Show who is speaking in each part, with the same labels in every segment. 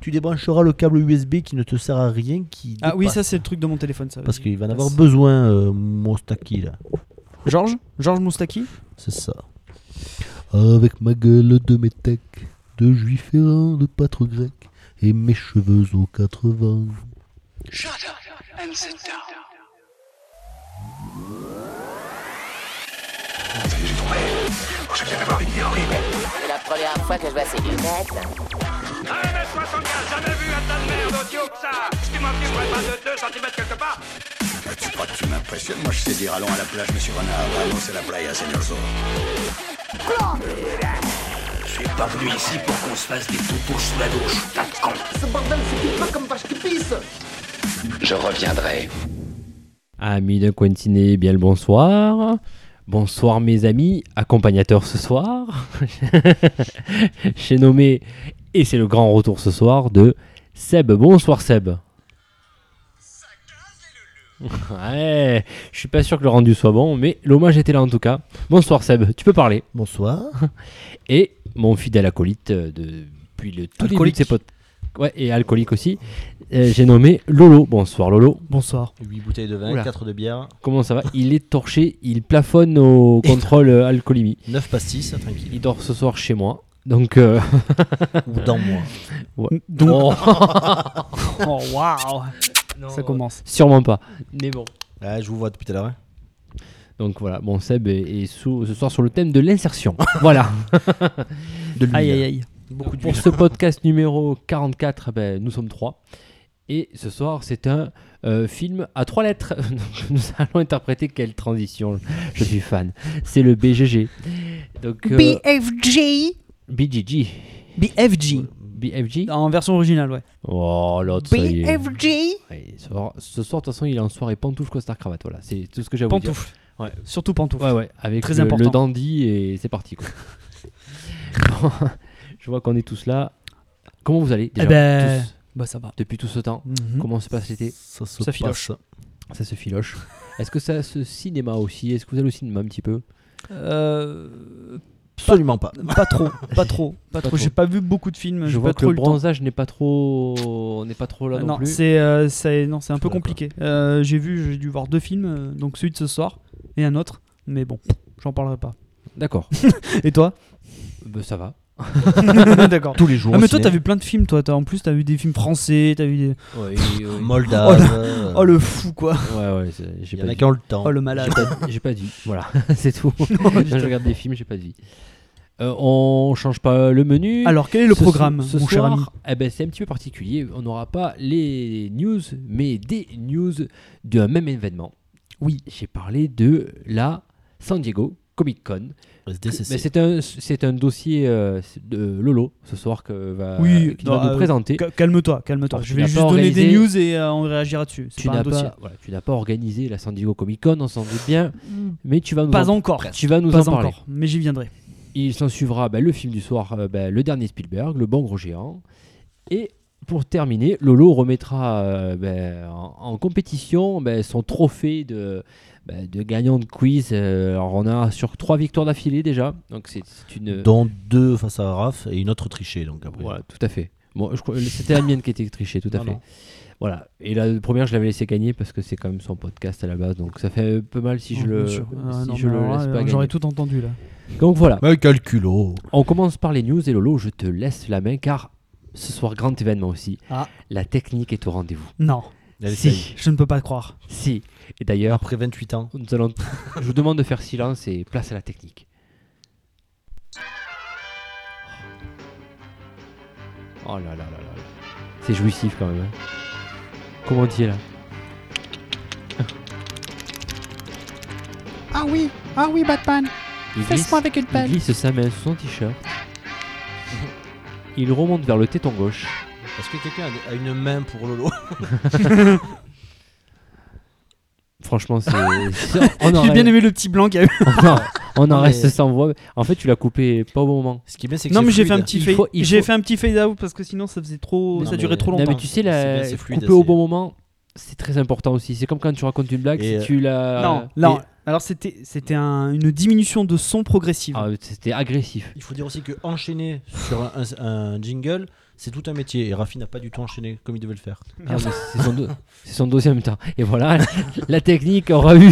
Speaker 1: tu débrancheras le câble USB qui ne te sert à rien. Qui
Speaker 2: Ah oui,
Speaker 1: dépasse.
Speaker 2: ça c'est le truc de mon téléphone, ça.
Speaker 1: Parce
Speaker 2: vas-y.
Speaker 1: qu'il va en avoir
Speaker 2: Passe.
Speaker 1: besoin, euh, Mostaki, là.
Speaker 2: Georges Georges Moustaki
Speaker 1: C'est ça. Avec ma gueule de métèque, de juif errant, de pâtre grec, et mes cheveux aux quatre vents.
Speaker 3: C'est la première fois que je vois ces lunettes.
Speaker 4: Allez, mets 75, jamais vu un tas de merde aussi haut que ça Excuse-moi, tu pourrais pas de 2 cm quelque part
Speaker 5: Tu crois que tu m'impressionnes Moi, je sais dire allons à la plage, monsieur Renard. Allons, c'est la playa, señor Zorro. Je suis pas venu ici pour qu'on se fasse des toutous sous la douche, tas de con. Ce bordel, c'est pas comme vache qui pisse Je reviendrai.
Speaker 6: Amis de Quentiné, bien le bonsoir. Bonsoir mes amis, accompagnateurs ce soir. J'ai nommé, et c'est le grand retour ce soir, de Seb. Bonsoir Seb. Ouais, je suis pas sûr que le rendu soit bon, mais l'hommage était là en tout cas. Bonsoir Seb, tu peux parler.
Speaker 1: Bonsoir.
Speaker 6: Et mon fidèle acolyte euh, de- depuis le tout début
Speaker 2: Alcoolique.
Speaker 6: de ses potes. Ouais, et alcoolique aussi. Euh, J'ai nommé Lolo. Bonsoir Lolo.
Speaker 2: Bonsoir.
Speaker 1: 8 bouteilles de vin,
Speaker 2: Oula.
Speaker 1: 4 de bière,
Speaker 6: Comment ça va Il est torché, il plafonne au contrôle euh, alcoolémie.
Speaker 1: 9 pastilles, ça, tranquille.
Speaker 6: Il dort ce soir chez moi. Donc, euh,
Speaker 1: Ou dans moi.
Speaker 2: Donc,
Speaker 6: oh,
Speaker 2: oh, waouh Ça commence.
Speaker 6: sûrement pas. Mais bon.
Speaker 1: Ah, je vous vois depuis tout à l'heure. hein.
Speaker 6: Donc voilà, bon Seb est, est sous- ce soir sur le thème de l'insertion. voilà.
Speaker 1: De l'huile.
Speaker 2: Aïe aïe aïe.
Speaker 1: Beaucoup
Speaker 6: Pour
Speaker 1: d'huile.
Speaker 6: ce podcast numéro 44, ben, nous sommes trois. Et ce soir, c'est un euh, film à trois lettres. nous allons interpréter quelle transition. Je suis fan. C'est le BGG. Donc, euh,
Speaker 2: BFG
Speaker 6: BGG.
Speaker 2: BFG.
Speaker 6: BFG.
Speaker 2: En version originale, ouais.
Speaker 6: Oh l'autre. ça y est.
Speaker 2: BFG
Speaker 6: Ouais, ce soir, ce soir, de toute façon, il est en soirée pantoufle, costard, cravate. Voilà, c'est tout ce que j'ai à vous dire.
Speaker 2: Pantoufle.
Speaker 6: Ouais.
Speaker 2: Surtout pantoufle.
Speaker 6: Ouais, ouais, avec
Speaker 2: Très
Speaker 6: le,
Speaker 2: important.
Speaker 6: le dandy et c'est parti. quoi. Bon, je vois qu'on est tous là. Comment vous allez déjà
Speaker 2: Eh ben-
Speaker 6: tous,
Speaker 2: Bah ça va.
Speaker 6: Depuis tout ce temps
Speaker 2: Mhm.
Speaker 6: Comment se passe l'été
Speaker 1: Ça se
Speaker 2: Ça filoche.
Speaker 1: passe.
Speaker 6: Ça se filoche. Est-ce que ça se cinéma aussi Est-ce que vous allez au cinéma un petit peu
Speaker 2: Euh,
Speaker 1: Absolument pas.
Speaker 2: pas trop, pas trop, pas trop.
Speaker 6: trop.
Speaker 2: J'ai pas vu beaucoup de films.
Speaker 6: Je
Speaker 2: j'ai
Speaker 6: vois
Speaker 2: pas
Speaker 6: que
Speaker 2: trop
Speaker 6: le
Speaker 2: eu le temps.
Speaker 6: bronzage n'est pas trop, n'est pas trop là
Speaker 2: Euh,
Speaker 6: non,
Speaker 2: Non,
Speaker 6: plus.
Speaker 2: c'est euh, c'est- non, c'est un peu
Speaker 1: D'accord.
Speaker 2: compliqué. Euh, j'ai vu, j'ai dû voir deux films, euh, donc celui de ce soir et un autre, mais bon, j'en parlerai pas.
Speaker 6: D'accord.
Speaker 2: Et toi
Speaker 6: Ben, ça va.
Speaker 2: D'accord.
Speaker 1: Tous les jours.
Speaker 2: Ah
Speaker 1: au
Speaker 2: mais toi
Speaker 1: ciné.
Speaker 2: t'as vu plein de films toi, t'as- en plus t'as vu des films français, t'as vu des...
Speaker 1: Moldave.
Speaker 2: Oh, le-
Speaker 1: euh,
Speaker 2: Oh le fou quoi
Speaker 6: Ouais, ouais. c'est- J'ai
Speaker 1: Il y
Speaker 6: pas
Speaker 1: en a
Speaker 6: dit.
Speaker 1: qui ont le temps.
Speaker 2: Oh le malade
Speaker 6: J'ai pas- J'ai pas dit. Voilà, c'est tout. Quand je regarde des films, j'ai pas de vie. Euh, on change pas le menu.
Speaker 2: Alors quel est le
Speaker 6: Ce-
Speaker 2: programme
Speaker 6: ce
Speaker 2: mon cher
Speaker 6: soir,
Speaker 2: ami
Speaker 6: eh ben, c'est un petit peu particulier. On n'aura pas les news, mais des news d'un même événement. Oui, j'ai parlé de la San Diego Comic Con.
Speaker 1: SDCC.
Speaker 6: Mais c'est un, c'est un dossier euh, de Lolo ce soir que va,
Speaker 2: Oui,
Speaker 6: qui
Speaker 2: non,
Speaker 6: va nous
Speaker 2: euh,
Speaker 6: présenter.
Speaker 2: Ca- Calme-toi, calme-toi.
Speaker 6: Ah,
Speaker 2: Je
Speaker 6: tu
Speaker 2: vais
Speaker 6: n'as
Speaker 2: juste
Speaker 6: pas
Speaker 2: donner des
Speaker 6: organisé-
Speaker 2: news et euh, on réagira dessus. C'est
Speaker 6: Tu
Speaker 2: pas un
Speaker 6: n'as
Speaker 2: dossier.
Speaker 6: pas, voilà, tu n'as pas organisé la San Diego Comic Con, on s'en doute bien, mais tu vas nous
Speaker 2: Mm. Pas
Speaker 6: en,
Speaker 2: encore.
Speaker 6: tu vas nous en
Speaker 2: Pas
Speaker 6: parler.
Speaker 2: encore. Mais j'y viendrai.
Speaker 6: Il s'en suivra bah, le film du soir, euh, bah, le dernier Spielberg, Le Bon Gros Géant. Et pour terminer, Lolo remettra euh, bah, en, en compétition bah, son trophée de, bah, de gagnant de quiz. Euh, alors on a sur trois victoires d'affilée déjà. Donc c'est c'est
Speaker 7: Euh,
Speaker 6: une.
Speaker 1: Dont deux face à Raph et une autre trichée. Donc après.
Speaker 6: Voilà, tout à fait. Bon, je crois- C'était la mienne qui était trichée, tout à
Speaker 1: Non,
Speaker 6: fait.
Speaker 1: non.
Speaker 6: Voilà. Et la première, je l'avais laissé gagner parce que c'est quand même son podcast à la base. Donc ça fait un peu mal si je
Speaker 2: Oh,
Speaker 6: le,
Speaker 2: bien sûr. Ah,
Speaker 6: si
Speaker 2: non,
Speaker 6: je
Speaker 2: mais
Speaker 6: le
Speaker 2: alors là,
Speaker 6: laisse pas
Speaker 2: euh,
Speaker 6: gagner.
Speaker 2: J'aurais tout entendu là.
Speaker 6: Donc voilà.
Speaker 1: Mais calculo.
Speaker 6: On commence par les news et Lolo, je te laisse la main car ce soir, grand événement aussi.
Speaker 2: Ah.
Speaker 6: La technique est au rendez-vous.
Speaker 2: Non,
Speaker 1: Allez, ça y est.
Speaker 6: si,
Speaker 2: je ne peux pas le croire.
Speaker 6: si. Et d'ailleurs,
Speaker 1: Après 28 ans.
Speaker 6: nous allons- je vous demande de faire silence et place à la technique. Oh là là là là. là. C'est jouissif quand même. hein. Comment dire là
Speaker 7: Ah oui, ah oui Batman,
Speaker 6: Il glisse,
Speaker 7: fesse-moi avec une
Speaker 6: il
Speaker 7: pelle.
Speaker 6: glisse sa main sous son t-shirt. Il remonte vers le téton gauche.
Speaker 1: Est-ce que quelqu'un a une main pour Lolo
Speaker 6: Franchement, c'est. on
Speaker 2: J'ai
Speaker 6: aurait-
Speaker 2: bien aimé le petit blanc qu'il y a eu.
Speaker 6: on en, on en
Speaker 1: Non,
Speaker 6: reste
Speaker 1: mais-
Speaker 6: sans voix. En fait, tu l'as coupé pas au bon moment.
Speaker 1: Ce qui est bien, c'est que
Speaker 2: Non
Speaker 1: c'est
Speaker 2: mais j'ai fait
Speaker 1: fluide.
Speaker 2: un petit
Speaker 6: Il
Speaker 2: fade.
Speaker 6: faut- il
Speaker 2: J'ai
Speaker 6: faut-
Speaker 2: fait un petit fade out parce que sinon ça faisait trop,
Speaker 1: Non,
Speaker 2: ça durait
Speaker 1: mais-
Speaker 2: trop
Speaker 1: Non,
Speaker 6: Non,
Speaker 2: longtemps.
Speaker 6: mais tu sais,
Speaker 1: C'est
Speaker 6: la
Speaker 1: bien, c'est fluide,
Speaker 6: couper au
Speaker 1: c'est-
Speaker 6: bon moment, c'est très important aussi. C'est comme quand tu racontes une blague,
Speaker 1: Et,
Speaker 6: si tu la.
Speaker 2: Non, non. Alors c'était c'était un- une diminution de son progressive.
Speaker 6: Ah, C'était agressif.
Speaker 1: Il faut dire aussi que enchaîner sur un, un- un jingle,
Speaker 7: C'est tout un métier. Et Rafi n'a pas du tout enchaîné comme il devait le faire.
Speaker 6: Ah, mais c'est son, do- c'est son dossier en même temps. Et voilà, la technique aura eu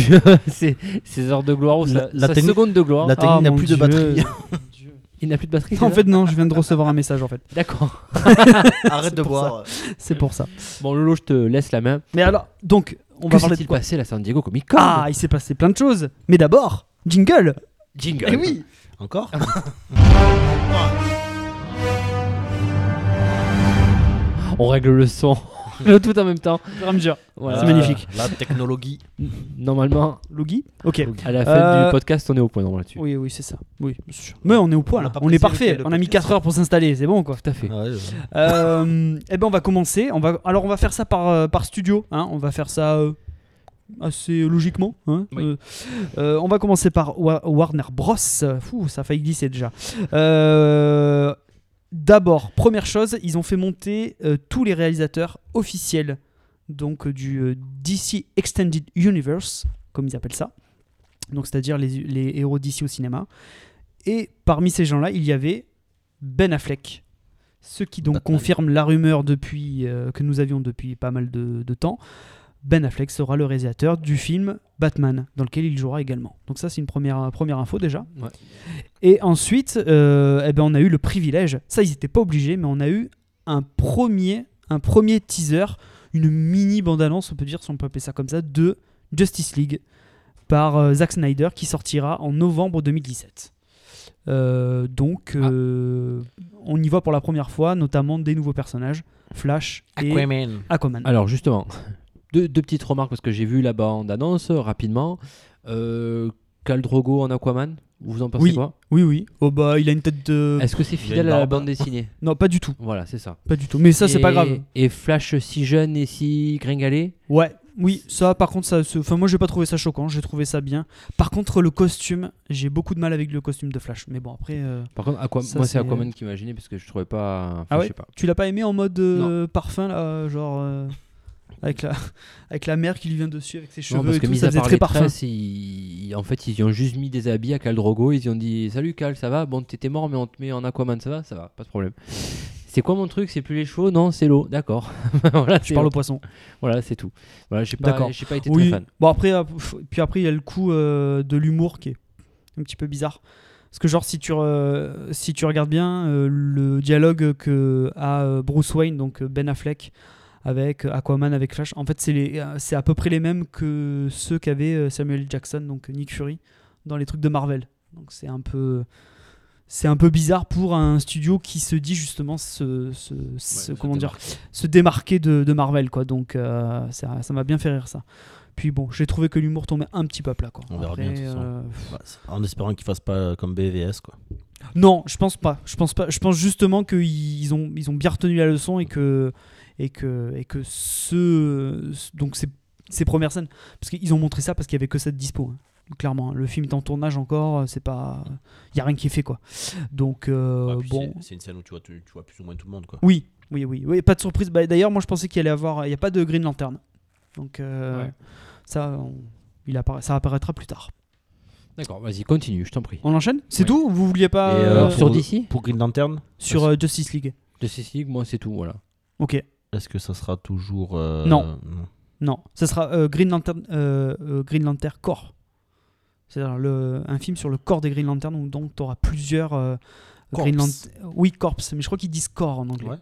Speaker 6: ses, ses heures de gloire ou sa,
Speaker 7: La- la
Speaker 6: sa
Speaker 7: technique-
Speaker 6: seconde de gloire.
Speaker 7: La technique n'a
Speaker 2: Ah, mon
Speaker 7: plus
Speaker 2: Dieu.
Speaker 7: de batterie.
Speaker 6: Il n'a plus de batterie.
Speaker 2: En
Speaker 6: déjà
Speaker 2: fait, non, je viens de recevoir un message en fait.
Speaker 6: d'accord.
Speaker 7: Arrête de
Speaker 2: pour
Speaker 7: boire.
Speaker 2: C'est pour ça.
Speaker 6: Bon, Lolo, je te laisse la main.
Speaker 2: Mais alors, donc, on
Speaker 6: que
Speaker 2: va parler de
Speaker 6: s'est-il
Speaker 2: quoi
Speaker 6: passé à la San Diego Comic Con
Speaker 2: Ah, il s'est passé plein de choses. Mais d'abord, jingle.
Speaker 6: Jingle.
Speaker 2: Eh oui.
Speaker 7: Encore
Speaker 6: On règle le son. le tout en même temps.
Speaker 2: au fur et à mesure.
Speaker 6: Voilà.
Speaker 2: C'est magnifique.
Speaker 7: La technologie.
Speaker 6: Normalement,
Speaker 2: Logi. Ok.
Speaker 6: à la fin
Speaker 2: Euh,
Speaker 6: du podcast, on est au point normal là-dessus.
Speaker 2: Oui, oui, c'est ça. Oui, bien sûr. Mais on est au point
Speaker 7: On
Speaker 2: là.
Speaker 7: a pas
Speaker 2: On est
Speaker 7: précisé
Speaker 2: parfait.
Speaker 7: lequel,
Speaker 2: On
Speaker 7: le
Speaker 2: a mis 4 heures pour s'installer. C'est bon quoi.
Speaker 6: Tout à fait.
Speaker 7: Ouais, ouais.
Speaker 2: Euh, eh ben on va commencer. On va alors on va faire ça par euh, par studio. hein. On va faire ça euh, assez logiquement. hein.
Speaker 6: Oui.
Speaker 2: Euh, euh, on va commencer par Wa- Warner Bros. Fou, ça a failli glisser déjà. Euh, D'abord, première chose, ils ont fait monter euh, tous les réalisateurs officiels donc euh, du euh, DC Extended Universe, comme ils appellent ça. Donc c'est-à-dire les, les héros DC au cinéma. Et parmi ces gens-là, il y avait Ben Affleck. Ce qui donc
Speaker 7: Batman.
Speaker 2: confirme la rumeur depuis, euh, que nous avions depuis pas mal de, de temps. Ben Affleck sera le réalisateur du film Batman, dans lequel il jouera également. Donc ça, c'est une première, euh, première info déjà.
Speaker 6: Ouais.
Speaker 2: Et ensuite, euh, eh ben, on a eu le privilège, ça ils n'étaient pas obligés, mais on a eu un premier, un premier teaser, une mini bande-annonce, on peut dire, si on peut appeler ça comme ça, de Justice League par euh, Zack Snyder, qui sortira en novembre 2017. Euh, donc, euh, on y voit pour la première fois, notamment des nouveaux personnages, Flash et Aquaman.
Speaker 6: Alors justement, deux, deux petites remarques parce que j'ai vu la bande-annonce euh, rapidement. Euh, Khal Drogo en Aquaman, vous en pensez
Speaker 2: Oui.
Speaker 6: quoi
Speaker 2: Oui, oui. Oh bah, il a une tête de.
Speaker 6: Est-ce que c'est
Speaker 7: a
Speaker 6: fidèle
Speaker 7: une
Speaker 6: à la
Speaker 7: barbe.
Speaker 6: bande dessinée
Speaker 2: Non, pas du tout,
Speaker 6: Voilà, c'est ça.
Speaker 2: pas du tout. Mais ça, c'est
Speaker 6: Et-
Speaker 2: pas grave.
Speaker 6: Et Flash si jeune et si gringalé
Speaker 2: Ouais, oui. Ça, par contre, ça. se- Enfin, moi, j'ai pas trouvé ça choquant. J'ai trouvé ça bien. Par contre, le costume, j'ai beaucoup de mal avec le costume de Flash. Mais bon, après, euh,
Speaker 6: Par contre, Aqua-
Speaker 2: Ça,
Speaker 6: moi c'est
Speaker 2: c'est-
Speaker 6: Aquaman qui m'a gêné parce que je trouvais pas. enfin,
Speaker 2: Ah ouais
Speaker 6: je sais pas.
Speaker 2: tu l'as pas aimé en mode euh, parfum, là, euh, genre euh, avec la avec la mer qui lui vient dessus, avec ses cheveux
Speaker 6: Non, parce
Speaker 2: et
Speaker 6: que
Speaker 2: tout.
Speaker 6: mis
Speaker 2: Ça
Speaker 6: à
Speaker 2: faisait
Speaker 6: part
Speaker 2: très
Speaker 6: les
Speaker 2: parfum.
Speaker 6: tresses, ils- ils- en fait, ils y ont juste mis des habits à Khal Drogo. Ils y ont dit Salut Khal, ça va Bon, t'étais mort, mais on te met en Aquaman, ça va Ça va, pas de problème. C'est quoi mon truc C'est plus les chevaux Non, c'est l'eau. D'accord. Bah, voilà,
Speaker 2: Je
Speaker 6: c'est-
Speaker 2: parle au poisson.
Speaker 6: Voilà, c'est tout. Voilà, j'ai pas,
Speaker 2: D'accord.
Speaker 6: j'ai pas été
Speaker 2: Oui.
Speaker 6: très fan.
Speaker 2: Bon après, euh, pff, puis après il y a le coup euh, de l'humour qui est un petit peu bizarre. Parce que genre si tu re- si tu regardes bien euh, le dialogue que a euh, Bruce Wayne donc euh, Ben Affleck avec euh, Aquaman avec Flash, en fait c'est les euh, c'est à peu près les mêmes que ceux qu'avait euh, Samuel Jackson donc Nick Fury dans les trucs de Marvel. Donc c'est un peu c'est un peu bizarre pour un studio qui se dit justement se, se- se-
Speaker 6: Ouais,
Speaker 2: comment
Speaker 6: c'était
Speaker 2: dire se démarquer de, de Marvel quoi. Donc euh, ça ça m'a bien fait rire ça. Puis bon, j'ai trouvé que l'humour tombait un petit peu à plat. Quoi.
Speaker 7: On verra bien, de toute façon.
Speaker 2: euh,
Speaker 7: Ouais, c'est- en espérant qu'il fasse pas comme BVS quoi.
Speaker 2: Non, je pense pas. Je pense pas. Je pense justement qu'ils ont ils ont bien retenu la leçon et que et que et que ce donc ces, ces premières scènes parce qu'ils ont montré ça parce qu'il y avait que ça de dispo. hein. Clairement, hein. le film est en tournage encore. euh, C'est pas il y a rien qui est fait quoi. Donc euh,
Speaker 7: Ouais, Ah, puis
Speaker 2: bon.
Speaker 7: c'est- C'est une scène où tu vois, tu, tu vois plus ou moins tout le monde quoi.
Speaker 2: Oui, oui, oui, oui. Pas de surprise. Bah, D'ailleurs, moi, je pensais qu'il allait avoir. Il n'y a pas de Green Lantern. Donc, euh,
Speaker 6: Ouais.
Speaker 2: ça, on- il appara- ça apparaîtra plus tard.
Speaker 6: D'accord, vas-y, continue, je t'en prie.
Speaker 2: On enchaîne C'est
Speaker 6: Oui.
Speaker 2: tout Vous vouliez pas.
Speaker 7: Et,
Speaker 2: euh,
Speaker 7: euh,
Speaker 2: sur
Speaker 6: Sur
Speaker 7: pour-
Speaker 6: DC
Speaker 7: Pour Green Lantern,
Speaker 2: sur, euh, Justice League
Speaker 6: De League, moi c'est tout, voilà.
Speaker 2: Ok.
Speaker 7: est-ce que ça sera toujours euh,
Speaker 2: Non. Non. Ça sera euh, Green, Lantern, euh, euh, Green Lantern Corps. C'est-à-dire le- un film sur le corps des Green Lanterns où donc tu auras plusieurs. euh,
Speaker 7: Corps.
Speaker 2: Green Lan- Oui, Corps, mais je crois qu'ils disent corps en anglais.
Speaker 7: Ouais.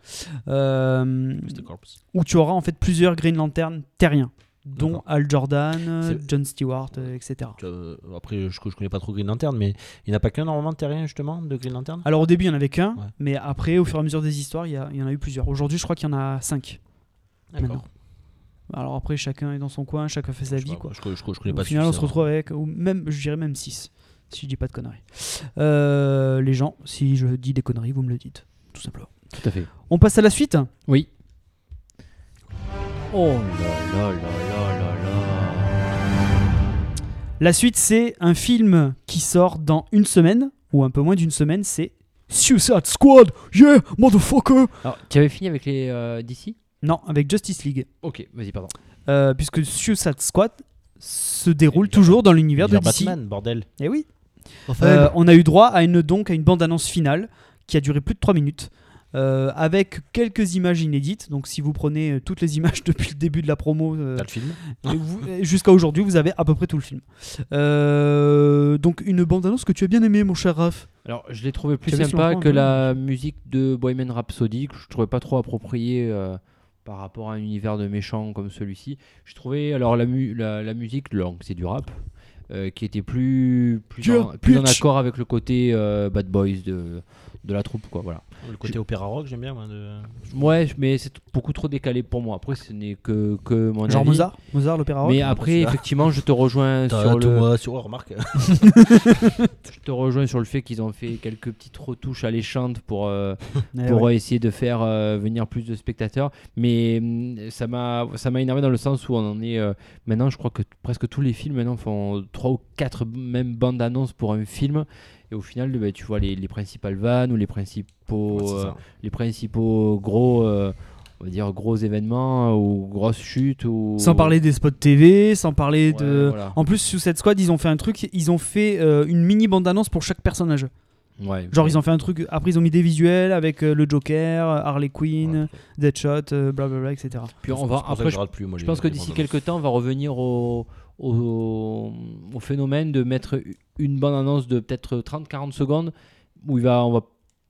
Speaker 2: Euh,
Speaker 7: Mr. Corps.
Speaker 2: où tu auras en fait plusieurs Green Lantern terriens, dont
Speaker 7: D'accord.
Speaker 2: Al Jordan, euh,
Speaker 7: C'est-
Speaker 2: John Stewart, euh, etc.
Speaker 7: Euh, après, je, je connais pas trop Green Lantern, mais il n'y en a pas qu'un normalement terrien justement de Green Lantern
Speaker 2: Alors au début il y en avait qu'un,
Speaker 7: Ouais.
Speaker 2: mais après au fur et à mesure des histoires il y, a- il y en a eu plusieurs. Aujourd'hui je crois qu'il y en a cinq. maintenant. Alors après chacun est dans son coin, chacun fait sa
Speaker 7: Je, sais
Speaker 2: vie
Speaker 7: pas,
Speaker 2: quoi.
Speaker 7: je, je- je connais pas hein.
Speaker 2: Au final on se
Speaker 7: suffisamment.
Speaker 2: retrouve avec, ou même je dirais même six, si je dis pas de conneries. Euh, les gens, si je dis des conneries vous me le dites, tout simplement.
Speaker 6: Tout à fait.
Speaker 2: On passe à la suite
Speaker 6: Oui. Oh là là là là là là.
Speaker 2: La suite, c'est un film qui sort dans une semaine, ou un peu moins d'une semaine, c'est Suicide Squad Yeah, motherfucker
Speaker 6: Alors, tu avais fini avec les euh, DC
Speaker 2: Non, avec Justice League,
Speaker 6: Ok, vas-y, pardon.
Speaker 2: Euh, puisque Suicide Squad se déroule toujours dans l'univers de
Speaker 7: Vers
Speaker 2: DC.
Speaker 7: Batman, bordel.
Speaker 2: Eh Euh, oui Euh, on a eu droit à une, donc à une bande-annonce finale qui a duré plus de 3 minutes, euh, avec quelques images inédites. Donc si vous prenez euh, toutes les images depuis le début de la promo euh,
Speaker 1: T'as le film
Speaker 2: et vous- et jusqu'à aujourd'hui, vous avez à peu près tout le film. Euh, donc une bande-annonce que tu as bien aimée, mon cher Raph.
Speaker 6: Alors, je l'ai trouvé plus
Speaker 2: Tu avais sur le
Speaker 6: sympa
Speaker 2: point,
Speaker 6: que
Speaker 2: toi,
Speaker 6: la musique de Bohemian Rhapsody, que je trouvais pas trop appropriée euh, par rapport à un univers de méchants comme celui-ci. Je trouvais alors la, mu- la, la musique, langue, c'est du rap, euh, qui était plus, plus,
Speaker 2: Dur,
Speaker 6: en, plus en
Speaker 2: bitch.
Speaker 6: accord avec le côté euh, bad boys de, de la troupe. Quoi, voilà.
Speaker 1: Le côté opéra rock, j'aime bien. moi, de-
Speaker 6: Ouais, mais c'est beaucoup trop décalé pour moi. Après, ce n'est que, que mon
Speaker 2: Genre
Speaker 6: avis.
Speaker 2: Mozart, Mozart l'opéra rock.
Speaker 6: Mais après,
Speaker 1: celui-là.
Speaker 6: effectivement, je te rejoins sur le,
Speaker 1: T'arrête-moi sur oh, remarque.
Speaker 6: je te rejoins sur le fait qu'ils ont fait quelques petites retouches alléchantes pour euh,
Speaker 2: Eh
Speaker 6: pour
Speaker 2: ouais.
Speaker 6: euh, essayer de faire euh, venir plus de spectateurs. Mais hum, ça m'a ça m'a énervé dans le sens où on en est euh, maintenant. Je crois que t- presque tous les films maintenant font trois ou quatre b- mêmes bandes annonces pour un film. Et au final, bah, tu vois les, les principales vannes ou les principaux
Speaker 1: Ouais, c'est
Speaker 6: euh,
Speaker 1: ça.
Speaker 6: les principaux gros euh, on va dire gros événements euh, ou grosses chutes ou
Speaker 2: Sans parler des spots TV, sans parler
Speaker 6: euh, Ouais,
Speaker 2: de.
Speaker 6: voilà.
Speaker 2: En plus, sous cette squad, ils ont fait un truc. Ils ont fait euh, une mini bande-annonce pour chaque personnage.
Speaker 6: Ouais.
Speaker 2: Genre, ils ont fait un truc. Après, ils ont mis des visuels avec euh, le Joker, Harley Quinn, Deadshot, euh, blablabla, etc.
Speaker 6: Puis on va
Speaker 1: C'est pour ça que
Speaker 6: après
Speaker 1: je, rate plus, moi,
Speaker 6: Je
Speaker 1: les-
Speaker 6: pense que
Speaker 1: les
Speaker 6: d'ici
Speaker 1: bandes
Speaker 6: quelques temps, on va revenir au, au, au phénomène de mettre u- une bande annonce de peut-être 30-40 secondes où il va, on va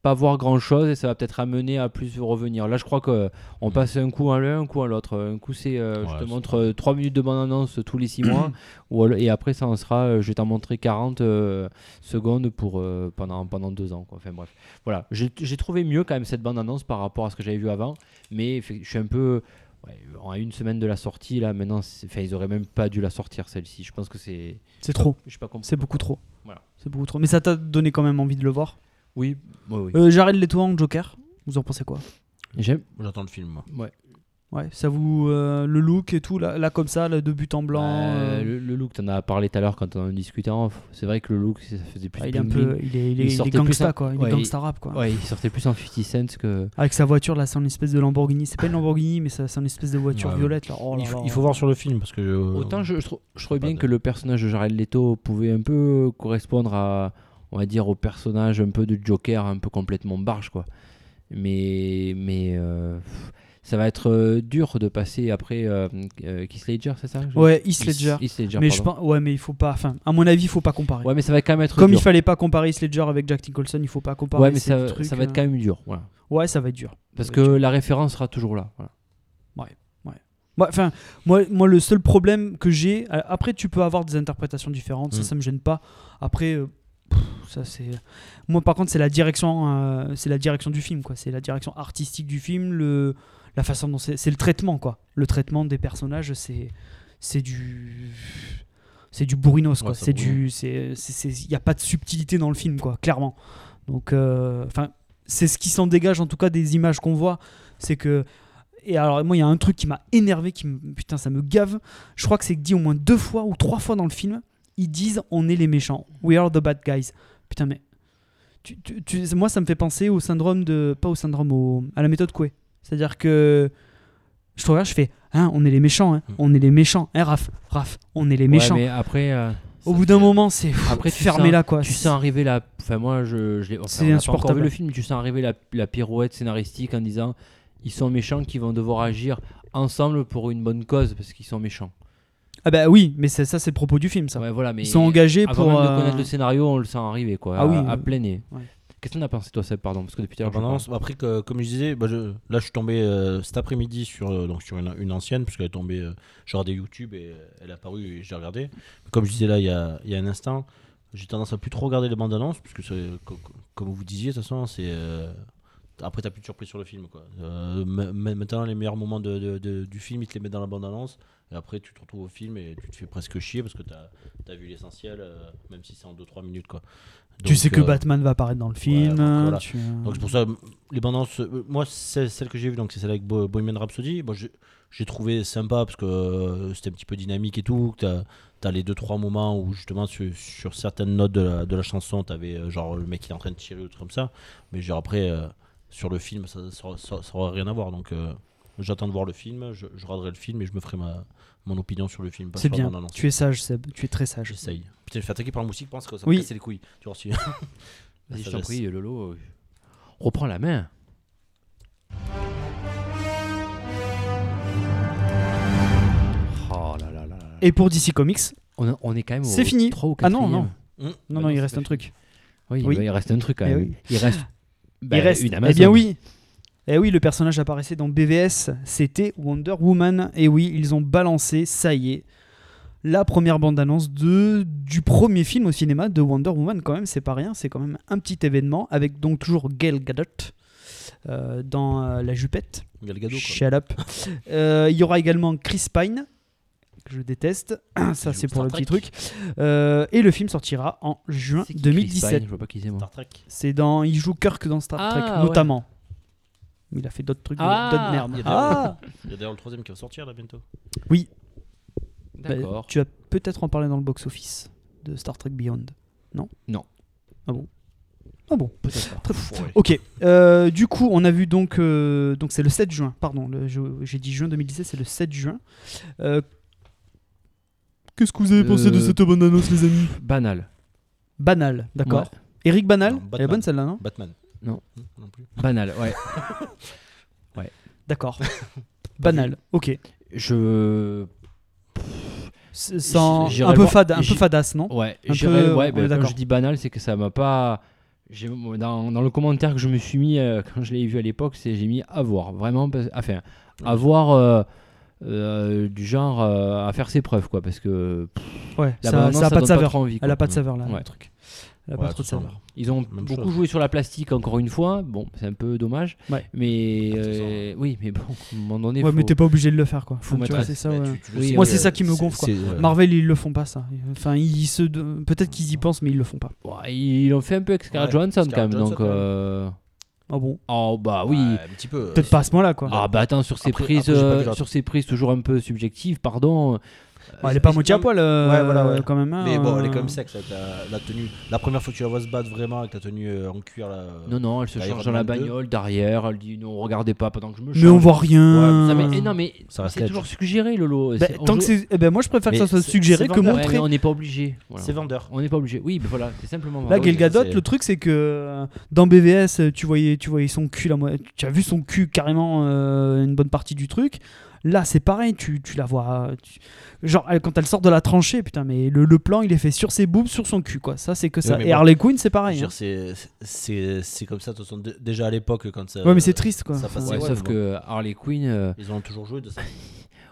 Speaker 6: pas voir grand chose et ça va peut-être amener à plus revenir. Là, je crois que on
Speaker 1: Mm.
Speaker 6: passe un coup à l'un, un coup à l'autre. Un coup, c'est euh,
Speaker 1: Ouais,
Speaker 6: je te
Speaker 1: c'est
Speaker 6: montre euh, 3 minutes de bande annonce tous les 6 mois ou alors- et après, ça en sera euh, je vais t'en montrer 40 euh, secondes pour, euh, pendant, pendant 2 ans. Quoi. Enfin bref, voilà. J'ai j'ai trouvé mieux quand même cette bande annonce par rapport à ce que j'avais vu avant, mais effe- je suis un peu. Ouais, à une semaine de la sortie, là, maintenant, c'est- enfin, ils auraient même pas dû la sortir celle-ci. Je pense que c'est.
Speaker 2: C'est trop.
Speaker 6: Je sais pas comment.
Speaker 2: C'est beaucoup trop.
Speaker 6: Voilà.
Speaker 2: C'est beaucoup trop. Mais ça t'a donné quand même envie de le voir.
Speaker 6: Oui, ouais, oui.
Speaker 2: Euh, Jared Leto en Joker. Vous en pensez quoi
Speaker 6: J'aime. Bah,
Speaker 1: J'attends le film, moi.
Speaker 2: Ouais, ça vous euh, le look et tout là, là comme ça, là, de but en blanc.
Speaker 6: Euh,
Speaker 2: euh,
Speaker 6: le, le look, t'en as parlé tout à l'heure quand on en discutait en off. C'est vrai que le look, ça faisait plus.
Speaker 2: ah, il est un
Speaker 6: bling
Speaker 2: peu, il est, il
Speaker 6: Il
Speaker 2: est, il est
Speaker 6: sortait plus
Speaker 2: gangsta
Speaker 6: un-
Speaker 2: quoi. Il
Speaker 6: ouais,
Speaker 2: est
Speaker 6: il-
Speaker 2: gangsta rap quoi.
Speaker 6: bling. Ouais, il sortait plus en 50 cents que.
Speaker 2: Avec sa voiture là, c'est une espèce de Lamborghini. C'est pas une Lamborghini, mais ça- c'est une espèce de voiture
Speaker 6: Bah,
Speaker 1: Ouais.
Speaker 2: violette là. Oh là
Speaker 1: il, faut,
Speaker 2: là.
Speaker 1: il faut voir sur le film parce que. euh,
Speaker 6: Autant je, je, trou- je trouvais
Speaker 1: pas
Speaker 6: bien
Speaker 1: de-
Speaker 6: que le personnage de Jared Leto pouvait un peu correspondre à, on va dire, au personnage un peu du Joker, un peu complètement barge, quoi. Mais, mais euh, pff, ça va être euh, dur de passer après euh, euh, Heath Ledger, c'est ça que je-
Speaker 2: Ouais, Heath Ledger.
Speaker 6: Heath Ledger,
Speaker 2: Mais je
Speaker 6: pardon.
Speaker 2: pense, ouais, mais il faut pas. Enfin, à mon avis, il faut pas comparer.
Speaker 6: Ouais, mais ça va quand même être
Speaker 2: Comme
Speaker 6: dur.
Speaker 2: il fallait pas comparer Heath Ledger avec Jack Nicholson, il faut pas comparer.
Speaker 6: ouais, mais
Speaker 2: c'est
Speaker 6: ça,
Speaker 2: du truc,
Speaker 6: ça va être
Speaker 2: euh,
Speaker 6: quand même dur. Voilà.
Speaker 2: Ouais, ça va être dur.
Speaker 6: Parce
Speaker 2: va
Speaker 6: que
Speaker 2: être
Speaker 6: la référence sera toujours là. Voilà.
Speaker 2: Moi, enfin, moi, moi, le seul problème que j'ai. euh, Après, tu peux avoir des interprétations différentes. Ça,
Speaker 1: Mm.
Speaker 2: ça me gêne pas. Après, euh, pff, ça c'est. Moi, par contre, c'est la direction, euh, c'est la direction du film, quoi. C'est la direction artistique du film, le, la façon dont c'est, c'est le traitement, quoi. Le traitement des personnages, c'est, c'est du. C'est du bourrinos, quoi.
Speaker 1: Ouais, ça
Speaker 2: c'est
Speaker 1: bourrine.
Speaker 2: du, c'est, c'est- c'est- y a pas de subtilité dans le film, quoi. Clairement. Donc, euh, enfin, c'est ce qui s'en dégage, en tout cas, des images qu'on voit, c'est que. Et alors, moi, il y a un truc qui m'a énervé, qui me, putain, ça me gave. Je crois que c'est dit au moins deux fois ou trois fois dans le film. Ils disent on est les méchants. We are the bad guys. Putain, mais. tu- tu- tu- moi, ça me fait penser au syndrome de. Pas au syndrome, au- à la méthode Coué. C'est-à-dire que. Je te regarde, je fais Hein, on est les méchants, hein, on est les méchants. Hein, Raph, Raph, on est les méchants.
Speaker 6: Ouais, mais après, euh,
Speaker 2: au
Speaker 6: ça
Speaker 2: bout d'un
Speaker 6: fait-
Speaker 2: moment, c'est. Après,
Speaker 6: Après, tu
Speaker 2: fermez-la, quoi.
Speaker 6: Tu sens arriver la. Enfin, moi, je, je l'ai. enfin,
Speaker 2: C'est
Speaker 6: on n'a pas
Speaker 2: insupportable.
Speaker 6: encore vu le film, mais tu sens arriver la, la pirouette scénaristique en disant ils sont méchants qui vont devoir agir ensemble pour une bonne cause parce qu'ils sont méchants.
Speaker 2: Ah, bah oui, mais c'est- ça, c'est le propos du film, ça.
Speaker 6: Ouais, voilà, mais
Speaker 2: Ils sont engagés
Speaker 6: avant
Speaker 2: pour.
Speaker 6: même
Speaker 2: euh,
Speaker 6: de connaître le scénario, on le sent arriver, quoi.
Speaker 2: Ah
Speaker 6: à,
Speaker 2: oui,
Speaker 6: à
Speaker 2: euh,
Speaker 6: plein nez.
Speaker 2: ouais.
Speaker 6: Qu'est-ce qu'on a pensé, toi, ça pardon Parce que depuis tout à
Speaker 1: la
Speaker 6: l'heure, je
Speaker 1: bande-annonce, après, que, comme je disais, bah, je- là, je suis tombé euh, cet après-midi sur, euh, donc, sur une, une ancienne, puisqu'elle est tombée. euh, j'ai regardé YouTube et euh, elle est apparue et j'ai regardé. Comme je disais là il y a, il y a un instant, j'ai tendance à plus trop regarder les bandes annonces, puisque c'est- co- co- comme vous disiez, de toute façon, c'est. euh, après, t'as plus de surprise sur le film. Quoi. Euh, ma- ma- maintenant, les meilleurs moments de- de- de- du film, ils te les mettent dans la bande-annonce. Et après, tu te retrouves au film et tu te fais presque chier parce que t'as as vu l'essentiel, euh, même si c'est en 2-3 minutes. Quoi. euh,
Speaker 2: Tu sais que
Speaker 1: Batman
Speaker 2: Batman va apparaître dans le film.
Speaker 1: donc, voilà.
Speaker 2: tu-
Speaker 1: donc c'est pour ça, m- les bandes annonces, euh, moi, c'est celle que j'ai vue, donc c'est celle avec Bo- Bohemian Rhapsody. Bon, j'ai- j'ai trouvé sympa parce que euh, c'était un petit peu dynamique et tout. que T'as as les deux trois moments où justement sur, sur certaines notes de la, de la chanson, t'avais euh, genre le mec qui est en train de tirer ou des trucs comme ça. Mais genre après, euh, sur le film, ça n'aura rien à voir. Donc euh, j'attends de voir le film, je, je regarderai le film et je me ferai ma, mon opinion sur le film. pas
Speaker 2: C'est
Speaker 1: sur la
Speaker 2: bien.
Speaker 1: bande annonce.
Speaker 2: Tu es sage, Seb. Tu es très sage.
Speaker 1: J'essaye. Putain, je me fais attaquer par un moustique, je pense que ça
Speaker 2: Oui.
Speaker 1: me casse les couilles. Tu vois, si-
Speaker 6: Vas-y, je
Speaker 1: Ça
Speaker 6: t'en
Speaker 1: laisse.
Speaker 6: prie, Lolo. euh, Reprends la main. Oh là là là là.
Speaker 2: Et pour DC Comics,
Speaker 6: On, a- on est quand même
Speaker 2: C'est
Speaker 6: au
Speaker 2: fini.
Speaker 6: 3 ou
Speaker 2: Ah
Speaker 6: 4
Speaker 2: non, non.
Speaker 7: Hum,
Speaker 2: non,
Speaker 7: bah
Speaker 2: non, il
Speaker 7: c'est
Speaker 2: reste
Speaker 7: pas
Speaker 2: un truc.
Speaker 6: Oui,
Speaker 2: Oui.
Speaker 6: bah, il reste un truc quand
Speaker 2: Eh
Speaker 6: même.
Speaker 2: oui.
Speaker 6: Il reste, bah,
Speaker 2: il reste.
Speaker 6: une
Speaker 2: eh
Speaker 6: Amazon.
Speaker 2: bien oui. Eh oui, le personnage apparaissait dans BVS, c'était Wonder Woman. Et oui, ils ont balancé, ça y est, la première bande-annonce de du premier film au cinéma de Wonder Woman. Quand même, c'est pas rien, c'est quand même un petit événement avec donc toujours Gail Gadot euh, dans euh, la jupette.
Speaker 7: Gal Gadot, quoi.
Speaker 2: Shut up. Euh, il y aura également Chris Pine, que je déteste. ça,
Speaker 7: joue
Speaker 2: c'est pour
Speaker 7: Star
Speaker 2: le petit
Speaker 7: Trek.
Speaker 2: truc. Euh, et le film sortira en juin
Speaker 6: C'est qui, Chris Pine
Speaker 2: 2017.
Speaker 6: Je vois pas qui c'est moi.
Speaker 7: Star Trek.
Speaker 2: C'est dans, il joue Kirk dans Star
Speaker 6: Ah,
Speaker 2: Trek,
Speaker 6: ouais.
Speaker 2: notamment. Il a fait d'autres trucs,
Speaker 6: Ah,
Speaker 2: d'autres merdes.
Speaker 7: il y a des-
Speaker 2: Ah,
Speaker 7: Il y a d'ailleurs le troisième qui va sortir là bientôt.
Speaker 2: Bah,
Speaker 6: D'accord.
Speaker 2: tu vas peut-être en parler dans le box-office de Star Trek Beyond. Non
Speaker 6: Non.
Speaker 2: Ah bon Ah bon
Speaker 6: Peut-être pas.
Speaker 2: Très fou. Ok. euh, du coup, on a vu donc. euh, donc, c'est le 7 juin. Pardon, le- je- j'ai dit juin 2017, c'est le 7 juin. Euh, Qu'est-ce que vous avez pensé de
Speaker 6: Euh,
Speaker 2: cette bonne annonce, les amis
Speaker 6: Banal.
Speaker 2: Banal, d'accord.
Speaker 6: Ouais,
Speaker 2: Eric Banal
Speaker 7: Non,
Speaker 2: Elle est
Speaker 7: Batman.
Speaker 2: bonne celle-là, non
Speaker 7: Batman.
Speaker 6: Non.
Speaker 7: Hum, Non plus.
Speaker 6: Banal, ouais.
Speaker 2: D'accord. Banal, ok.
Speaker 6: Je.
Speaker 2: C'est- Sans,
Speaker 6: J'irai
Speaker 2: un peu
Speaker 6: voir-
Speaker 2: fade, un peu
Speaker 6: j'irai-
Speaker 2: fadasse, non
Speaker 6: Ouais,
Speaker 2: Un
Speaker 6: j'irais-
Speaker 2: peu,
Speaker 6: ouais,
Speaker 2: on
Speaker 6: bah,
Speaker 2: est
Speaker 6: quand
Speaker 2: d'accord.
Speaker 6: je dis banal, c'est que ça m'a pas. j'ai- Dans, dans le commentaire que je me suis mis euh, quand je l'ai vu à l'époque, c'est j'ai mis à voir, vraiment, parce- enfin, à voir euh, euh, du genre euh, à faire ses preuves, quoi, parce que pff,
Speaker 2: Ouais,
Speaker 6: Oh. la
Speaker 2: ça,
Speaker 6: bande-annonce,
Speaker 2: ça a pas
Speaker 6: ça
Speaker 2: de
Speaker 6: donne pas
Speaker 2: saveur.
Speaker 6: trop envie,
Speaker 2: Elle a
Speaker 6: quoi.
Speaker 2: pas de saveur là, le
Speaker 6: Ouais.
Speaker 2: truc. Elle a
Speaker 7: Ouais,
Speaker 2: pas trop de
Speaker 7: tout ça,
Speaker 2: saveur.
Speaker 6: Ils ont
Speaker 7: Même
Speaker 6: beaucoup
Speaker 7: chose.
Speaker 6: joué sur la plastique encore une fois. Bon, c'est un peu dommage.
Speaker 2: Ouais.
Speaker 6: Mais
Speaker 7: toute
Speaker 6: euh,
Speaker 7: façon,
Speaker 6: oui, mais bon, à un moment donné,
Speaker 2: Ouais, mais
Speaker 6: faut-
Speaker 2: t'es pas obligé de le faire quoi.
Speaker 6: faut
Speaker 2: Enfin, tu vois,
Speaker 6: mettre-
Speaker 2: c'est ça.
Speaker 7: Bah,
Speaker 2: ouais.
Speaker 7: tu- tu le
Speaker 6: Oui,
Speaker 7: sais
Speaker 6: moi,
Speaker 7: que-
Speaker 2: c'est ça qui me gonfle, quoi.
Speaker 7: c'est- euh,
Speaker 6: euh,
Speaker 7: ouais.
Speaker 2: Marvel, ils le font pas ça. Enfin, ils se de- peut-être qu'ils y pensent mais ils le font pas.
Speaker 6: Ouais, ils ont fait un peu avec Scarlett
Speaker 7: Ouais,
Speaker 6: Johansson quand
Speaker 7: Scarlett
Speaker 6: même.
Speaker 7: Johansson,
Speaker 6: donc,
Speaker 7: ouais.
Speaker 6: euh,
Speaker 2: Ah bon
Speaker 6: oh bah oui.
Speaker 7: Ouais, un petit peu. euh,
Speaker 2: Peut-être pas à ce moment-là quoi.
Speaker 6: Ah bah attends sur ces
Speaker 7: Après-
Speaker 6: prises,
Speaker 7: après, j'ai pas
Speaker 6: euh,
Speaker 7: vu la- Euh,
Speaker 6: sur ces prises toujours un peu subjectives, pardon. euh,
Speaker 2: Ouais, elle est pas à moitié à poil euh,
Speaker 7: Ouais, voilà, ouais.
Speaker 2: quand même. hein,
Speaker 7: Mais bon, elle est
Speaker 2: euh.
Speaker 7: quand même sexe avec la, la tenue. La première fois que tu la vois se battre vraiment avec la tenue euh, en cuir là. euh,
Speaker 6: Non non, elle se
Speaker 7: Bah,
Speaker 6: change
Speaker 7: Iron
Speaker 6: dans la
Speaker 7: Man deux.
Speaker 6: bagnole derrière, elle dit non regardez pas pendant que je me change.
Speaker 2: Mais on voit rien.
Speaker 6: Non mais, eh, non, mais
Speaker 7: Ça reste
Speaker 6: c'est
Speaker 7: Edge.
Speaker 6: toujours suggéré Lolo.
Speaker 2: Bah,
Speaker 6: C'est- on
Speaker 2: tant que
Speaker 6: joue-
Speaker 2: c'est, eh ben, moi je préfère que
Speaker 7: Mais
Speaker 2: ça soit
Speaker 7: c'est-
Speaker 2: suggéré
Speaker 7: c'est
Speaker 2: que
Speaker 7: vendeur.
Speaker 6: Ouais, mais
Speaker 2: montré.
Speaker 6: on n'est pas obligé. Voilà.
Speaker 7: C'est vendeur.
Speaker 6: On n'est pas obligé. Oui, mais voilà, c'est simplement.
Speaker 2: Là,
Speaker 6: vendeur.
Speaker 7: Gail
Speaker 2: Gal Gadot,
Speaker 7: c'est-
Speaker 2: le truc, c'est que euh, dans BVS, euh, tu voyais, tu voyais son cul. Là, moi, tu as vu son cul carrément euh, une bonne partie du truc. Là, c'est pareil, tu, tu la vois. euh, tu- Genre, elle- quand elle sort de la tranchée, putain, mais le, le plan, il est fait sur ses boobs, sur son cul, quoi. Ça, c'est que ça.
Speaker 7: mais
Speaker 2: Et
Speaker 7: bon,
Speaker 2: Harley Quinn, c'est
Speaker 7: Je veux
Speaker 2: pareil.
Speaker 7: dire,
Speaker 2: hein.
Speaker 7: c'est- c'est c'est comme ça, de toute façon, dé- déjà à l'époque, quand ça.
Speaker 2: Ouais, mais c'est triste, quoi.
Speaker 7: ça
Speaker 2: Enfin,
Speaker 7: passe-
Speaker 6: Ouais,
Speaker 7: ouais,
Speaker 6: sauf
Speaker 7: mais
Speaker 6: que Harley Quinn, euh,
Speaker 7: Ils ont toujours joué de ça.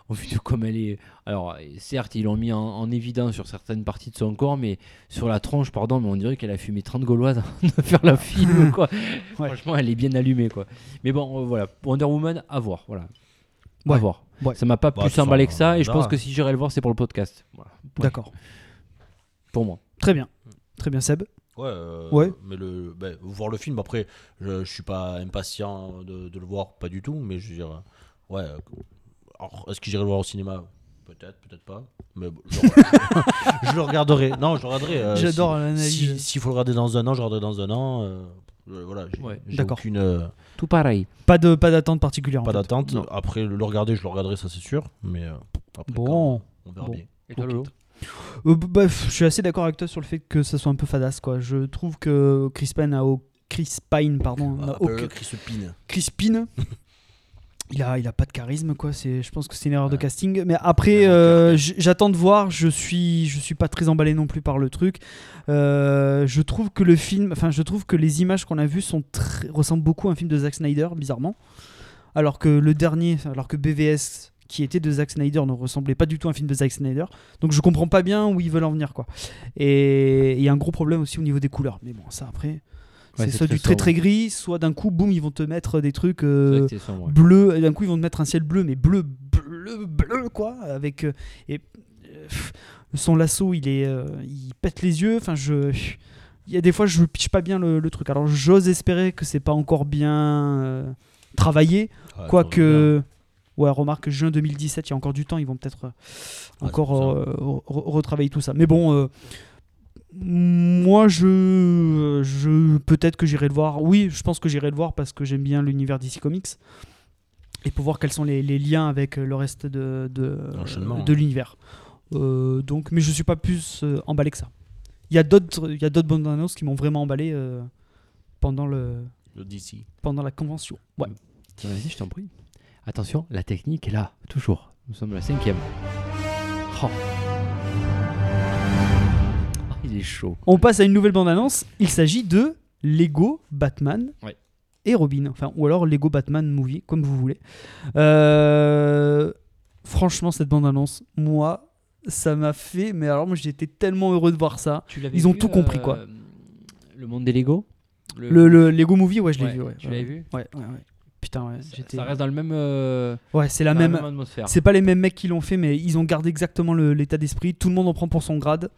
Speaker 6: au vu de comme elle est. Alors, euh, certes, ils l'ont mis en, en évidence sur certaines parties de son corps, mais sur la tronche, pardon, mais on dirait qu'elle a fumé 30 gauloises avant de faire la film, quoi.
Speaker 2: Ah. Ouais.
Speaker 6: Franchement, elle est bien allumée, quoi. Mais bon, euh, voilà, Wonder Woman, à voir, voilà.
Speaker 2: Ouais.
Speaker 6: À voir.
Speaker 2: Ouais.
Speaker 6: Ça m'a pas
Speaker 7: Bah,
Speaker 6: plus
Speaker 7: de toute
Speaker 6: emballé que
Speaker 7: façon,
Speaker 6: ça,
Speaker 7: on
Speaker 6: et je pense
Speaker 7: verra.
Speaker 6: que si j'irai le voir, c'est pour le podcast. Voilà. Point.
Speaker 2: D'accord.
Speaker 6: Pour moi.
Speaker 2: Très bien. Très bien, Seb.
Speaker 7: Ouais, euh,
Speaker 2: Ouais.
Speaker 7: mais le, ben, voir le film, après, je, je suis pas impatient de, de le voir, pas du tout, mais je veux dire, euh, ouais, euh, alors, est-ce que j'irai le voir au cinéma Peut-être, peut-être pas, mais bon, je, je le regarderai. Non, je le regarderai. euh,
Speaker 2: J'adore
Speaker 7: si-
Speaker 2: l'analyse.
Speaker 7: si- S'il faut le regarder dans un an, je le regarderai dans un an. euh, euh, voilà, j'ai
Speaker 6: Ouais,
Speaker 7: j'ai
Speaker 2: d'accord.
Speaker 7: aucune euh,
Speaker 6: Tout pareil.
Speaker 2: Pas, de, pas d'attente particulière. en
Speaker 7: pas
Speaker 2: fait.
Speaker 7: d'attente.
Speaker 6: Non.
Speaker 7: Après, le regarder, je le regarderai, ça c'est sûr, mais euh, après, quand-
Speaker 2: Bon.
Speaker 7: on verra
Speaker 2: Bon.
Speaker 7: bien.
Speaker 6: Et toi,
Speaker 2: Ok.
Speaker 6: Lolo
Speaker 2: Euh, b- bah, pff, je suis assez d'accord avec toi sur le fait que ça soit un peu fadasse quoi. Je trouve que Chris Pine a au- Chris Pine pardon,
Speaker 1: Ah, bah,
Speaker 2: n'a
Speaker 7: Appelle-le
Speaker 2: aucun-
Speaker 7: Chris Pine.
Speaker 2: Chris Pine. Il a, il a pas de charisme quoi. C'est, je pense que c'est une erreur de
Speaker 7: Ouais.
Speaker 2: casting. Mais après,
Speaker 7: Ouais,
Speaker 2: euh, j- j'attends de voir. Je suis, je suis pas très emballé non plus par le truc. Euh, je trouve que le film, enfin, je trouve que les images qu'on a vues sont très- ressemblent beaucoup à un film de Zack Snyder, bizarrement. Alors que le dernier, alors que BVS, qui était de Zack Snyder, ne ressemblait pas du tout à un film de Zack Snyder. Donc je comprends pas bien où ils veulent en venir quoi. Et il y a un gros problème aussi au niveau des couleurs. Mais bon, ça après.
Speaker 6: Ouais,
Speaker 2: c'est
Speaker 6: c'est
Speaker 2: soit
Speaker 6: très
Speaker 2: du très
Speaker 6: sombre.
Speaker 2: très gris, soit d'un coup, boum, ils vont te mettre des trucs
Speaker 6: C'est
Speaker 2: euh,
Speaker 6: vrai que c'est sombre, ouais.
Speaker 2: bleus, et d'un coup, ils vont te mettre un ciel bleu, mais bleu, bleu, bleu, quoi, avec... euh, et, euh, pff, son lasso, il est... euh, il pète les yeux, enfin, je... Il y a des fois, je piche pas bien le, le truc. Alors, j'ose espérer que c'est pas encore bien euh, travaillé,
Speaker 7: Ah,
Speaker 2: quoique... Ouais, remarque, juin 2017, il y a encore du temps, ils vont peut-être euh,
Speaker 7: Ah,
Speaker 2: encore
Speaker 7: c'est
Speaker 2: euh, re- re- retravailler tout ça. Mais bon, euh, moi, je, je peut-être que j'irai le voir. Oui, je pense que j'irai le voir parce que j'aime bien l'univers DC Comics et pour voir quels sont les, les liens avec le reste de, de,
Speaker 7: L'enchaînement,
Speaker 2: de
Speaker 7: hein.
Speaker 2: l'univers. Euh, donc, mais je suis pas plus euh, emballé que ça. Il y a d'autres, il y a d'autres bandes annonces qui m'ont vraiment emballé euh, pendant le
Speaker 7: Le DC.
Speaker 2: pendant la convention. Ouais.
Speaker 6: Vas-y, je t'en prie. Attention, la technique est là, toujours. Nous sommes la cinquième. Oh. Ah, il est chaud.
Speaker 2: On passe à une nouvelle bande-annonce. Il s'agit de Lego Batman
Speaker 6: Ouais.
Speaker 2: et Robin. Enfin, ou alors Lego Batman Movie, comme vous voulez. Euh, Franchement, cette bande-annonce, moi, ça m'a fait. Mais alors, moi, j'étais tellement heureux de voir ça. Ils ont tout compris, quoi.
Speaker 6: euh, Le monde des Lego Le,
Speaker 2: Le, le Lego Movie, ouais, je l'ai vu.
Speaker 6: Euh, Ouais,
Speaker 2: Ouais,
Speaker 6: Tu
Speaker 2: ouais.
Speaker 6: l'avais vu
Speaker 2: Ouais, ouais, ouais. Putain, ouais.
Speaker 6: Ça-
Speaker 2: j'étais-
Speaker 6: Ça reste dans le même. euh,
Speaker 2: Ouais, c'est la
Speaker 6: dans
Speaker 2: même.
Speaker 6: atmosphère.
Speaker 2: C'est pas les mêmes mecs qui l'ont fait, mais ils ont gardé exactement le- l'état d'esprit. Tout le monde en prend pour son grade.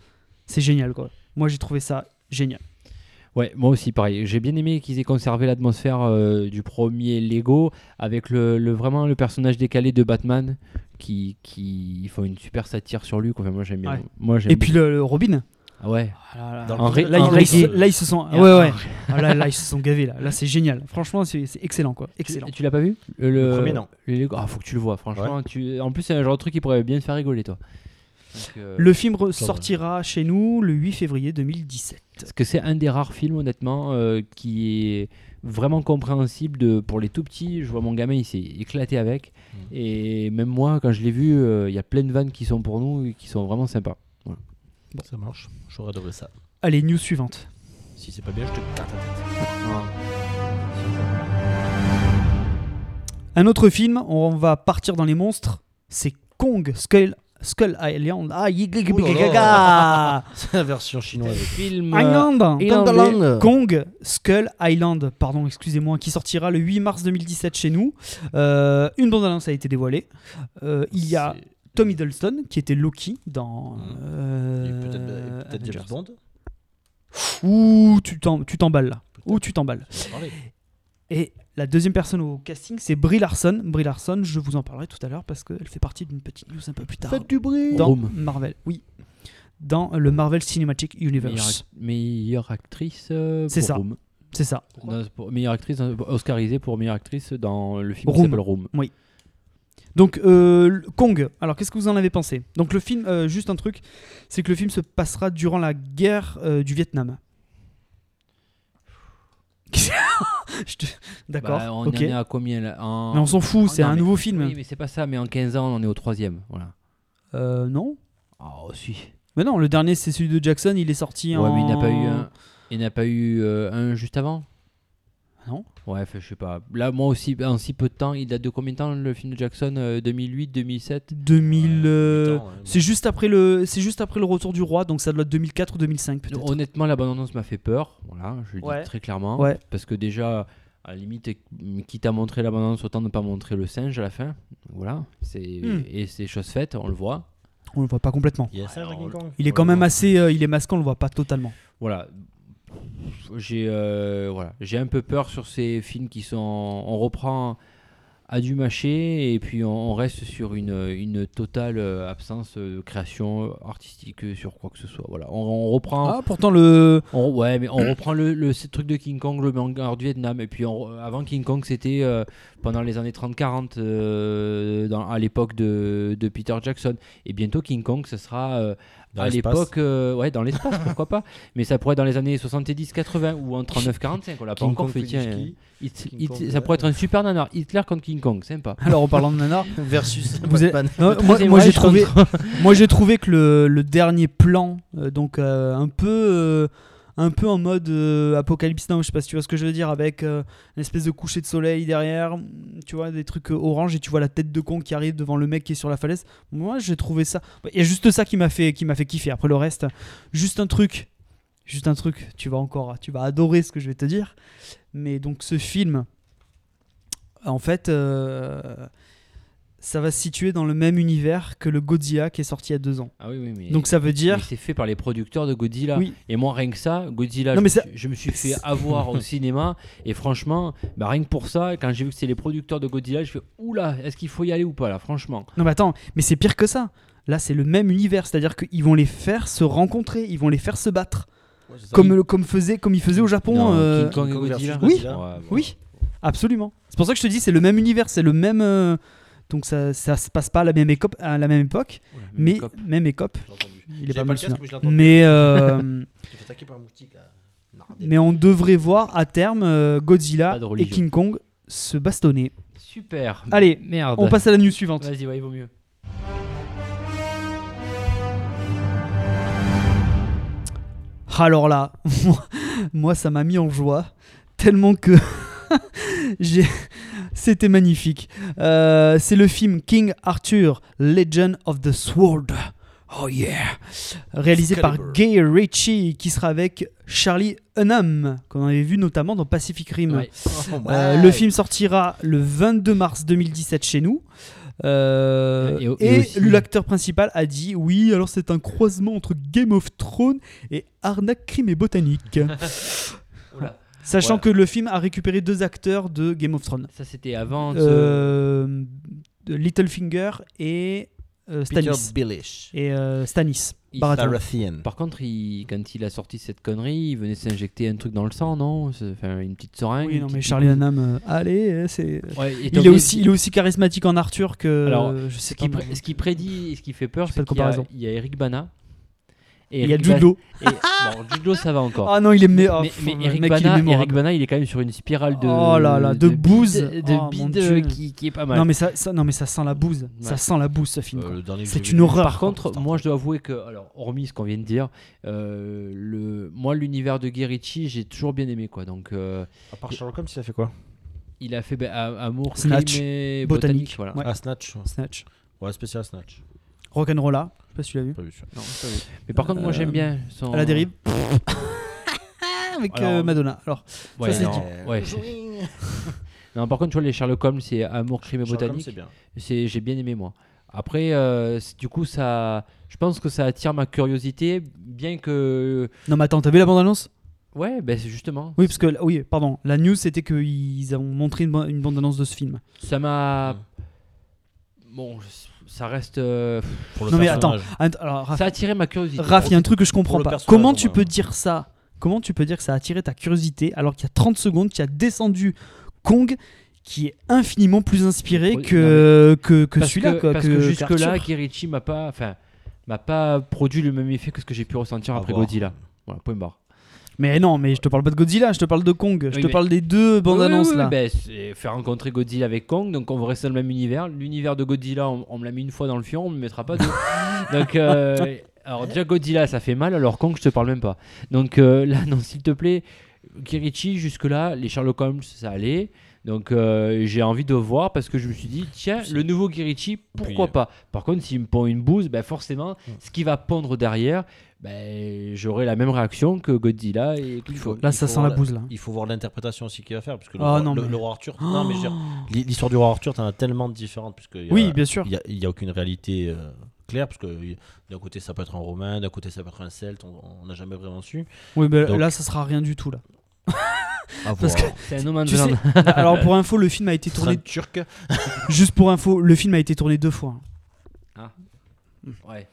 Speaker 2: C'est génial, quoi. Moi, j'ai trouvé ça génial.
Speaker 6: Ouais, moi aussi, pareil. J'ai bien aimé qu'ils aient conservé l'atmosphère euh, du premier Lego avec le, le- vraiment le personnage décalé de Batman qui qui ils font une super satire sur lui. Quoi. Enfin, moi j'aime bien.
Speaker 2: Ouais.
Speaker 6: Moi j'aime.
Speaker 2: Et puis le, le Robin.
Speaker 6: Ah ouais.
Speaker 2: Ah là là.
Speaker 7: Dans
Speaker 6: Un ré-
Speaker 2: Là,
Speaker 6: un
Speaker 2: ils- là, ils, se-
Speaker 6: reggae.
Speaker 2: là, ils se sont.
Speaker 6: Et
Speaker 2: ouais,
Speaker 6: un-
Speaker 2: ouais. Ah, là, là, ils se sont gavés. Là, là c'est génial. Franchement, c'est c'est excellent, quoi.
Speaker 6: Tu-
Speaker 2: Excellent.
Speaker 6: Tu, l'as pas vu le, le-
Speaker 7: Le premier, non.
Speaker 6: le Lego. Ah faut que tu le vois. Franchement, tu. En plus c'est un genre de truc qui pourrait bien te faire rigoler toi. Donc, euh,
Speaker 2: Le film re- sortira chez nous le 8 février 2017.
Speaker 6: Parce que c'est un des rares films, honnêtement, euh, qui est vraiment compréhensible de, pour les tout petits. Je vois mon gamin, il s'est éclaté avec. Et même moi, quand je l'ai vu, euh, il y a plein de vannes qui sont pour nous et qui sont vraiment sympas.
Speaker 7: Ça marche. J'aurais adoré ça.
Speaker 2: Allez, news suivante.
Speaker 7: Si c'est pas bien, je te casse la tête.
Speaker 2: Un autre film, on va partir dans les monstres. C'est Kong Skull, Skull Island. Ah, yig- yig-
Speaker 7: Oh là
Speaker 2: yig-
Speaker 7: là.
Speaker 2: gaga.
Speaker 7: C'est la version chinoise.
Speaker 6: Film.
Speaker 2: Ah,
Speaker 6: euh,
Speaker 2: Island.
Speaker 7: Euh, Island.
Speaker 2: Kong Skull Island, pardon, excusez-moi, qui sortira le 8 mars 2017 chez nous. Euh, une bande-annonce a été dévoilée. Euh, il y a
Speaker 7: C'est-
Speaker 2: Tom Hiddleston, qui était Loki dans.
Speaker 7: Mhm.
Speaker 2: euh,
Speaker 7: Et Peut-être euh, peut-être
Speaker 2: Avengers.
Speaker 7: James Bond.
Speaker 2: Ouh, tu t'em- tu t'emballes là. Ouh, tu t'emballes.
Speaker 7: On va en parler.
Speaker 2: Et la deuxième personne au casting, c'est Brie Larson. Brie Larson, je vous en parlerai tout à l'heure parce qu'elle fait partie d'une petite news un peu plus tard.
Speaker 1: Faites du bruit
Speaker 2: Dans
Speaker 6: Room.
Speaker 2: Marvel, oui. Dans le Marvel Cinematic
Speaker 6: Meilleure,
Speaker 2: Universe.
Speaker 6: meilleure actrice. euh,
Speaker 2: C'est
Speaker 6: pour
Speaker 2: ça.
Speaker 6: Room.
Speaker 2: C'est ça.
Speaker 6: Dans- pour- meilleure actrice euh, Oscarisée pour meilleure actrice dans le film
Speaker 2: Room.
Speaker 6: qui s'appelle Room.
Speaker 2: Donc euh, le- Kong, alors qu'est-ce que vous en avez pensé Donc le film, euh, juste un truc, c'est que le film se passera durant la guerre euh, du Vietnam. Je te- D'accord,
Speaker 6: Bah, on
Speaker 2: ok.
Speaker 6: en est à combien là En-
Speaker 2: Mais on s'en fout, c'est
Speaker 6: non,
Speaker 2: un
Speaker 6: mais-
Speaker 2: nouveau film.
Speaker 6: Oui, mais c'est pas ça. Mais en 15 ans, on est au troisième. Voilà.
Speaker 2: Euh, non
Speaker 6: Ah, aussi.
Speaker 2: Mais non, le dernier c'est celui de Jackson, il est sorti
Speaker 6: Ouais,
Speaker 2: en...
Speaker 6: mais il n'a pas eu un. Il n'a pas eu euh, un juste avant
Speaker 2: Ah Non.
Speaker 6: Ouais, fait, je sais pas. Là, moi aussi, en si peu de temps, il date de combien de temps le film de Jackson euh, 2008, 2007
Speaker 2: 2000... euh,
Speaker 7: Attends, ouais,
Speaker 2: C'est juste, après le... c'est juste après le retour du roi, donc ça doit être 2004 ou 2005 peut-être.
Speaker 6: Honnêtement, la bande-annonce m'a fait peur. Voilà, je le
Speaker 2: Ouais.
Speaker 6: dis très clairement.
Speaker 2: Ouais.
Speaker 6: Parce que déjà, à la limite, quitte à montrer la bande-annonce, autant ne pas montrer le singe à la fin. Voilà. c'est
Speaker 2: Hmm.
Speaker 6: Et c'est chose faite, on le voit.
Speaker 2: On le voit pas complètement.
Speaker 7: Il y a ça, Jackie Kong
Speaker 2: Il est quand même assez... euh, il est masquant, on le voit pas totalement.
Speaker 6: Voilà. J'ai euh, voilà, j'ai un peu peur sur ces films qui sont on reprend à du mâcher et puis on, on reste sur une, une totale euh, absence de création artistique euh, sur quoi que ce soit. Voilà, on, on reprend
Speaker 2: Ah, pourtant le...
Speaker 6: on, ouais, mais on reprend le, le ce truc de King Kong, le manga du Vietnam et puis on- avant King Kong, c'était euh, pendant les années 30-40 euh, dans- à l'époque de, de Peter Jackson et bientôt King Kong, ce sera euh,
Speaker 7: Dans
Speaker 6: à
Speaker 7: l'espace.
Speaker 6: l'époque, euh, ouais, dans l'espace, pourquoi pas. Mais ça pourrait être dans les années 70-80 ou en 39-45, on l'a pas
Speaker 7: King
Speaker 6: encore
Speaker 7: Kong hein.
Speaker 6: fait.
Speaker 7: fait du
Speaker 6: Tiens,
Speaker 7: ski.
Speaker 6: Hit-
Speaker 7: King
Speaker 6: Hit-
Speaker 7: Kong,
Speaker 6: ça
Speaker 7: ouais.
Speaker 6: pourrait être un super nanar. Hitler contre King Kong, sympa.
Speaker 2: Alors en parlant de nana...
Speaker 7: Versus
Speaker 2: Vous êtes-
Speaker 7: Batman.
Speaker 2: Non, moi,
Speaker 6: Troisième
Speaker 2: moi, j'ai
Speaker 6: Reich
Speaker 2: trouvé,
Speaker 6: contre-
Speaker 2: moi j'ai trouvé que le, le dernier plan, euh, donc euh, un peu, euh, un peu en mode euh, apocalypse now, je sais pas si tu vois ce que je veux dire, avec euh, une espèce de coucher de soleil derrière, tu vois des trucs euh, orange et tu vois la tête de con qui arrive devant le mec qui est sur la falaise. Moi j'ai trouvé ça. Il y a juste ça qui m'a fait, qui m'a fait kiffer. Après le reste, juste un truc, juste un truc. Tu vas encore, tu vas adorer ce que je vais te dire. Mais donc ce film, en fait. euh, ça va se situer dans le même univers que le Godzilla qui est sorti il y a deux ans.
Speaker 6: Ah oui, oui, mais.
Speaker 2: Donc ça veut
Speaker 6: mais
Speaker 2: dire.
Speaker 6: c'est fait par les producteurs de Godzilla.
Speaker 2: Oui.
Speaker 6: Et moi, rien que ça, Godzilla,
Speaker 2: Non,
Speaker 6: je,
Speaker 2: mais
Speaker 6: me
Speaker 2: ça-
Speaker 6: suis- je me suis fait avoir au cinéma. Et franchement, bah, rien que pour ça, quand j'ai vu que c'est les producteurs de Godzilla, je fais Oula, est-ce qu'il faut y aller ou pas là Franchement.
Speaker 2: Non mais attends, mais c'est pire que ça. Là c'est le même univers, c'est-à-dire qu'ils vont les faire se rencontrer, ils vont les faire se battre, comme le- comme faisait, comme ils faisaient au Japon.
Speaker 6: Non,
Speaker 2: euh,
Speaker 6: King Kong et
Speaker 7: King Kong
Speaker 6: Godzilla.
Speaker 7: versus
Speaker 6: Ouais,
Speaker 7: Godzilla.
Speaker 6: voilà.
Speaker 2: Oui, absolument. C'est pour ça que je te dis, c'est le même univers, c'est le même. euh, Donc ça, ça se passe pas à la même, éco- à la même époque, mais
Speaker 6: cop.
Speaker 2: même écope. Il est
Speaker 7: J'ai
Speaker 2: pas
Speaker 7: pas
Speaker 2: mal
Speaker 7: le
Speaker 2: celui-là.
Speaker 7: casque, mais je l'ai entendu.
Speaker 2: Mais euh,
Speaker 7: J'ai fait attaquer par un moustique là. Nardé.
Speaker 2: mais on devrait voir à terme euh, Godzilla
Speaker 6: Pas de
Speaker 2: et
Speaker 6: religion.
Speaker 2: King Kong se bastonner.
Speaker 6: Super.
Speaker 2: Allez,
Speaker 6: merde.
Speaker 2: On passe à la news suivante.
Speaker 6: Vas-y, ouais, il vaut mieux.
Speaker 2: Alors là, moi- moi ça m'a mis en joie, tellement que j'ai... C'était magnifique. Euh, c'est le film King Arthur, Legend of the Sword. Oh yeah! Réalisé par Gay Ritchie, qui sera avec Charlie Hunnam, qu'on avait vu notamment dans Pacific Rim.
Speaker 6: Ouais.
Speaker 7: Oh,
Speaker 2: Euh, le film sortira le 22 mars 2017 chez nous. Euh,
Speaker 6: Et au- et
Speaker 2: et
Speaker 6: aussi-
Speaker 2: l'acteur principal a dit oui, alors c'est un croisement entre Game of Thrones et Arnaque crime et botanique.
Speaker 6: Oula.
Speaker 2: Sachant
Speaker 6: Ouais.
Speaker 2: que le film a récupéré deux acteurs de Game of Thrones.
Speaker 6: Ça, c'était avant. ce-
Speaker 2: Euh, de Littlefinger et euh,
Speaker 1: Peter
Speaker 2: Stannis.
Speaker 1: Billish.
Speaker 2: Et euh, Stannis.
Speaker 6: Il
Speaker 2: Baratheon.
Speaker 1: Baratheon.
Speaker 6: Par contre, il- quand il a sorti cette connerie, il venait s'injecter un truc dans le sang, non C'est- Enfin, une petite seringue.
Speaker 2: Oui,
Speaker 6: une
Speaker 2: non, mais
Speaker 6: petite-
Speaker 2: Charlie Hunnam, euh, allez, euh, c'est.
Speaker 6: Ouais, et
Speaker 2: Il est,
Speaker 6: donc,
Speaker 2: aussi, il est aussi charismatique en Arthur que.
Speaker 6: Alors,
Speaker 2: euh, je
Speaker 6: Ce
Speaker 2: sais
Speaker 6: qui,
Speaker 2: pas,
Speaker 6: pré-
Speaker 2: moi.
Speaker 6: ce qui prédit et ce qui fait peur,
Speaker 2: Je fais pas
Speaker 6: c'est
Speaker 2: de
Speaker 6: qu'il y a-
Speaker 2: comparaison.
Speaker 6: il y, a Eric Bana. Et
Speaker 2: Il y a
Speaker 6: Eric
Speaker 2: Judo.
Speaker 6: Ba- et- bon, Judo, ça va encore.
Speaker 2: Ah non, il est meilleur.
Speaker 6: mais, mais
Speaker 2: le
Speaker 6: Eric,
Speaker 2: mec, il est
Speaker 6: Bana, Eric
Speaker 2: mémorable.
Speaker 6: Bana, il est quand même sur une spirale de.
Speaker 2: Oh là là, de
Speaker 6: bide-
Speaker 2: bouse.
Speaker 6: De
Speaker 2: Oh, mon
Speaker 6: bide,
Speaker 2: Dieu.
Speaker 6: euh, qui, qui est pas mal.
Speaker 2: Non mais ça, ça- non mais ça sent la bouse. Ça
Speaker 6: Ouais.
Speaker 2: sent la bouse ce film.
Speaker 1: Euh,
Speaker 2: quoi.
Speaker 1: le dernier que
Speaker 2: C'est
Speaker 1: j'ai
Speaker 2: une
Speaker 1: vu.
Speaker 2: horreur.
Speaker 6: Par contre,
Speaker 1: Star
Speaker 6: moi
Speaker 1: Trek.
Speaker 6: je dois avouer que, alors, hormis ce qu'on vient de dire, euh, le, moi l'univers de Guerrici, j'ai toujours bien aimé quoi. Donc, euh,
Speaker 1: À part Sherlock Holmes, il a fait quoi
Speaker 6: il a fait ben, a- Amour,
Speaker 2: Snatch,
Speaker 6: Crime et
Speaker 2: botanique,
Speaker 6: Botanique. voilà.
Speaker 2: Ouais.
Speaker 1: Ah, Snatch.
Speaker 2: Snatch,
Speaker 1: Ouais, spécial Snatch.
Speaker 2: Rock'n'Rolla. Je sais pas si tu l'as vu.
Speaker 1: Pas vu celui-là.
Speaker 6: Mais par contre, moi
Speaker 2: Euh,
Speaker 6: j'aime bien son.
Speaker 2: À la dérive. Avec euh,
Speaker 6: Alors,
Speaker 2: Madonna. Alors,
Speaker 6: Ouais,
Speaker 2: Ça, c'est
Speaker 6: non, ouais. Non, par contre, tu vois, les Sherlock Holmes, c'est Amour, Crime et
Speaker 1: Sherlock Holmes,
Speaker 6: Botanique.
Speaker 1: c'est bien.
Speaker 6: C'est- j'ai bien aimé moi. Après, euh, c'est- du coup, ça, je pense que ça attire ma curiosité, bien que,
Speaker 2: non mais attends, t'as vu la bande annonce
Speaker 6: ouais, ben c'est justement,
Speaker 2: Oui parce que oui, pardon. La news c'était qu'ils ont montré une, bande annonce de ce film.
Speaker 6: ça m'a,
Speaker 2: Mm.
Speaker 6: bon, ça reste, euh,
Speaker 1: Pour le
Speaker 2: non mais attends.
Speaker 1: personnage.
Speaker 2: Att- Ah, Alors Raph,
Speaker 6: ça a attiré ma curiosité.
Speaker 2: Raph, il y a un truc que je comprends
Speaker 1: Pour le
Speaker 2: pas.
Speaker 1: personnage,
Speaker 2: Comment tu
Speaker 1: au moins.
Speaker 2: peux dire ça Comment tu peux dire que ça a attiré ta curiosité alors qu'il y a 30 secondes, tu as descendu Kong qui est infiniment plus inspiré
Speaker 6: Oui,
Speaker 2: que, que, que
Speaker 6: Parce
Speaker 2: celui-là.
Speaker 6: que-
Speaker 2: quoi,
Speaker 6: parce que jusque là,
Speaker 2: qu'Arthur.
Speaker 6: Kirichi m'a pas, enfin, m'a pas produit le même effet que ce que j'ai pu ressentir
Speaker 1: À
Speaker 6: après
Speaker 1: voir.
Speaker 6: Godzilla. Voilà, point barre.
Speaker 2: Mais non, mais je te parle pas de Godzilla, je te parle de Kong, je
Speaker 6: Oui,
Speaker 2: te
Speaker 6: mais-
Speaker 2: parle des deux bandes
Speaker 6: Oui, oui,
Speaker 2: annonces
Speaker 6: oui,
Speaker 2: là.
Speaker 6: ben, c'est faire rencontrer Godzilla avec Kong, donc on va rester dans le même univers. L'univers de Godzilla, on, on me l'a mis une fois dans le fion, on me mettra pas deux. donc, euh, alors déjà Godzilla, ça fait mal, alors Kong, je te parle même pas. Donc euh, là, non, s'il te plaît, Kirichi, jusque-là, les Sherlock Holmes, ça allait. Donc euh, j'ai envie de voir parce que je me suis dit, tiens, le nouveau Kirichi, pourquoi
Speaker 1: Puis-
Speaker 6: pas Par contre, s'il me pond une bouse, ben, forcément, ce qui va pondre derrière, ben, j'aurai la même réaction que Godzilla. Et
Speaker 1: Il faut-
Speaker 2: Là,
Speaker 1: il
Speaker 2: ça
Speaker 1: faut
Speaker 2: sent
Speaker 1: voir
Speaker 2: la
Speaker 1: la-
Speaker 2: bouse là.
Speaker 1: Il faut voir l'interprétation aussi qu'il va faire. Parce que le,
Speaker 2: Ah,
Speaker 1: roi,
Speaker 2: non,
Speaker 1: le-
Speaker 2: mais-
Speaker 1: le roi Arthur. Non, mais je veux dire, euh, l'hi- l'histoire du roi Arthur, t'en as tellement différentes. Parce qu'il y a-
Speaker 2: Oui, bien sûr.
Speaker 1: il y a- il n'y a, aucune réalité euh, claire. Parce que y- d'un côté, ça peut être un Romain, d'un côté, ça peut être un Celte. on- On n'a jamais vraiment su.
Speaker 2: Oui, mais
Speaker 1: Donc-
Speaker 2: là, ça sera rien du tout là.
Speaker 1: À
Speaker 2: Parce
Speaker 1: voir.
Speaker 6: C'est un no man's
Speaker 2: Tu sais,
Speaker 6: land.
Speaker 2: alors pour info, le film a été
Speaker 1: Ce sera
Speaker 2: tourné.
Speaker 1: un turc.
Speaker 2: Juste pour info, le film a été tourné deux fois.
Speaker 6: Ouais.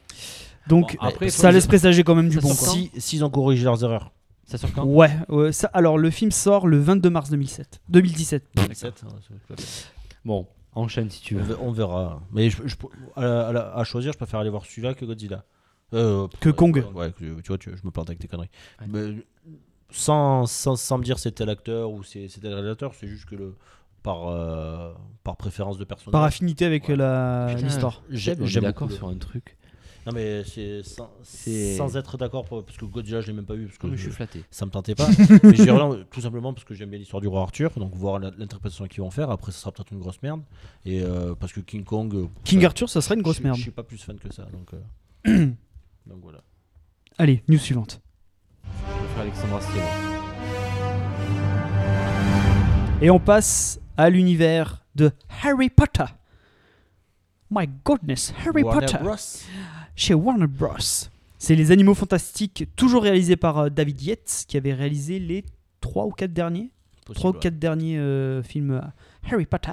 Speaker 2: Donc, euh,
Speaker 6: Bon, après, faut
Speaker 2: ça
Speaker 6: dire-
Speaker 2: laisse présager quand même du
Speaker 6: Ça
Speaker 2: bon.
Speaker 6: sort
Speaker 2: quoi.
Speaker 6: quand
Speaker 1: Si- S'ils ont corrigé leurs erreurs.
Speaker 6: Ça sort
Speaker 1: Hein
Speaker 6: quand
Speaker 2: Ouais, ouais, ça, alors le film sort le 22 mars 2007. 2017.
Speaker 1: Sept, hein, c'est-
Speaker 6: Bon, enchaîne si tu
Speaker 1: On
Speaker 6: veux.
Speaker 1: ve- On verra. Mais je- je- à, la- à la- à choisir, je préfère aller voir celui-là que Godzilla. Euh,
Speaker 2: Que
Speaker 1: ouais,
Speaker 2: Kong.
Speaker 1: Ouais, que- tu vois, tu- je me plante avec tes conneries.
Speaker 6: Ouais.
Speaker 1: Mais sans, sans, sans me dire c'est tel acteur ou c'est c'est tel réalisateur, c'est juste que le, par, euh, par préférence de personnage.
Speaker 2: Par affinité avec euh,
Speaker 1: Ouais.
Speaker 2: la-
Speaker 6: Putain.
Speaker 2: l'histoire.
Speaker 1: j'ai-
Speaker 6: On est
Speaker 1: j'aime
Speaker 6: d'accord
Speaker 1: beaucoup le-
Speaker 6: sur un truc.
Speaker 1: Non, mais c'est sans,
Speaker 6: C'est-
Speaker 1: sans être d'accord, pour- parce que Godzilla, je l'ai même pas vu. Parce que
Speaker 6: Mais je
Speaker 1: Ah, je-
Speaker 6: suis flatté.
Speaker 1: ça me tentait pas. mais je dis rien, tout simplement parce que j'aime bien l'histoire du roi Arthur, donc voir la- l'interprétation qu'ils vont faire. Après, ça sera peut-être une grosse merde. Et euh, parce que King Kong. euh,
Speaker 2: King
Speaker 1: ça-
Speaker 2: Arthur, ça serait une grosse
Speaker 1: je-
Speaker 2: merde.
Speaker 1: Je suis pas plus fan que ça, donc. euh, donc voilà.
Speaker 2: Allez, news suivante.
Speaker 6: Je préfère Alexandre Astier.
Speaker 2: Et on passe à l'univers de Harry Potter. My goodness, Harry
Speaker 1: Warner
Speaker 2: Potter
Speaker 1: Bros.
Speaker 2: chez Warner Bros. C'est les Animaux Fantastiques, toujours réalisés par euh, David Yates, qui avait réalisé les 3 ou 4 derniers,
Speaker 1: Possible,
Speaker 2: trois ou
Speaker 1: ouais.
Speaker 2: quatre derniers euh, films euh, Harry Potter.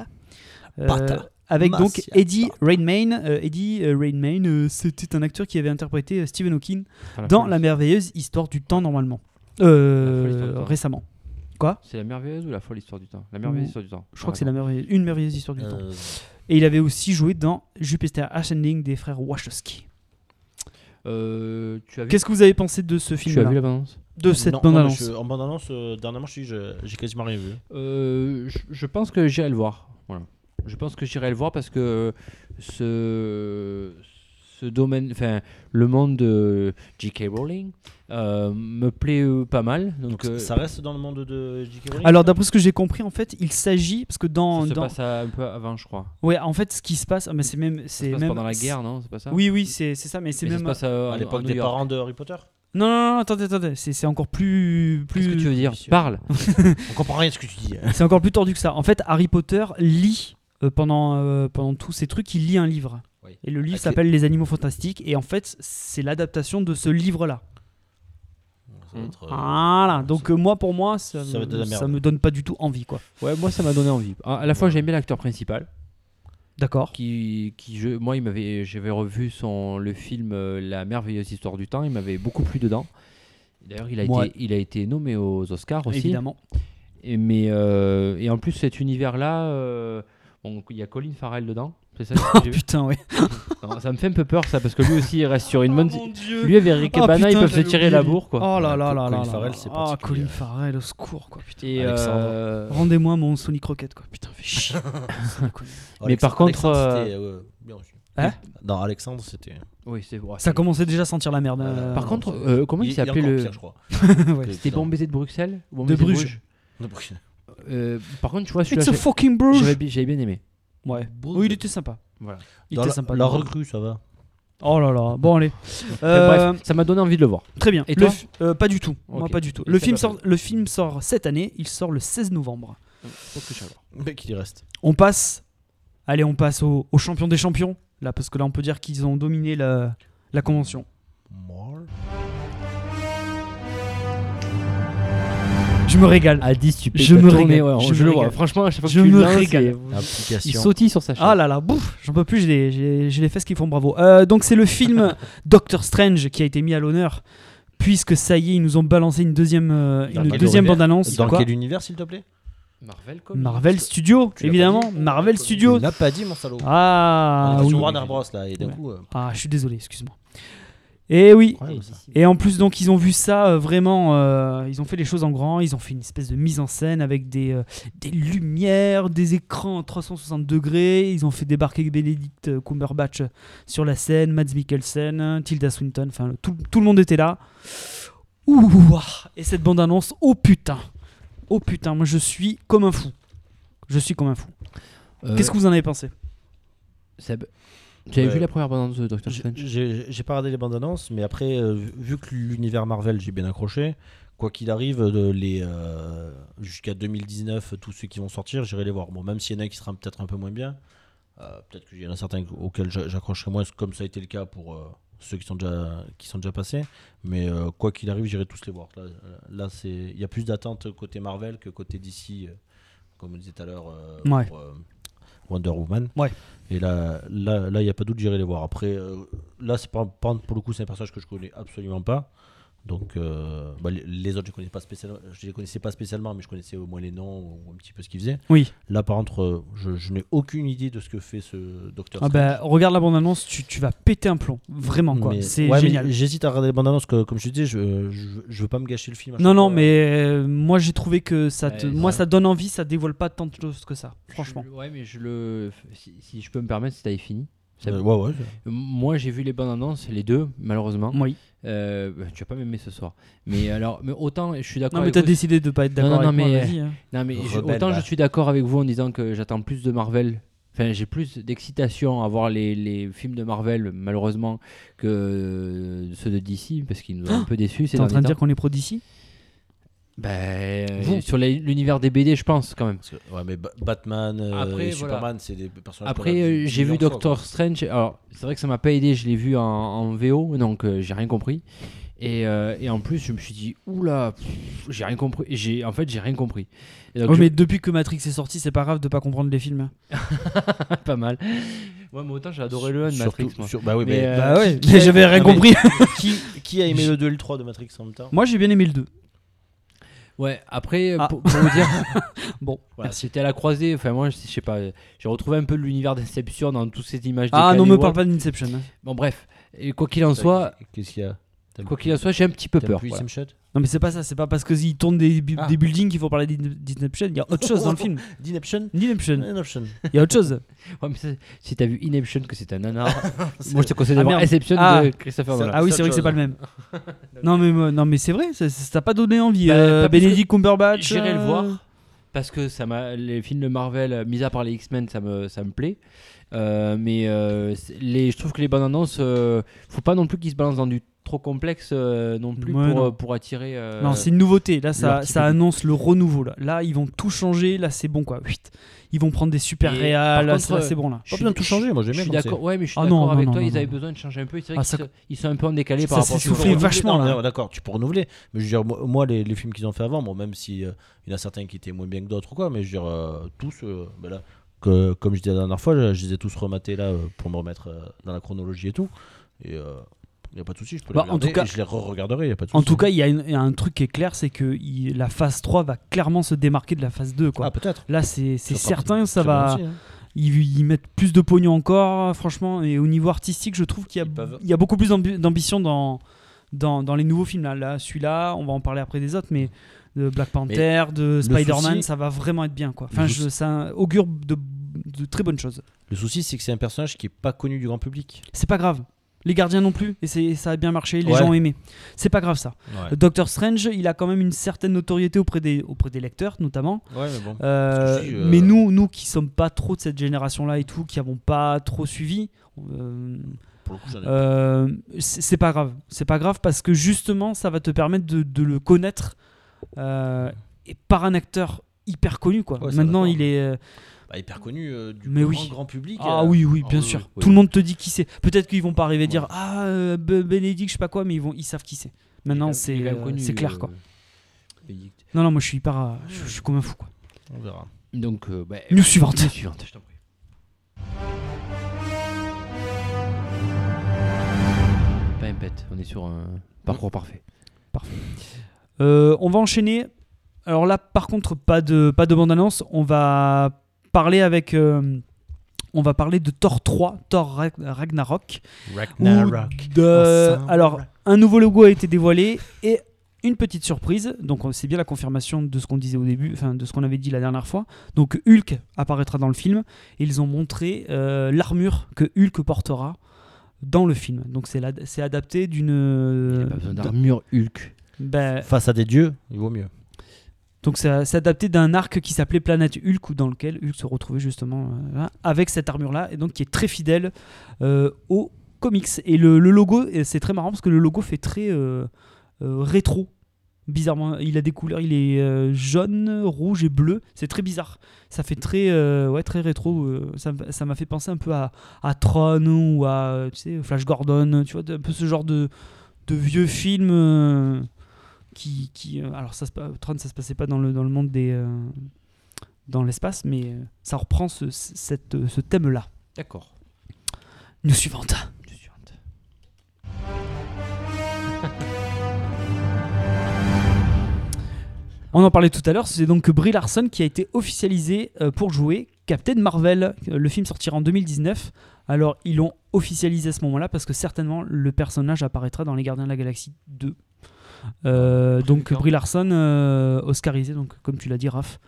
Speaker 2: Euh,
Speaker 1: Potter.
Speaker 2: avec donc
Speaker 1: Marcia
Speaker 2: Eddie Redmayne. Euh, Eddie euh, Redmayne, euh, c'était un acteur qui avait interprété euh, Stephen Hawking dans La merveilleuse histoire du temps normalement.
Speaker 6: Ah, La
Speaker 2: Euh,
Speaker 6: folle histoire du temps.
Speaker 2: récemment.
Speaker 6: C'est la merveilleuse ou la folle histoire du temps La merveilleuse
Speaker 2: Ou-
Speaker 6: histoire du temps.
Speaker 2: Je crois que c'est la merveilleuse, une merveilleuse histoire du temps.
Speaker 1: Euh,
Speaker 2: Et il avait aussi joué dans Jupiter Ascending des frères Wachowski.
Speaker 6: Euh, tu as vu
Speaker 2: Qu'est-ce que vous avez pensé de ce
Speaker 6: tu as vu
Speaker 2: film
Speaker 6: la bande-annonce
Speaker 2: De cette
Speaker 1: non, non, mais
Speaker 2: bande-annonce
Speaker 1: je- En euh, bande annonce, dernièrement, je suis- je- j'ai quasiment rien vu.
Speaker 6: Euh, je, je pense que j'irai le voir. Voilà. Je pense que j'irai le voir parce que ce, ce domaine, enfin, le monde de J.K. Rowling euh, me plaît euh, pas mal. Donc,
Speaker 1: Donc,
Speaker 6: euh,
Speaker 1: ça reste dans le monde de J.K. Rowling
Speaker 2: Alors d'après ce que j'ai compris, en fait, il s'agit parce que dans,
Speaker 6: ça se
Speaker 2: dans-
Speaker 6: passe à- un peu avant, je crois.
Speaker 2: ouais, en fait, ce qui se passe, ah, mais c'est même,
Speaker 6: Ça
Speaker 2: c'est
Speaker 6: se passe
Speaker 2: même
Speaker 6: pendant la guerre, non C'est pas ça
Speaker 2: Oui, oui, c'est c'est ça, mais c'est
Speaker 6: Mais ça
Speaker 2: même.
Speaker 6: se passe à,
Speaker 1: à
Speaker 6: en- en
Speaker 1: l'époque
Speaker 6: euh, New
Speaker 1: des
Speaker 6: York.
Speaker 1: parents de Harry Potter
Speaker 2: Non, non, non, attendez, attendez, c'est c'est encore plus, plus.
Speaker 6: Qu'est-ce que tu veux dire
Speaker 1: Monsieur.
Speaker 6: Parle.
Speaker 1: On comprend rien de ce que tu dis. hein.
Speaker 2: C'est encore plus tordu que ça. En fait, Harry Potter lit euh, pendant, euh, pendant tous ces trucs, il lit un livre.
Speaker 1: Oui.
Speaker 2: Et le livre
Speaker 1: Avec
Speaker 2: s'appelle Les Animaux Fantastiques. Et en fait, c'est l'adaptation de ce livre-là.
Speaker 1: Ça va être, euh,
Speaker 2: Voilà. Donc, euh, moi, pour moi, ça,
Speaker 1: ça va être de la merde.
Speaker 2: ça me donne pas du tout envie, quoi.
Speaker 6: Ouais, moi ça m'a donné envie. À, à la fois j'ai aimé l'acteur principal.
Speaker 2: D'accord.
Speaker 6: qui, qui je, moi, il m'avait, j'avais revu son le film euh, La merveilleuse histoire du temps. Il m'avait beaucoup plu dedans. D'ailleurs, il a
Speaker 2: Moi-
Speaker 6: été, il a été nommé aux Oscars aussi.
Speaker 2: Évidemment.
Speaker 6: Et mais euh, et en plus cet univers-là, euh, bon, il y a Colin Farrell dedans. C'est ça. que j'ai vu
Speaker 2: Putain, ouais.
Speaker 6: Non, ça me fait un peu peur ça parce que lui aussi il reste sur une bonne.
Speaker 2: dieu.
Speaker 6: Lui avec Rick et
Speaker 2: Oh,
Speaker 6: Bana,
Speaker 2: putain,
Speaker 6: ils peuvent se
Speaker 2: j'avais
Speaker 6: tirer
Speaker 2: oublié
Speaker 6: la
Speaker 2: lui.
Speaker 6: bourre quoi.
Speaker 2: Oh là là
Speaker 1: Ouais,
Speaker 2: là
Speaker 1: Colin
Speaker 2: là là.
Speaker 1: Farrell, c'est
Speaker 2: Ah,
Speaker 1: particulier.
Speaker 2: Colin Farrell, au secours, quoi. Putain.
Speaker 6: Et,
Speaker 1: Alexandre.
Speaker 6: euh,
Speaker 2: Rendez-moi mon Sonic Rocket, quoi. Putain, fais chier.
Speaker 6: Mais par contre,
Speaker 1: Alexandre,
Speaker 6: euh,
Speaker 1: c'était, euh, bien reçu.
Speaker 2: Hein
Speaker 1: non, Alexandre, c'était.
Speaker 6: oui, c'est vrai.
Speaker 2: ça commençait déjà à sentir la merde. euh,
Speaker 6: Par contre, euh, comment il,
Speaker 1: est
Speaker 6: s'appelait
Speaker 1: encore
Speaker 6: le
Speaker 1: pire, je crois.
Speaker 2: ouais.
Speaker 1: Que-
Speaker 6: C'était
Speaker 1: non.
Speaker 6: Bon baiser de Bruxelles ou Bon
Speaker 2: De
Speaker 6: Baiser
Speaker 2: Bruges.
Speaker 1: Non, parce que-
Speaker 6: Euh, par contre, tu vois, celui-là,
Speaker 2: It's a
Speaker 6: j'ai-
Speaker 2: fucking
Speaker 6: j'avais
Speaker 2: Bruges.
Speaker 6: bi- j'avais bien aimé.
Speaker 2: Ouais. Oui, il était sympa.
Speaker 6: Voilà.
Speaker 2: Il
Speaker 1: Dans
Speaker 2: était
Speaker 1: la-
Speaker 2: sympa.
Speaker 1: La
Speaker 2: lui.
Speaker 1: recrue, ça va.
Speaker 2: Oh là là, bon allez.
Speaker 6: Enfin,
Speaker 2: Euh,
Speaker 6: Bref, ça m'a donné envie de le voir.
Speaker 2: Très bien.
Speaker 6: Et
Speaker 2: Le
Speaker 6: toi
Speaker 2: fi- euh, Pas du tout. Moi,
Speaker 6: Ok.
Speaker 2: pas du tout.
Speaker 6: Et
Speaker 2: Le
Speaker 6: ça
Speaker 2: film,
Speaker 6: va
Speaker 2: sort, le film sort cette année. Il sort le 16 novembre.
Speaker 1: Mais qu'il y reste.
Speaker 2: On passe. Allez, on passe au, au champion des champions. Là, parce que là, on peut dire qu'ils ont dominé la, la convention. Je me régale.
Speaker 6: À 10, tu peux
Speaker 2: Je
Speaker 6: t'as
Speaker 2: me
Speaker 6: tourné,
Speaker 2: régale,
Speaker 6: ouais,
Speaker 2: je
Speaker 6: je
Speaker 2: me
Speaker 6: le vois.
Speaker 2: régale.
Speaker 6: Franchement, à chaque fois que
Speaker 2: Je
Speaker 6: tu
Speaker 2: me
Speaker 6: le ah, bah, lances,
Speaker 2: régale.
Speaker 6: il- il
Speaker 1: Application.
Speaker 6: sautille sur sa chaîne.
Speaker 2: Ah là là, bouf, j'en peux plus, j'ai des- j'ai j'ai les fesses qui font bravo. Euh, donc c'est le film Doctor Strange qui a été mis à l'honneur, puisque ça y est, ils nous ont balancé une deuxième, euh,
Speaker 1: Dans
Speaker 2: une
Speaker 1: quel
Speaker 2: deuxième
Speaker 1: univers
Speaker 2: bande-annonce.
Speaker 1: Dans
Speaker 2: Quoi
Speaker 1: quel univers, s'il te plaît
Speaker 6: Marvel,
Speaker 2: Marvel Studio,
Speaker 1: Tu l'as pas
Speaker 2: évidemment.
Speaker 1: dit
Speaker 2: Marvel Studio.
Speaker 1: Tu l'as pas dit, mon salaud.
Speaker 2: Ah,
Speaker 1: On est
Speaker 2: oui.
Speaker 1: sur Warner Bros, là, et d'un
Speaker 2: Ouais.
Speaker 1: coup. euh,
Speaker 2: Ah, je suis désolé, excuse-moi. Et oui.
Speaker 1: incroyable, ça.
Speaker 2: Et en plus, donc, ils ont vu ça euh, vraiment. euh, ils ont fait les choses en grand. Ils ont fait une espèce de mise en scène avec des, euh, des lumières, des écrans en 360 degrés. Ils ont fait débarquer Benedict euh, Cumberbatch sur la scène, Mads Mikkelsen, Tilda Swinton. Enfin, le- tout, tout le monde était là. Ouh, ah, et cette bande-annonce, oh putain! Oh putain, moi je suis comme un fou. Je suis comme un fou. Qu'est-ce que vous en avez pensé?
Speaker 6: euh, Tu avais
Speaker 1: Ouais.
Speaker 6: vu la première bande de Doctor
Speaker 1: J'ai-
Speaker 6: Strange
Speaker 1: J'ai j'ai pas regardé les bandes annonces, mais après, euh, vu- vu que l'univers Marvel, j'ai bien accroché. Quoi qu'il arrive, euh, les euh, jusqu'à 2019, tous ceux qui vont sortir, j'irai les voir. Bon, même s'il y en a qui seront peut-être un peu moins bien, euh, peut-être qu'il y en a certains auxquels j'a- j'accrocherai moins, comme ça a été le cas pour euh, ceux qui sont déjà qui sont déjà passés. Mais euh, quoi qu'il arrive, j'irai tous les voir. Là, euh, là, c'est il y a plus d'attente côté Marvel que côté DC, euh, comme on disait tout à l'heure euh,
Speaker 2: Ouais.
Speaker 1: pour, euh, Wonder Woman.
Speaker 2: Ouais.
Speaker 1: Et là, là, là, il n'y a pas doute, j'irai les voir. Après, euh, là, c'est pas, pas- pour le coup, c'est un personnage que je connais absolument pas. Donc, euh, bah, les- les autres, je connais pas spécialement, je les connaissais pas spécialement, mais je connaissais au moins les noms ou un petit peu ce qu'ils faisaient.
Speaker 2: Oui.
Speaker 1: Là, par contre, euh, je, je n'ai aucune idée de ce que fait ce
Speaker 6: Euh,
Speaker 1: docteur.
Speaker 2: Ah bah, regarde la bande-annonce, tu, tu vas péter un plomb. Vraiment, quoi. C'est génial.
Speaker 1: J'hésite à regarder les bandes annonces, que, comme je te disais, je,
Speaker 7: euh,
Speaker 1: je, je veux pas me gâcher le film. à
Speaker 2: Non,
Speaker 1: chaque
Speaker 2: non,
Speaker 1: fois.
Speaker 2: mais euh, moi j'ai trouvé que ça te,
Speaker 6: Ouais,
Speaker 2: moi
Speaker 6: ça-
Speaker 2: ça donne envie, ça dévoile pas tant de choses que ça, franchement.
Speaker 6: Je- ouais, mais je le. Si, si je peux me permettre, si t'avais fini. Ça-
Speaker 1: Euh, ouais, ouais.
Speaker 6: Moi, j'ai vu les bandes annonces, les deux, malheureusement.
Speaker 2: Oui.
Speaker 6: Euh, bah, tu vas pas m'aimer ce soir. Mais alors, mais autant je suis d'accord.
Speaker 2: Non, mais
Speaker 6: avec
Speaker 2: t'as
Speaker 6: vous-
Speaker 2: décidé de pas être d'accord
Speaker 6: Non, non,
Speaker 2: avec
Speaker 6: non,
Speaker 2: moi,
Speaker 6: mais-
Speaker 2: vas-y, hein.
Speaker 6: Non, mais je-
Speaker 1: Rebelle,
Speaker 6: autant
Speaker 1: bah.
Speaker 6: je suis d'accord avec vous en disant que j'attends plus de Marvel. Enfin, j'ai plus d'excitation à voir les, les films de Marvel, malheureusement, que ceux de DC, parce qu'ils nous ont un peu déçus.
Speaker 2: Oh T'es en train de dire qu'on est pro d'ici
Speaker 6: Ben,
Speaker 2: Vous.
Speaker 6: sur la- l'univers des BD, je pense, quand même.
Speaker 1: Parce que- ouais, mais Ba- Batman euh,
Speaker 6: Après,
Speaker 1: et
Speaker 6: voilà.
Speaker 1: Superman, c'est des personnages. qu'on a
Speaker 6: Après, euh,
Speaker 1: vus
Speaker 6: j'ai vu
Speaker 1: millions de fois,
Speaker 6: Doctor Strange. Alors, c'est vrai que ça m'a pas aidé. Je l'ai vu en, en VO, donc euh, j'ai rien compris. Et, euh, et en plus, je me suis dit, oula, pff, j'ai rien compris. J'ai, en fait, j'ai rien compris. Et donc,
Speaker 2: Ouais,
Speaker 6: je-
Speaker 2: Oh, mais depuis que Matrix est sorti, c'est pas grave de pas comprendre les films.
Speaker 6: pas mal. Ouais, mais autant j'ai adoré le 1 de
Speaker 1: Surtout-
Speaker 6: Matrix. moi.
Speaker 1: sur- bah oui,
Speaker 6: Mais,
Speaker 1: mais,
Speaker 6: euh,
Speaker 2: Bah ouais,
Speaker 1: qui- qui-
Speaker 2: j'avais rien
Speaker 1: non, mais-
Speaker 2: compris.
Speaker 1: qui, qui a aimé le 2 et le 3 de Matrix en même temps
Speaker 2: Moi j'ai bien aimé le 2.
Speaker 6: Ouais, après, euh,
Speaker 2: Ah.
Speaker 6: pour, pour vous dire,
Speaker 2: Bon,
Speaker 6: voilà,
Speaker 2: merci.
Speaker 6: c'était à la croisée. Enfin, moi, je je sais pas, euh, j'ai retrouvé un peu de l'univers d'Inception dans toutes ces images.
Speaker 2: Ah
Speaker 6: décalées
Speaker 2: non,
Speaker 6: ou
Speaker 2: me
Speaker 6: autre.
Speaker 2: parle pas d'Inception. hein.
Speaker 6: Bon, bref, et quoi qu'il en soit,
Speaker 1: Qu'est-ce qu'il y a
Speaker 7: T'aimes-
Speaker 6: Quoi qu'il en soit, j'ai un petit peu
Speaker 7: t'aimes
Speaker 6: peur.
Speaker 7: plus
Speaker 6: voilà.
Speaker 7: Sam Shad
Speaker 2: Non, mais c'est pas ça, c'est pas parce qu'ils tournent des, bu-
Speaker 7: Ah.
Speaker 2: des buildings qu'il faut parler d'Inception. Il y a autre chose dans le film.
Speaker 7: D'ineption
Speaker 2: D'Inception,
Speaker 7: Ineption.
Speaker 2: il y a autre chose.
Speaker 6: Ouais, mais ça, si t'as vu Inception, que c'est un nanar, moi je te conseille de
Speaker 2: Ah,
Speaker 6: voir
Speaker 2: merde.
Speaker 6: Inception
Speaker 2: Ah.
Speaker 6: de Christopher
Speaker 7: Ça-
Speaker 6: Nolan.
Speaker 2: Ah oui, c'est
Speaker 7: c'est
Speaker 2: vrai que
Speaker 7: autre
Speaker 2: c'est pas le même. non, mais, moi- non, mais c'est vrai, ça ça t'a pas donné envie.
Speaker 6: Bah,
Speaker 2: euh,
Speaker 6: pas plus
Speaker 2: Benedict Cumberbatch.
Speaker 6: J'irai le
Speaker 2: euh,
Speaker 6: voir parce que ça m'a les films de Marvel, euh, mis à part les X-Men, ça me ça me plaît. Euh, mais euh, c'est- les, je trouve que les bandes annonces, euh, faut pas non plus qu'ils se balancent dans du trop complexe euh, non plus
Speaker 2: Ouais,
Speaker 6: pour,
Speaker 2: non.
Speaker 6: euh, pour attirer. euh,
Speaker 2: Non, c'est une nouveauté. Là, ça,
Speaker 6: leur petit
Speaker 2: ça
Speaker 6: public.
Speaker 2: annonce le renouveau. Là. là, ils vont tout changer. Là, c'est bon, quoi. Huit. Ils vont prendre des super
Speaker 6: Et
Speaker 2: réals.
Speaker 6: par
Speaker 2: Là,
Speaker 6: contre, euh,
Speaker 2: c'est là, c'est bon, là.
Speaker 6: je
Speaker 7: Pas
Speaker 6: suis-
Speaker 7: besoin de tout changer, moi
Speaker 6: Je
Speaker 7: j'aime
Speaker 6: suis
Speaker 7: bien.
Speaker 6: d'accord. Ouais, mais je suis
Speaker 2: Ah non,
Speaker 6: d'accord
Speaker 2: non,
Speaker 6: avec
Speaker 2: non,
Speaker 6: toi.
Speaker 2: non,
Speaker 6: ils avaient
Speaker 2: non.
Speaker 6: besoin de changer un peu. C'est vrai
Speaker 2: Ah, ça-
Speaker 6: qu'ils se- ils sont un peu en décalé
Speaker 2: Ça
Speaker 6: par rapport.
Speaker 2: s'est
Speaker 6: à ce qu'on
Speaker 2: soufflé
Speaker 6: voit.
Speaker 2: vachement. là.
Speaker 7: là. D'accord, tu peux renouveler. Mais je veux dire, moi, moi, les, les films qu'ils ont fait avant, bon, même si euh, il y en a certains qui étaient moins bien que d'autres ou quoi, mais je veux dire, euh, tous, euh, ben là, que, comme je disais la dernière fois, je, je les ai tous rematés là euh, pour me remettre euh, dans la chronologie et tout. Et il n'y a pas de souci, je peux
Speaker 2: Bah, en
Speaker 7: les regarder
Speaker 2: tout cas-
Speaker 7: et je les re-regarderai, il a pas de souci.
Speaker 2: En tout cas, il y, a une- il y a un truc qui est clair, c'est que il- la phase 3 va clairement se démarquer de la phase 2. Quoi.
Speaker 7: ah, peut-être.
Speaker 2: Là, c'est c'est
Speaker 7: Ça sera
Speaker 2: certain, ça
Speaker 7: très bien
Speaker 2: va.
Speaker 7: aussi, hein.
Speaker 2: Ils, ils mettent plus de pognon encore, franchement. Et au niveau artistique, je trouve qu'il y, a-
Speaker 7: Ils peuvent-
Speaker 2: il y a beaucoup plus d'ambi- d'ambition dans, dans, dans les nouveaux films. Là, Là, celui-là, on va en parler après des autres, mais de Black Panther, de Spider-Man,
Speaker 7: souci-
Speaker 2: ça va vraiment être bien. Quoi. Enfin,
Speaker 7: Le
Speaker 2: je-
Speaker 7: souci-
Speaker 2: ça augure de, de très bonnes choses.
Speaker 7: Le souci, c'est que c'est un personnage qui est pas connu du grand public.
Speaker 2: C'est pas grave. Les gardiens non plus, et c'est- ça a bien marché, les
Speaker 7: Ouais.
Speaker 2: gens ont aimé. C'est pas grave ça. Le Doctor Strange, il a quand même une certaine notoriété auprès des, auprès des lecteurs, notamment.
Speaker 7: Ouais, mais bon.
Speaker 2: Euh,
Speaker 7: Parce que je dis, euh,
Speaker 2: Mais nous, nous qui sommes pas trop de cette génération-là et tout, qui avons pas trop suivi, euh,
Speaker 7: Pour le coup, j'en ai
Speaker 2: euh, c'est c'est pas grave. C'est pas grave parce que justement, ça va te permettre de, de le connaître euh, et par un acteur hyper connu quoi.
Speaker 7: Ouais, ça,
Speaker 2: Maintenant,
Speaker 7: d'accord.
Speaker 2: il est euh,
Speaker 7: pas hyper connu euh, du
Speaker 2: Mais
Speaker 7: grand,
Speaker 2: oui.
Speaker 7: grand public.
Speaker 2: ah
Speaker 7: euh,
Speaker 2: oui oui
Speaker 6: ah
Speaker 2: bien
Speaker 6: oui,
Speaker 2: sûr.
Speaker 6: oui, oui.
Speaker 2: Tout le monde te dit qui c'est. Peut-être qu'ils vont pas arriver à dire
Speaker 7: Ouais.
Speaker 2: ah euh, B- Bénédicte je sais pas quoi, mais ils vont ils savent qui c'est. Maintenant,
Speaker 6: Il est
Speaker 2: c'est
Speaker 6: quand même
Speaker 2: euh,
Speaker 6: connu,
Speaker 2: c'est clair quoi.
Speaker 6: euh,
Speaker 2: Non non, moi je suis hyper, euh, je, je suis comme un fou quoi.
Speaker 7: On verra.
Speaker 6: Donc, euh, bah,
Speaker 2: News suivante.
Speaker 6: news suivante, je t'en prie. Pas Impet, on est sur un parcours parfait.
Speaker 2: Euh, on va enchaîner. Alors là, par contre, pas de, pas de bande-annonce. On va parler avec. euh, on va parler de Thor 3, Thor Rag- Ragnarok. Ou de- alors, un nouveau logo a été dévoilé et une petite surprise. Donc, on- c'est bien la confirmation de ce qu'on disait au début, enfin de ce qu'on avait dit la dernière fois. Donc, Hulk apparaîtra dans le film. Ils ont montré euh, l'armure que Hulk portera dans le film. Donc, c'est la- c'est adapté
Speaker 6: Il n'y a
Speaker 2: d'une.
Speaker 6: pas besoin d'armure Hulk.
Speaker 2: Ben,
Speaker 7: Face à des dieux, il vaut mieux.
Speaker 2: Donc ça c'est adapté d'un arc qui s'appelait Planète Hulk, ou dans lequel Hulk se retrouvait justement euh, là, avec cette armure-là, et donc qui est très fidèle euh, aux comics. Et le, le logo, et c'est très marrant parce que le logo fait très euh, euh, rétro. Bizarrement, il a des couleurs, il est euh, jaune, rouge et bleu. C'est très bizarre. Ça fait très, euh, ouais, très rétro. euh, ça m- ça m'a fait penser un peu à, à Tron ou à euh, tu sais, Flash Gordon. Tu vois, un peu ce genre de, de vieux films. euh, qui, qui euh, alors ça se, pa- Tron ça se passait pas dans le dans le monde des euh, dans l'espace mais euh, ça reprend ce, ce- cette, euh, ce thème là
Speaker 6: D'accord.
Speaker 2: nous suivante
Speaker 6: News suivante.
Speaker 2: on en parlait tout à l'heure c'est donc Brie Larson qui a été officialisée euh, pour jouer Captain Marvel Euh, le film sortira en 2019 alors ils l'ont officialisé à ce moment là parce que certainement le personnage apparaîtra dans les Gardiens de la Galaxie 2 Euh, donc
Speaker 6: D'accord.
Speaker 2: Brie Larson euh, oscarisée donc comme tu l'as dit Raph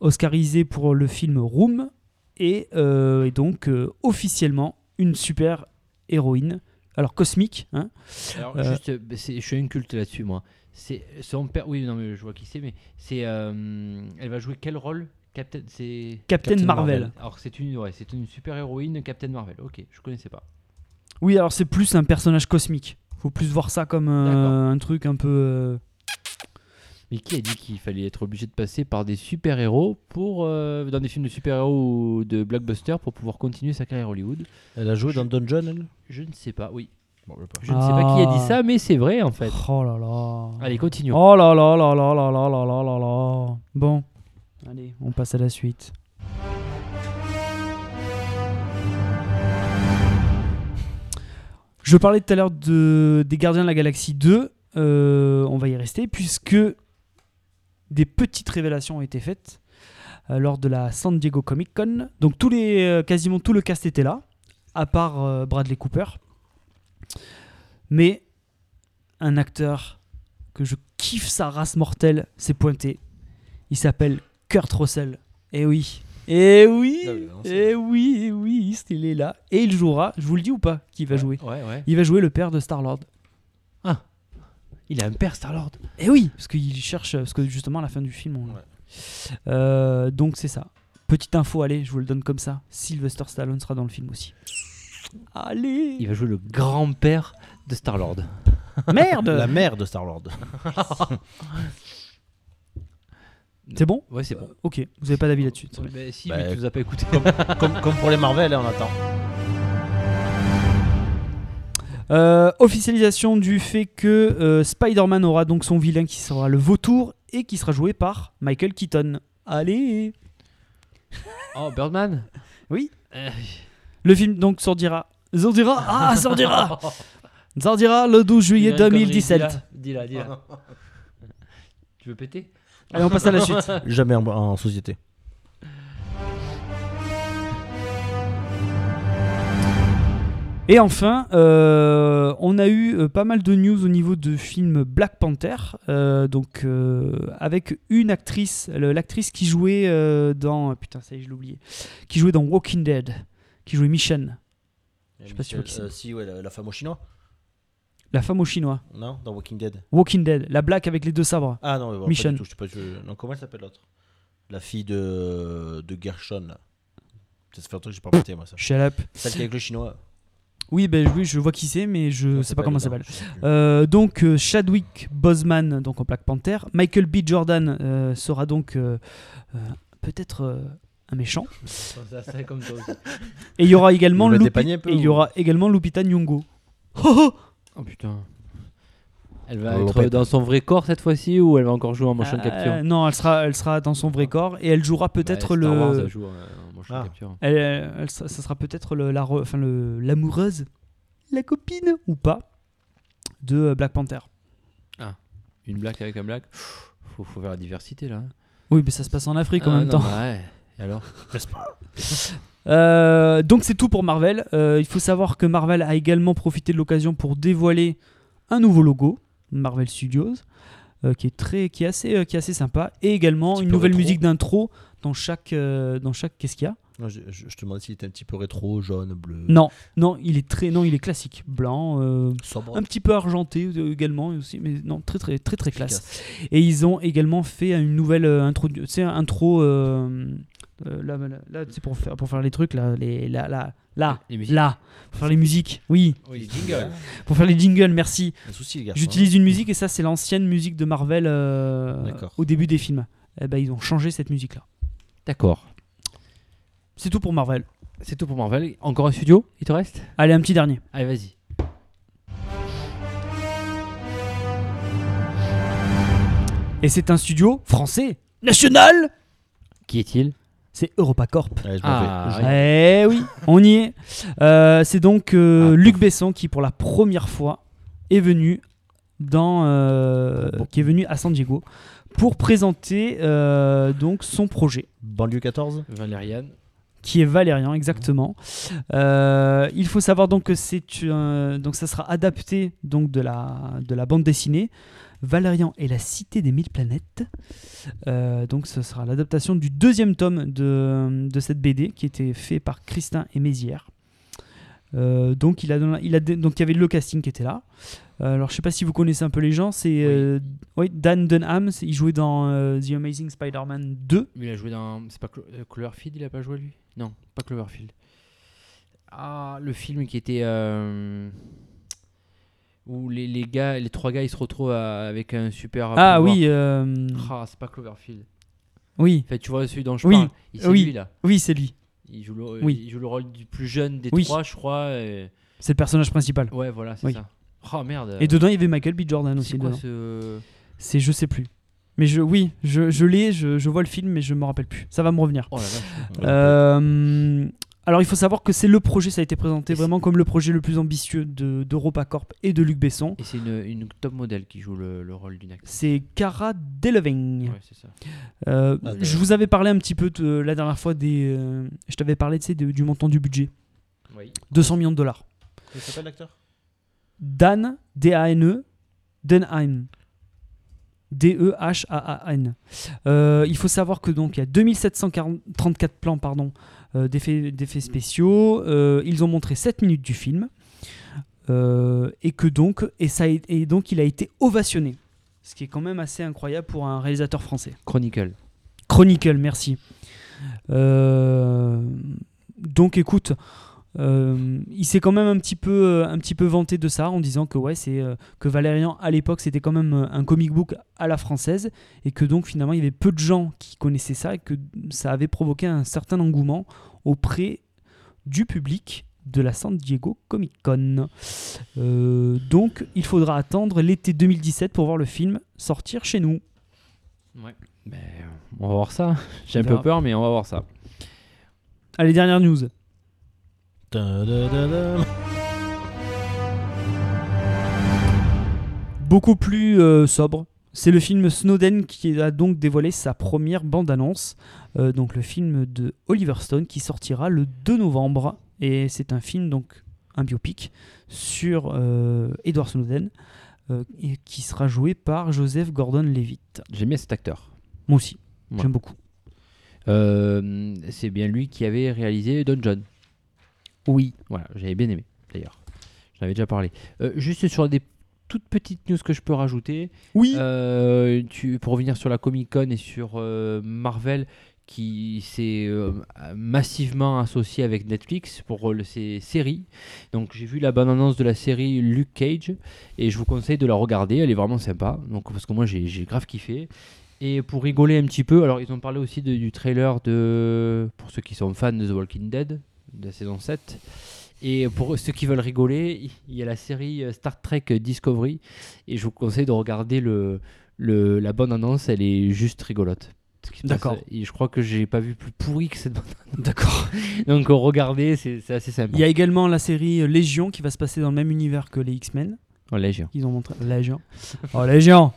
Speaker 2: oscarisée pour le film Room et, euh, et donc euh, officiellement une super héroïne alors cosmique hein,
Speaker 6: Alors,
Speaker 2: Euh,
Speaker 6: juste, euh, bah, c'est- je suis un culte là-dessus, moi. C'est son père. Oui, non, mais je vois qui c'est, mais c'est. euh, elle va jouer quel rôle Captain. C'est.
Speaker 2: Captain,
Speaker 7: Captain
Speaker 2: Marvel.
Speaker 7: Marvel.
Speaker 6: Alors, c'est une, ouais, c'est une super héroïne Captain Marvel. Ok, je connaissais pas.
Speaker 2: Oui, alors c'est plus un personnage cosmique. Faut plus voir ça comme euh,
Speaker 6: D'accord.
Speaker 2: un truc un peu. euh,
Speaker 6: Mais qui a dit qu'il fallait être obligé de passer par des super-héros pour euh, dans des films de super-héros ou de blockbusters pour pouvoir continuer sa carrière à Hollywood
Speaker 7: Elle a joué dans Dungeon, elle
Speaker 6: Je ne sais pas, oui.
Speaker 7: Bon, je sais pas.
Speaker 6: Je ne sais pas qui a
Speaker 2: Ah.
Speaker 6: dit ça, mais c'est vrai en fait.
Speaker 2: Oh là là.
Speaker 6: Allez, continuons.
Speaker 2: Oh là là là là là là là là là là. Bon. Allez, on passe à la suite. Je parlais tout à l'heure de, des Gardiens de la Galaxie 2. euh, on va y rester puisque des petites révélations ont été faites euh, lors de la San Diego Comic Con. Donc tous les, euh, quasiment tout le cast était là, à part euh, Bradley Cooper. Mais un acteur que je kiffe sa race mortelle s'est pointé. Il s'appelle Kurt Russell. Eh oui. Eh oui.
Speaker 8: Ah oui, non, c'est-
Speaker 2: Eh oui, eh oui, il est là. Et il jouera, je vous le dis ou pas, qui va jouer.
Speaker 6: Ouais, ouais.
Speaker 2: Il va jouer le père de Star-Lord.
Speaker 6: Il a un père Star-Lord.
Speaker 2: Eh oui, parce qu'il cherche, parce que justement à la fin du film, on l'a. Euh, donc c'est ça. Petite info, allez, je vous le donne comme ça. Sylvester Stallone sera dans le film aussi. Allez
Speaker 6: Il va jouer le grand-père de Star-Lord.
Speaker 2: Merde
Speaker 7: La mère de Star-Lord.
Speaker 2: C'est bon
Speaker 6: Ouais, c'est bon.
Speaker 2: Ok, vous avez pas d'avis là-dessus. c'est bien.
Speaker 6: Mais si,
Speaker 7: Bah,
Speaker 6: mais tu nous as pas écouté.
Speaker 7: comme, comme pour les Marvel, hein, on attend.
Speaker 2: Euh, officialisation du fait que euh, Spider-Man aura donc son vilain qui sera le vautour et qui sera joué par Michael Keaton. Allez
Speaker 6: oh, Birdman
Speaker 2: Oui.
Speaker 6: Euh,
Speaker 2: Le film donc sortira. Sortira Ah, sortira Sortira le 12 juillet
Speaker 6: dis-la, une connerie,
Speaker 2: 2017.
Speaker 6: Dis-la, dis-la, dis-la. tu veux péter
Speaker 2: Allez, on passe à la suite.
Speaker 7: Jamais en, en société.
Speaker 2: Et enfin, euh, on a eu euh, pas mal de news au niveau de film Black Panther, euh, donc euh, avec une actrice, le- l'actrice qui jouait euh, dans putain ça y est je l'ai oublié, qui jouait dans Walking Dead, qui jouait Michonne,
Speaker 7: Je
Speaker 2: sais pas si tu vois qui c'est.
Speaker 7: euh, Si, ouais, la, la femme au chinois.
Speaker 2: la femme au chinois,
Speaker 7: Non, dans Walking Dead.
Speaker 2: Walking Dead, la black avec les deux sabres.
Speaker 7: Ah non, mais bon,
Speaker 2: Michonne.
Speaker 7: pas du tout. Je sais pas, je- non, comment elle s'appelle l'autre La fille de, de Gershon. Là. Ça fait longtemps que j'ai pas inventé, moi, ça.
Speaker 2: Shut up.
Speaker 7: Celle qui est avec le chinois.
Speaker 2: Oui ben oui je vois qui c'est mais je
Speaker 7: Non,
Speaker 2: sais
Speaker 7: c'est
Speaker 2: pas comment ça
Speaker 7: Leda,
Speaker 2: s'appelle.
Speaker 7: je sais plus.
Speaker 2: Euh, donc euh, Chadwick Boseman donc en Black Panther, Michael B Jordan euh, sera donc euh, euh, peut-être euh, un méchant.
Speaker 6: Ça, c'est comme toi aussi.
Speaker 2: Et il y aura également,
Speaker 7: Vous mettez
Speaker 2: Lupi-
Speaker 7: panier un peu,
Speaker 2: et il y
Speaker 7: ou-
Speaker 2: aura également Lupita Nyong'o. Oh, oh
Speaker 6: Oh putain. Elle va
Speaker 7: Oh,
Speaker 6: être
Speaker 7: pète.
Speaker 6: dans son vrai corps cette fois-ci ou elle va encore jouer en motion
Speaker 2: Euh,
Speaker 6: capture
Speaker 2: non, elle sera, elle sera dans son vrai corps et elle jouera peut-être
Speaker 6: Bah, Star Wars,
Speaker 2: le.
Speaker 6: elle joue en en motion
Speaker 7: Ah.
Speaker 6: capture.
Speaker 2: Elle, elle- ça ça sera peut-être le- la re- enfin, le- l'amoureuse, la copine ou pas de euh, Black Panther.
Speaker 6: Une blague avec un blague faut, faut faire la diversité là.
Speaker 2: Oui, mais ça se passe en Afrique en
Speaker 6: Ah,
Speaker 2: même
Speaker 6: non,
Speaker 2: temps.
Speaker 6: bah ouais. Et alors
Speaker 2: Euh, donc c'est tout pour Marvel. Euh, il faut savoir que Marvel a également profité de l'occasion pour dévoiler un nouveau logo, Marvel Studios, euh, qui est très, qui est assez, euh, qui est assez sympa, et également
Speaker 7: Petit
Speaker 2: une
Speaker 7: peu
Speaker 2: nouvelle
Speaker 7: rétro.
Speaker 2: musique d'intro dans chaque, euh, dans chaque, qu'est-ce qu'il y a
Speaker 7: Non, je, je- je te demandais s'il était un petit peu rétro, jaune, bleu.
Speaker 2: Non, non, il est très, non, il est classique, blanc, euh,
Speaker 7: Sobre.
Speaker 2: un petit peu argenté euh, également aussi, mais non, très, très, très, très classe.
Speaker 7: efficace.
Speaker 2: Et ils ont également fait une nouvelle euh, intro, tu sais, intro. euh, euh, là, là, là, tu sais, pour faire, pour faire les trucs, là, les, là, là, là,
Speaker 6: Les musiques
Speaker 2: là, pour faire les musiques, oui,
Speaker 6: Oui, jingle.
Speaker 2: pour faire les jingles, merci.
Speaker 7: Un souci, les gars.
Speaker 2: J'utilise une musique et ça, c'est l'ancienne musique de Marvel euh,
Speaker 7: D'accord.
Speaker 2: au début des films. Eh ben, ils ont changé cette musique-là.
Speaker 6: D'accord.
Speaker 2: C'est tout pour Marvel.
Speaker 6: C'est tout pour Marvel. Encore un studio Il te reste
Speaker 2: Allez, un petit dernier.
Speaker 6: Allez, vas-y.
Speaker 2: Et c'est un studio français, national
Speaker 6: Qui est-il
Speaker 2: C'est EuropaCorp.
Speaker 7: Allez, je m'en vais.
Speaker 6: Ah, ouais.
Speaker 2: Eh oui, on y est. Euh, c'est donc euh,
Speaker 6: Ah,
Speaker 2: Luc Besson qui, pour la première fois, est venu dans, euh, qui est venu à San Diego pour présenter euh, donc son projet
Speaker 7: Banlieue 14
Speaker 6: Valériane.
Speaker 2: qui est Valérian exactement. Euh, il faut savoir donc que c'est un- donc ça sera adapté donc de la de la bande dessinée Valérian et la cité des mille planètes. Euh, donc ce sera l'adaptation du deuxième tome de, de cette BD qui était fait par Christin et Mézières. Euh, donc il a donné- il a dé- donc il y avait le casting qui était là. Euh, alors je sais pas si vous connaissez un peu les gens, c'est euh, ouais, Dan Dunham, c'est- il jouait dans euh, The Amazing Spider-Man 2.
Speaker 6: Mais il a joué dans. C'est pas Clo- euh, Cloverfield, il a pas joué lui Non, pas Cloverfield. Ah, le film qui était. euh, Où les, les gars, les trois gars, ils se retrouvent à- avec un super.
Speaker 2: Ah
Speaker 6: pouvoir.
Speaker 2: oui, euh,
Speaker 6: Ah, c'est pas Cloverfield.
Speaker 2: oui.
Speaker 6: En fait, tu vois celui dont je
Speaker 2: Oui,
Speaker 6: parle. Il- C'est
Speaker 2: oui.
Speaker 6: lui là.
Speaker 2: Oui, c'est lui.
Speaker 6: Il joue, le,
Speaker 2: Oui.
Speaker 6: il joue le rôle du plus jeune des
Speaker 2: Oui.
Speaker 6: trois, je crois. et-
Speaker 2: C'est le personnage principal.
Speaker 6: Ouais, voilà, c'est
Speaker 2: Oui.
Speaker 6: ça. Ah merde.
Speaker 2: Et dedans, il y avait Michael B. Jordan aussi.
Speaker 6: c'est quoi
Speaker 2: dedans.
Speaker 6: ce.
Speaker 2: C'est je sais plus. Mais je, oui, je, je l'ai, je, je vois le film, mais je me rappelle plus. Ça va me revenir.
Speaker 6: Oh la vache.
Speaker 2: Euh, alors, il faut savoir que c'est le projet, ça a été présenté
Speaker 6: Et c'est-
Speaker 2: vraiment comme le projet le plus ambitieux de- d'EuropaCorp et de Luc Besson.
Speaker 6: Et c'est une, une top modèle qui joue le, le rôle d'une actrice.
Speaker 2: C'est Cara Delevingne.
Speaker 6: Ouais, ben c'est ça.
Speaker 2: Euh,
Speaker 7: Ah, Delevingne.
Speaker 2: je vous avais parlé un petit peu de- la dernière fois des. euh, je t'avais parlé tu sais, de- du montant du budget
Speaker 6: Oui.
Speaker 2: 200 millions de dollars.
Speaker 7: Comment s'appelle l'acteur
Speaker 2: Dan, D-A-N-E, E, Denheim. E D-E-H-A-A-N. Euh, il faut savoir que donc il y a 2734 plans pardon, euh, d'effets, d'effets spéciaux. Euh, ils ont montré 7 minutes du film. Euh, et que donc, et ça, a- et donc il a été ovationné. Ce qui est quand même assez incroyable pour un réalisateur français.
Speaker 6: Chronicle.
Speaker 2: Chronicle, merci. Euh, donc écoute, euh, il s'est quand même un petit, peu, euh, un petit peu vanté de ça en disant que ouais, c'est euh, que Valérian à l'époque c'était quand même euh, un comic book à la française et que donc finalement il y avait peu de gens qui connaissaient ça et que ça avait provoqué un certain engouement auprès du public de la San Diego Comic Con. Euh, donc il faudra attendre l'été 2017 pour voir le film sortir chez nous.
Speaker 6: Ben, on va voir ça. J'ai un
Speaker 2: verra.
Speaker 6: peu peur, mais on va voir ça.
Speaker 2: Allez, dernière news.
Speaker 7: Ta-da-da-da.
Speaker 2: beaucoup plus euh, sobre. C'est le film Snowden qui a donc dévoilé sa première bande-annonce, euh, donc le film de Oliver Stone qui sortira le 2 novembre. Et c'est un film, donc un biopic, sur euh, Edward Snowden euh, et qui sera joué par Joseph Gordon-Levitt.
Speaker 6: J'aime bien cet acteur.
Speaker 2: Moi aussi,
Speaker 6: Ouais.
Speaker 2: j'aime beaucoup.
Speaker 6: Euh, c'est bien lui qui avait réalisé Don John. Oui. Voilà, j'avais bien aimé, d'ailleurs. J'en avais déjà parlé. Euh, juste sur des toutes petites news que je peux rajouter.
Speaker 2: Oui,
Speaker 6: Euh, tu, pour revenir sur la Comic Con et sur euh, Marvel qui s'est euh, massivement associé avec Netflix pour euh, le- ses séries. Donc j'ai vu la bonne annonce de la série Luke Cage et je vous conseille de la regarder, elle est vraiment sympa. Donc parce que moi j'ai j'ai grave kiffé. Et pour rigoler un petit peu, alors ils ont parlé aussi de- du trailer de pour ceux qui sont fans de The Walking Dead de la saison 7. Et pour ceux qui veulent rigoler, il y a la série euh, Star Trek Discovery et je vous conseille de regarder le, le- la bonne annonce, elle est juste rigolote. Ce qui se passe,
Speaker 2: D'accord.
Speaker 6: euh, et Je crois que j'ai pas vu plus pourri que cette bande Euh, D'accord. Donc euh, regardez, c'est c'est assez sympa.
Speaker 2: il y a également la série euh, Légion qui va se passer dans le même univers que les X-Men.
Speaker 6: Oh, Légion.
Speaker 2: Ils ont montré l'agent. Oh l'agent.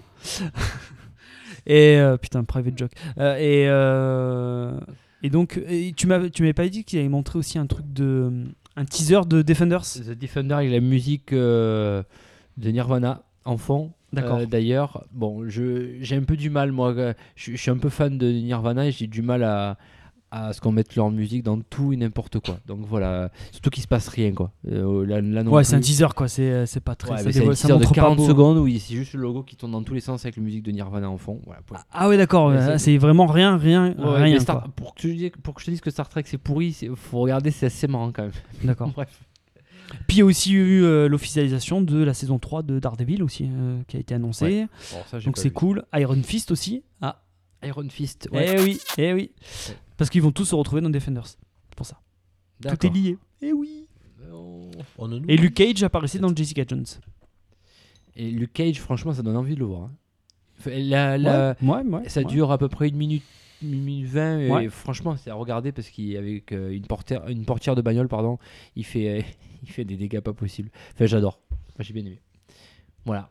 Speaker 2: et euh, putain private joke. Euh, et euh, et donc et tu m'avais tu m'avais pas dit qu'il avait montré aussi un truc de un teaser de Defenders.
Speaker 6: The Defender avec la musique euh, de Nirvana en fond.
Speaker 2: D'accord.
Speaker 6: Euh, D'ailleurs, bon, je j'ai un peu du mal moi. euh, Je, je suis un peu fan de Nirvana et j'ai du mal à à ce qu'on mette leur musique dans tout et n'importe quoi. Donc voilà, surtout qu'il se passe rien quoi. Euh, là, là non
Speaker 2: ouais c'est un
Speaker 6: plus.
Speaker 2: teaser quoi c'est euh, c'est pas très
Speaker 6: Ouais,
Speaker 2: ça,
Speaker 6: mais c'est un
Speaker 2: dévoile- ça
Speaker 6: teaser de
Speaker 2: montre pas
Speaker 6: 40
Speaker 2: beau.
Speaker 6: secondes où il- c'est juste le logo qui tourne dans tous les sens avec la musique de Nirvana en fond. Voilà, point.
Speaker 2: Ah ouais d'accord
Speaker 6: Ouais,
Speaker 2: euh,
Speaker 6: c'est-
Speaker 2: c'est vraiment rien rien
Speaker 6: Ouais, ouais,
Speaker 2: Ah, rien
Speaker 6: mais Star-
Speaker 2: quoi.
Speaker 6: pour, que je dise, pour que je te dise que Star Trek c'est pourri, c'est- faut regarder, c'est assez marrant quand même.
Speaker 2: d'accord.
Speaker 6: Bref.
Speaker 2: Puis il y a aussi eu euh, l'officialisation de la saison 3 de Daredevil aussi euh, qui a été annoncée. Donc c'est cool. Iron Fist aussi. Ah
Speaker 6: Iron Fist, ouais.
Speaker 2: eh oui eh oui parce qu'ils vont tous se retrouver dans Defenders. Tout est
Speaker 6: D'accord.
Speaker 2: lié. Eh oui.
Speaker 7: On ne nous-
Speaker 2: Et Luke Cage apparaissait dans Jessica Jones.
Speaker 6: Et Luke Cage, franchement, ça donne envie de le voir. hein. Fait- La, la-
Speaker 2: Ouais, ouais, ouais,
Speaker 6: ça
Speaker 2: ouais.
Speaker 6: dure à peu près une minute, une minute vingt. Et
Speaker 2: Ouais.
Speaker 6: franchement, c'est à regarder parce qu'avec euh, une, portière, une portière de bagnole, pardon, il fait, il fait des dégâts pas possibles. Enfin, j'adore. Moi, j'ai bien aimé. Voilà.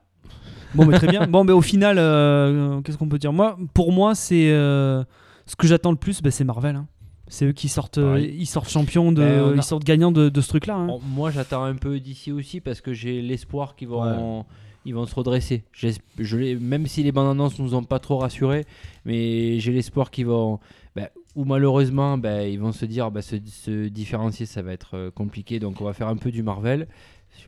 Speaker 2: Bon, mais très bien. Bon, mais au final, euh, qu'est-ce qu'on peut dire Moi, pour moi, c'est euh, ce que j'attends le plus, bah, c'est Marvel. hein. C'est eux qui sortent, euh,
Speaker 6: Pareil.
Speaker 2: ils sortent champions, de,
Speaker 6: Ben, on a-
Speaker 2: ils sortent gagnants de, de ce truc-là. hein.
Speaker 6: Bon, moi, j'attends un peu d'ici aussi parce que j'ai l'espoir qu'ils vont, ils vont se redresser. J'esp- je l'ai- même si les bandes annonces nous ont pas trop rassurés, mais j'ai l'espoir qu'ils vont, bah, ou malheureusement, bah, ils vont se dire, bah, se, se différencier, ça va être euh, compliqué. Donc, on va faire un peu du Marvel,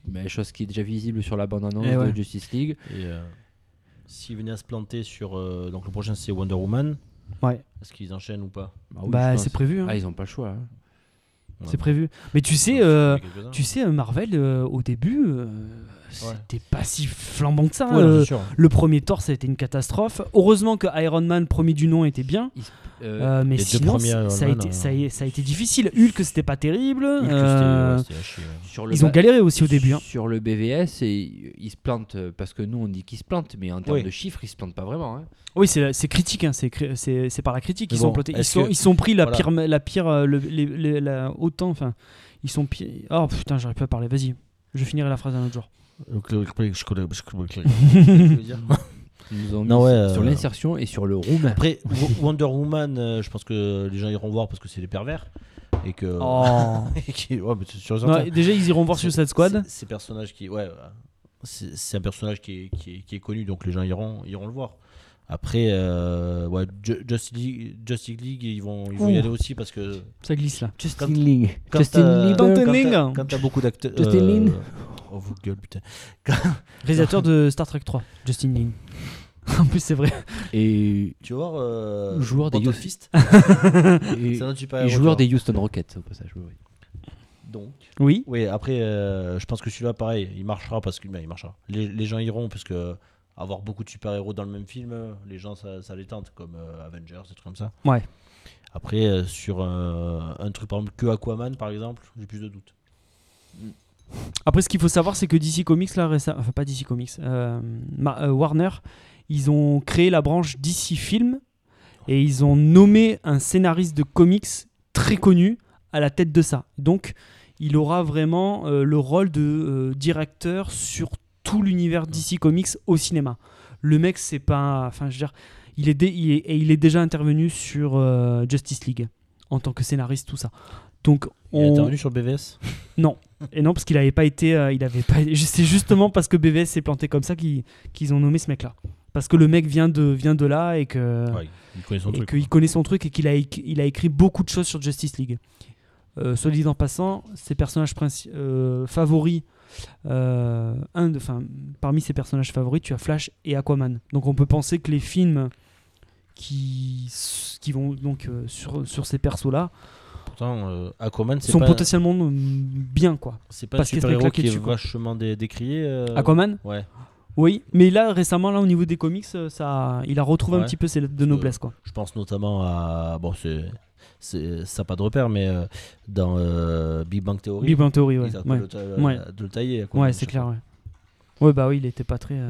Speaker 6: mais chose qui est déjà visible sur la bande annonce
Speaker 2: Eh ouais.
Speaker 6: de Justice League.
Speaker 7: Et, euh, S'ils venaient à se planter sur. euh, donc le prochain c'est Wonder Woman.
Speaker 2: Ouais.
Speaker 7: Est-ce qu'ils enchaînent ou pas
Speaker 6: Bah, oui,
Speaker 2: bah,
Speaker 6: je
Speaker 2: c'est
Speaker 6: pense.
Speaker 2: prévu. hein.
Speaker 6: Ah, ils ont pas le choix. hein.
Speaker 2: C'est prévu. Mais tu sais, euh, tu
Speaker 7: sais.
Speaker 2: sais, euh, Marvel, euh, au début, euh, c'était pas si flambant que ça. hein. Euh,
Speaker 7: sûr.
Speaker 2: le premier Thor, ça a été une catastrophe. Heureusement que Iron Man, premier du nom, était bien.
Speaker 6: Ils se- euh,
Speaker 2: Euh, mais
Speaker 7: les deux
Speaker 2: sinon,
Speaker 7: premiers Iron
Speaker 2: ça a,
Speaker 7: Man,
Speaker 2: été,
Speaker 7: euh,
Speaker 2: ça, a, ça a été difficile. Hulk, c'était pas terrible.
Speaker 7: Hulk,
Speaker 2: Euh,
Speaker 7: c'était- ouais, c'était à chier, ouais.
Speaker 6: sur le
Speaker 2: ils ont
Speaker 6: ba-
Speaker 2: galéré aussi au début. hein.
Speaker 6: Sur le BVS, et ils se plantent euh, parce que nous on dit qu'ils se plantent, mais en termes
Speaker 7: Oui.
Speaker 6: de chiffres, ils se plantent pas vraiment. hein.
Speaker 2: Oui, c'est c'est critique, hein, c'est cri- c'est c'est par la critique. Ils,
Speaker 7: Mais
Speaker 2: sont
Speaker 7: bon,
Speaker 2: plantés. Ils,
Speaker 7: est-ce
Speaker 2: sont,
Speaker 7: que-
Speaker 2: ils sont pris la
Speaker 7: voilà.
Speaker 2: pire, la pire, euh, le- les- les- la, autant, enfin, ils sont pires. Oh putain, j'arrive pas à parler. Vas-y, je finirai la phrase un autre jour.
Speaker 7: Donc, le- le- je connais- je connais- je connais-
Speaker 6: Ils nous ont
Speaker 7: Non,
Speaker 6: mis
Speaker 7: ouais,
Speaker 6: sur
Speaker 7: euh,
Speaker 6: l'insertion et sur le roumain.
Speaker 7: Après, Wo- Wonder Woman, euh, je pense que les gens iront voir parce que c'est des pervers. Et que.
Speaker 2: Oh.
Speaker 7: et qui- ouais, mais c'est sûr et
Speaker 2: Non,
Speaker 7: certain.
Speaker 2: déjà, ils iront voir Suicide Squad.
Speaker 7: Ces- Ces personnages qui. Ouais, ouais. c'est c'est un personnage qui est, qui est- qui est connu, donc les gens iront, iront le voir. Après, euh, ouais, Ju- Justice League, Justice League, ils vont, ils vont y
Speaker 2: Ouh.
Speaker 7: aller aussi parce que
Speaker 2: Ça glisse là.
Speaker 6: Justin
Speaker 7: Quand-
Speaker 6: Ling.
Speaker 7: quand
Speaker 6: Justin
Speaker 7: t'as-
Speaker 2: Dans
Speaker 6: Lieber.
Speaker 2: tes-
Speaker 7: quand
Speaker 2: Lin.
Speaker 7: t'as- quand t'as beaucoup d'acteurs.
Speaker 6: Justin
Speaker 7: euh,
Speaker 6: Lin.
Speaker 7: Oh, vous gueule, putain.
Speaker 2: Réalisateur de Star Trek 3, Justin Ling. en plus, c'est vrai.
Speaker 6: Et,
Speaker 7: Tu vois, euh,
Speaker 6: Joueur des
Speaker 7: Quantum
Speaker 6: Youth.
Speaker 7: Fist,
Speaker 6: et-
Speaker 7: c'est un autre super
Speaker 6: et
Speaker 7: héros,
Speaker 6: joueur
Speaker 7: tu
Speaker 6: des Houston Rockets, au passage. oui, oui.
Speaker 7: vois. Donc.
Speaker 2: Oui.
Speaker 7: Oui, après, euh, je pense que celui-là, pareil, il marchera parce que ben, il marchera. Les, les gens iront parce que avoir beaucoup de super-héros dans le même film, euh, les gens ça, ça les tente, comme euh, Avengers, des trucs comme ça.
Speaker 2: Ouais.
Speaker 7: Après, euh, sur euh, un truc par exemple que Aquaman, par exemple, j'ai plus de doutes.
Speaker 2: Après, ce qu'il faut savoir, c'est que DC Comics, là, récemment, enfin pas DC Comics, euh, Ma- euh, Warner, ils ont créé la branche DC Film et ils ont nommé un scénariste de comics très connu à la tête de ça. Donc, il aura vraiment euh, le rôle de euh, directeur sur tout l'univers DC Comics au cinéma. Le mec, c'est pas. Enfin, je veux dire, il est, dé- il est- et il est déjà intervenu sur euh, Justice League en tant que scénariste, tout ça. Donc,
Speaker 7: Il est
Speaker 2: on-
Speaker 7: intervenu sur le BVS
Speaker 2: et non, parce qu'il n'avait pas été. euh, il avait pas. C'est justement parce que BVS s'est planté comme ça qu'ils qu'ils ont nommé ce mec-là. Parce que le mec vient de, vient de là et que
Speaker 7: Ouais, il connaît son
Speaker 2: et
Speaker 7: truc.
Speaker 2: qu'il connaît son truc et qu'il a, éc- il a écrit beaucoup de choses sur Justice League. Euh, soit dit en passant, ses personnages princi- euh, favoris, euh, un de, enfin, parmi ses personnages favoris, tu as Flash et Aquaman. Donc on peut penser que les films qui, s- qui vont donc euh, sur, sur ces persos-là
Speaker 7: Pourtant, euh, Aquaman, c'est
Speaker 2: sont
Speaker 7: pas,
Speaker 2: potentiellement euh, bien quoi.
Speaker 7: c'est pas un
Speaker 2: parce qu'il se fait
Speaker 7: super-héros
Speaker 2: claquer
Speaker 7: qui est
Speaker 2: dessus, quoi.
Speaker 7: vachement dé- décrié. euh,
Speaker 2: Aquaman,
Speaker 7: Ouais.
Speaker 2: Oui, mais là récemment, là au niveau des comics, euh, ça, il a retrouvé un
Speaker 7: Ouais.
Speaker 2: petit peu ses lettres de noblesse quoi.
Speaker 7: Je pense notamment à. Bon, c'est. c'est- Ça n'a pas de repère, mais euh, dans euh, Big Bang Theory,
Speaker 2: Big Bang Theory, ouais.
Speaker 7: ils arrêtent
Speaker 2: Ouais,
Speaker 7: de, le ta-
Speaker 2: Ouais.
Speaker 7: de le tailler. Aquaman,
Speaker 2: Ouais, c'est
Speaker 7: chaque fois.
Speaker 2: clair. Ouais. ouais, bah oui, il était pas très. euh,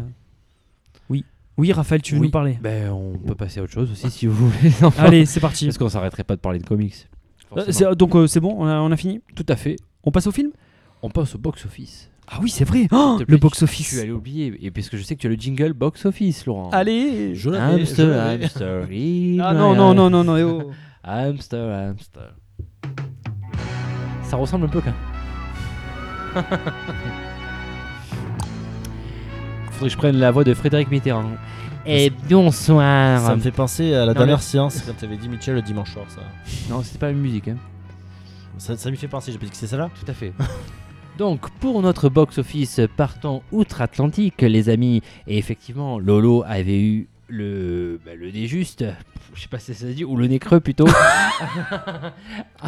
Speaker 2: Oui, oui, Raphaël, tu veux
Speaker 6: Oui.
Speaker 2: nous parler
Speaker 6: Ben, on peut passer à autre chose aussi si vous voulez. les
Speaker 7: Bah.
Speaker 6: enfants.
Speaker 2: Allez, c'est parti.
Speaker 6: Parce qu'on s'arrêterait pas de parler de comics.
Speaker 2: Euh, c'est- donc euh, c'est bon, on a, on a fini.
Speaker 6: Tout à fait.
Speaker 2: On passe au film
Speaker 6: On passe au box-office.
Speaker 2: Ah oui, c'est vrai. Oh,
Speaker 6: S'il te
Speaker 2: le
Speaker 6: plaît, tu-
Speaker 2: box
Speaker 6: Tu
Speaker 2: office.
Speaker 6: allais oublier. Et parce que je sais que tu as le jingle box-office, Laurent.
Speaker 2: Ah, Allez.
Speaker 7: Je l'avais, je
Speaker 6: Hamster,
Speaker 7: l'avais.
Speaker 6: hamster.
Speaker 2: Ah non non non non non. eh oh.
Speaker 6: Hamster, hamster. Ça ressemble un peu quand même. Faudrait que je prenne la voix de Frédéric Mitterrand. Et bonsoir.
Speaker 7: Ça me fait penser à la
Speaker 6: Non,
Speaker 7: dernière
Speaker 6: mais-
Speaker 7: séance quand t'avais dit Mitchell le dimanche soir, ça.
Speaker 6: Non, c'était pas la même musique. Hein.
Speaker 7: Ça, ça m'y fait penser, j'ai pas dit que c'est ça là
Speaker 6: Tout à fait. Donc, pour notre box-office partant outre-Atlantique, les amis, et effectivement, Lolo avait eu le, bah, le nez juste, je sais pas si ça se dit, ou le nez creux plutôt,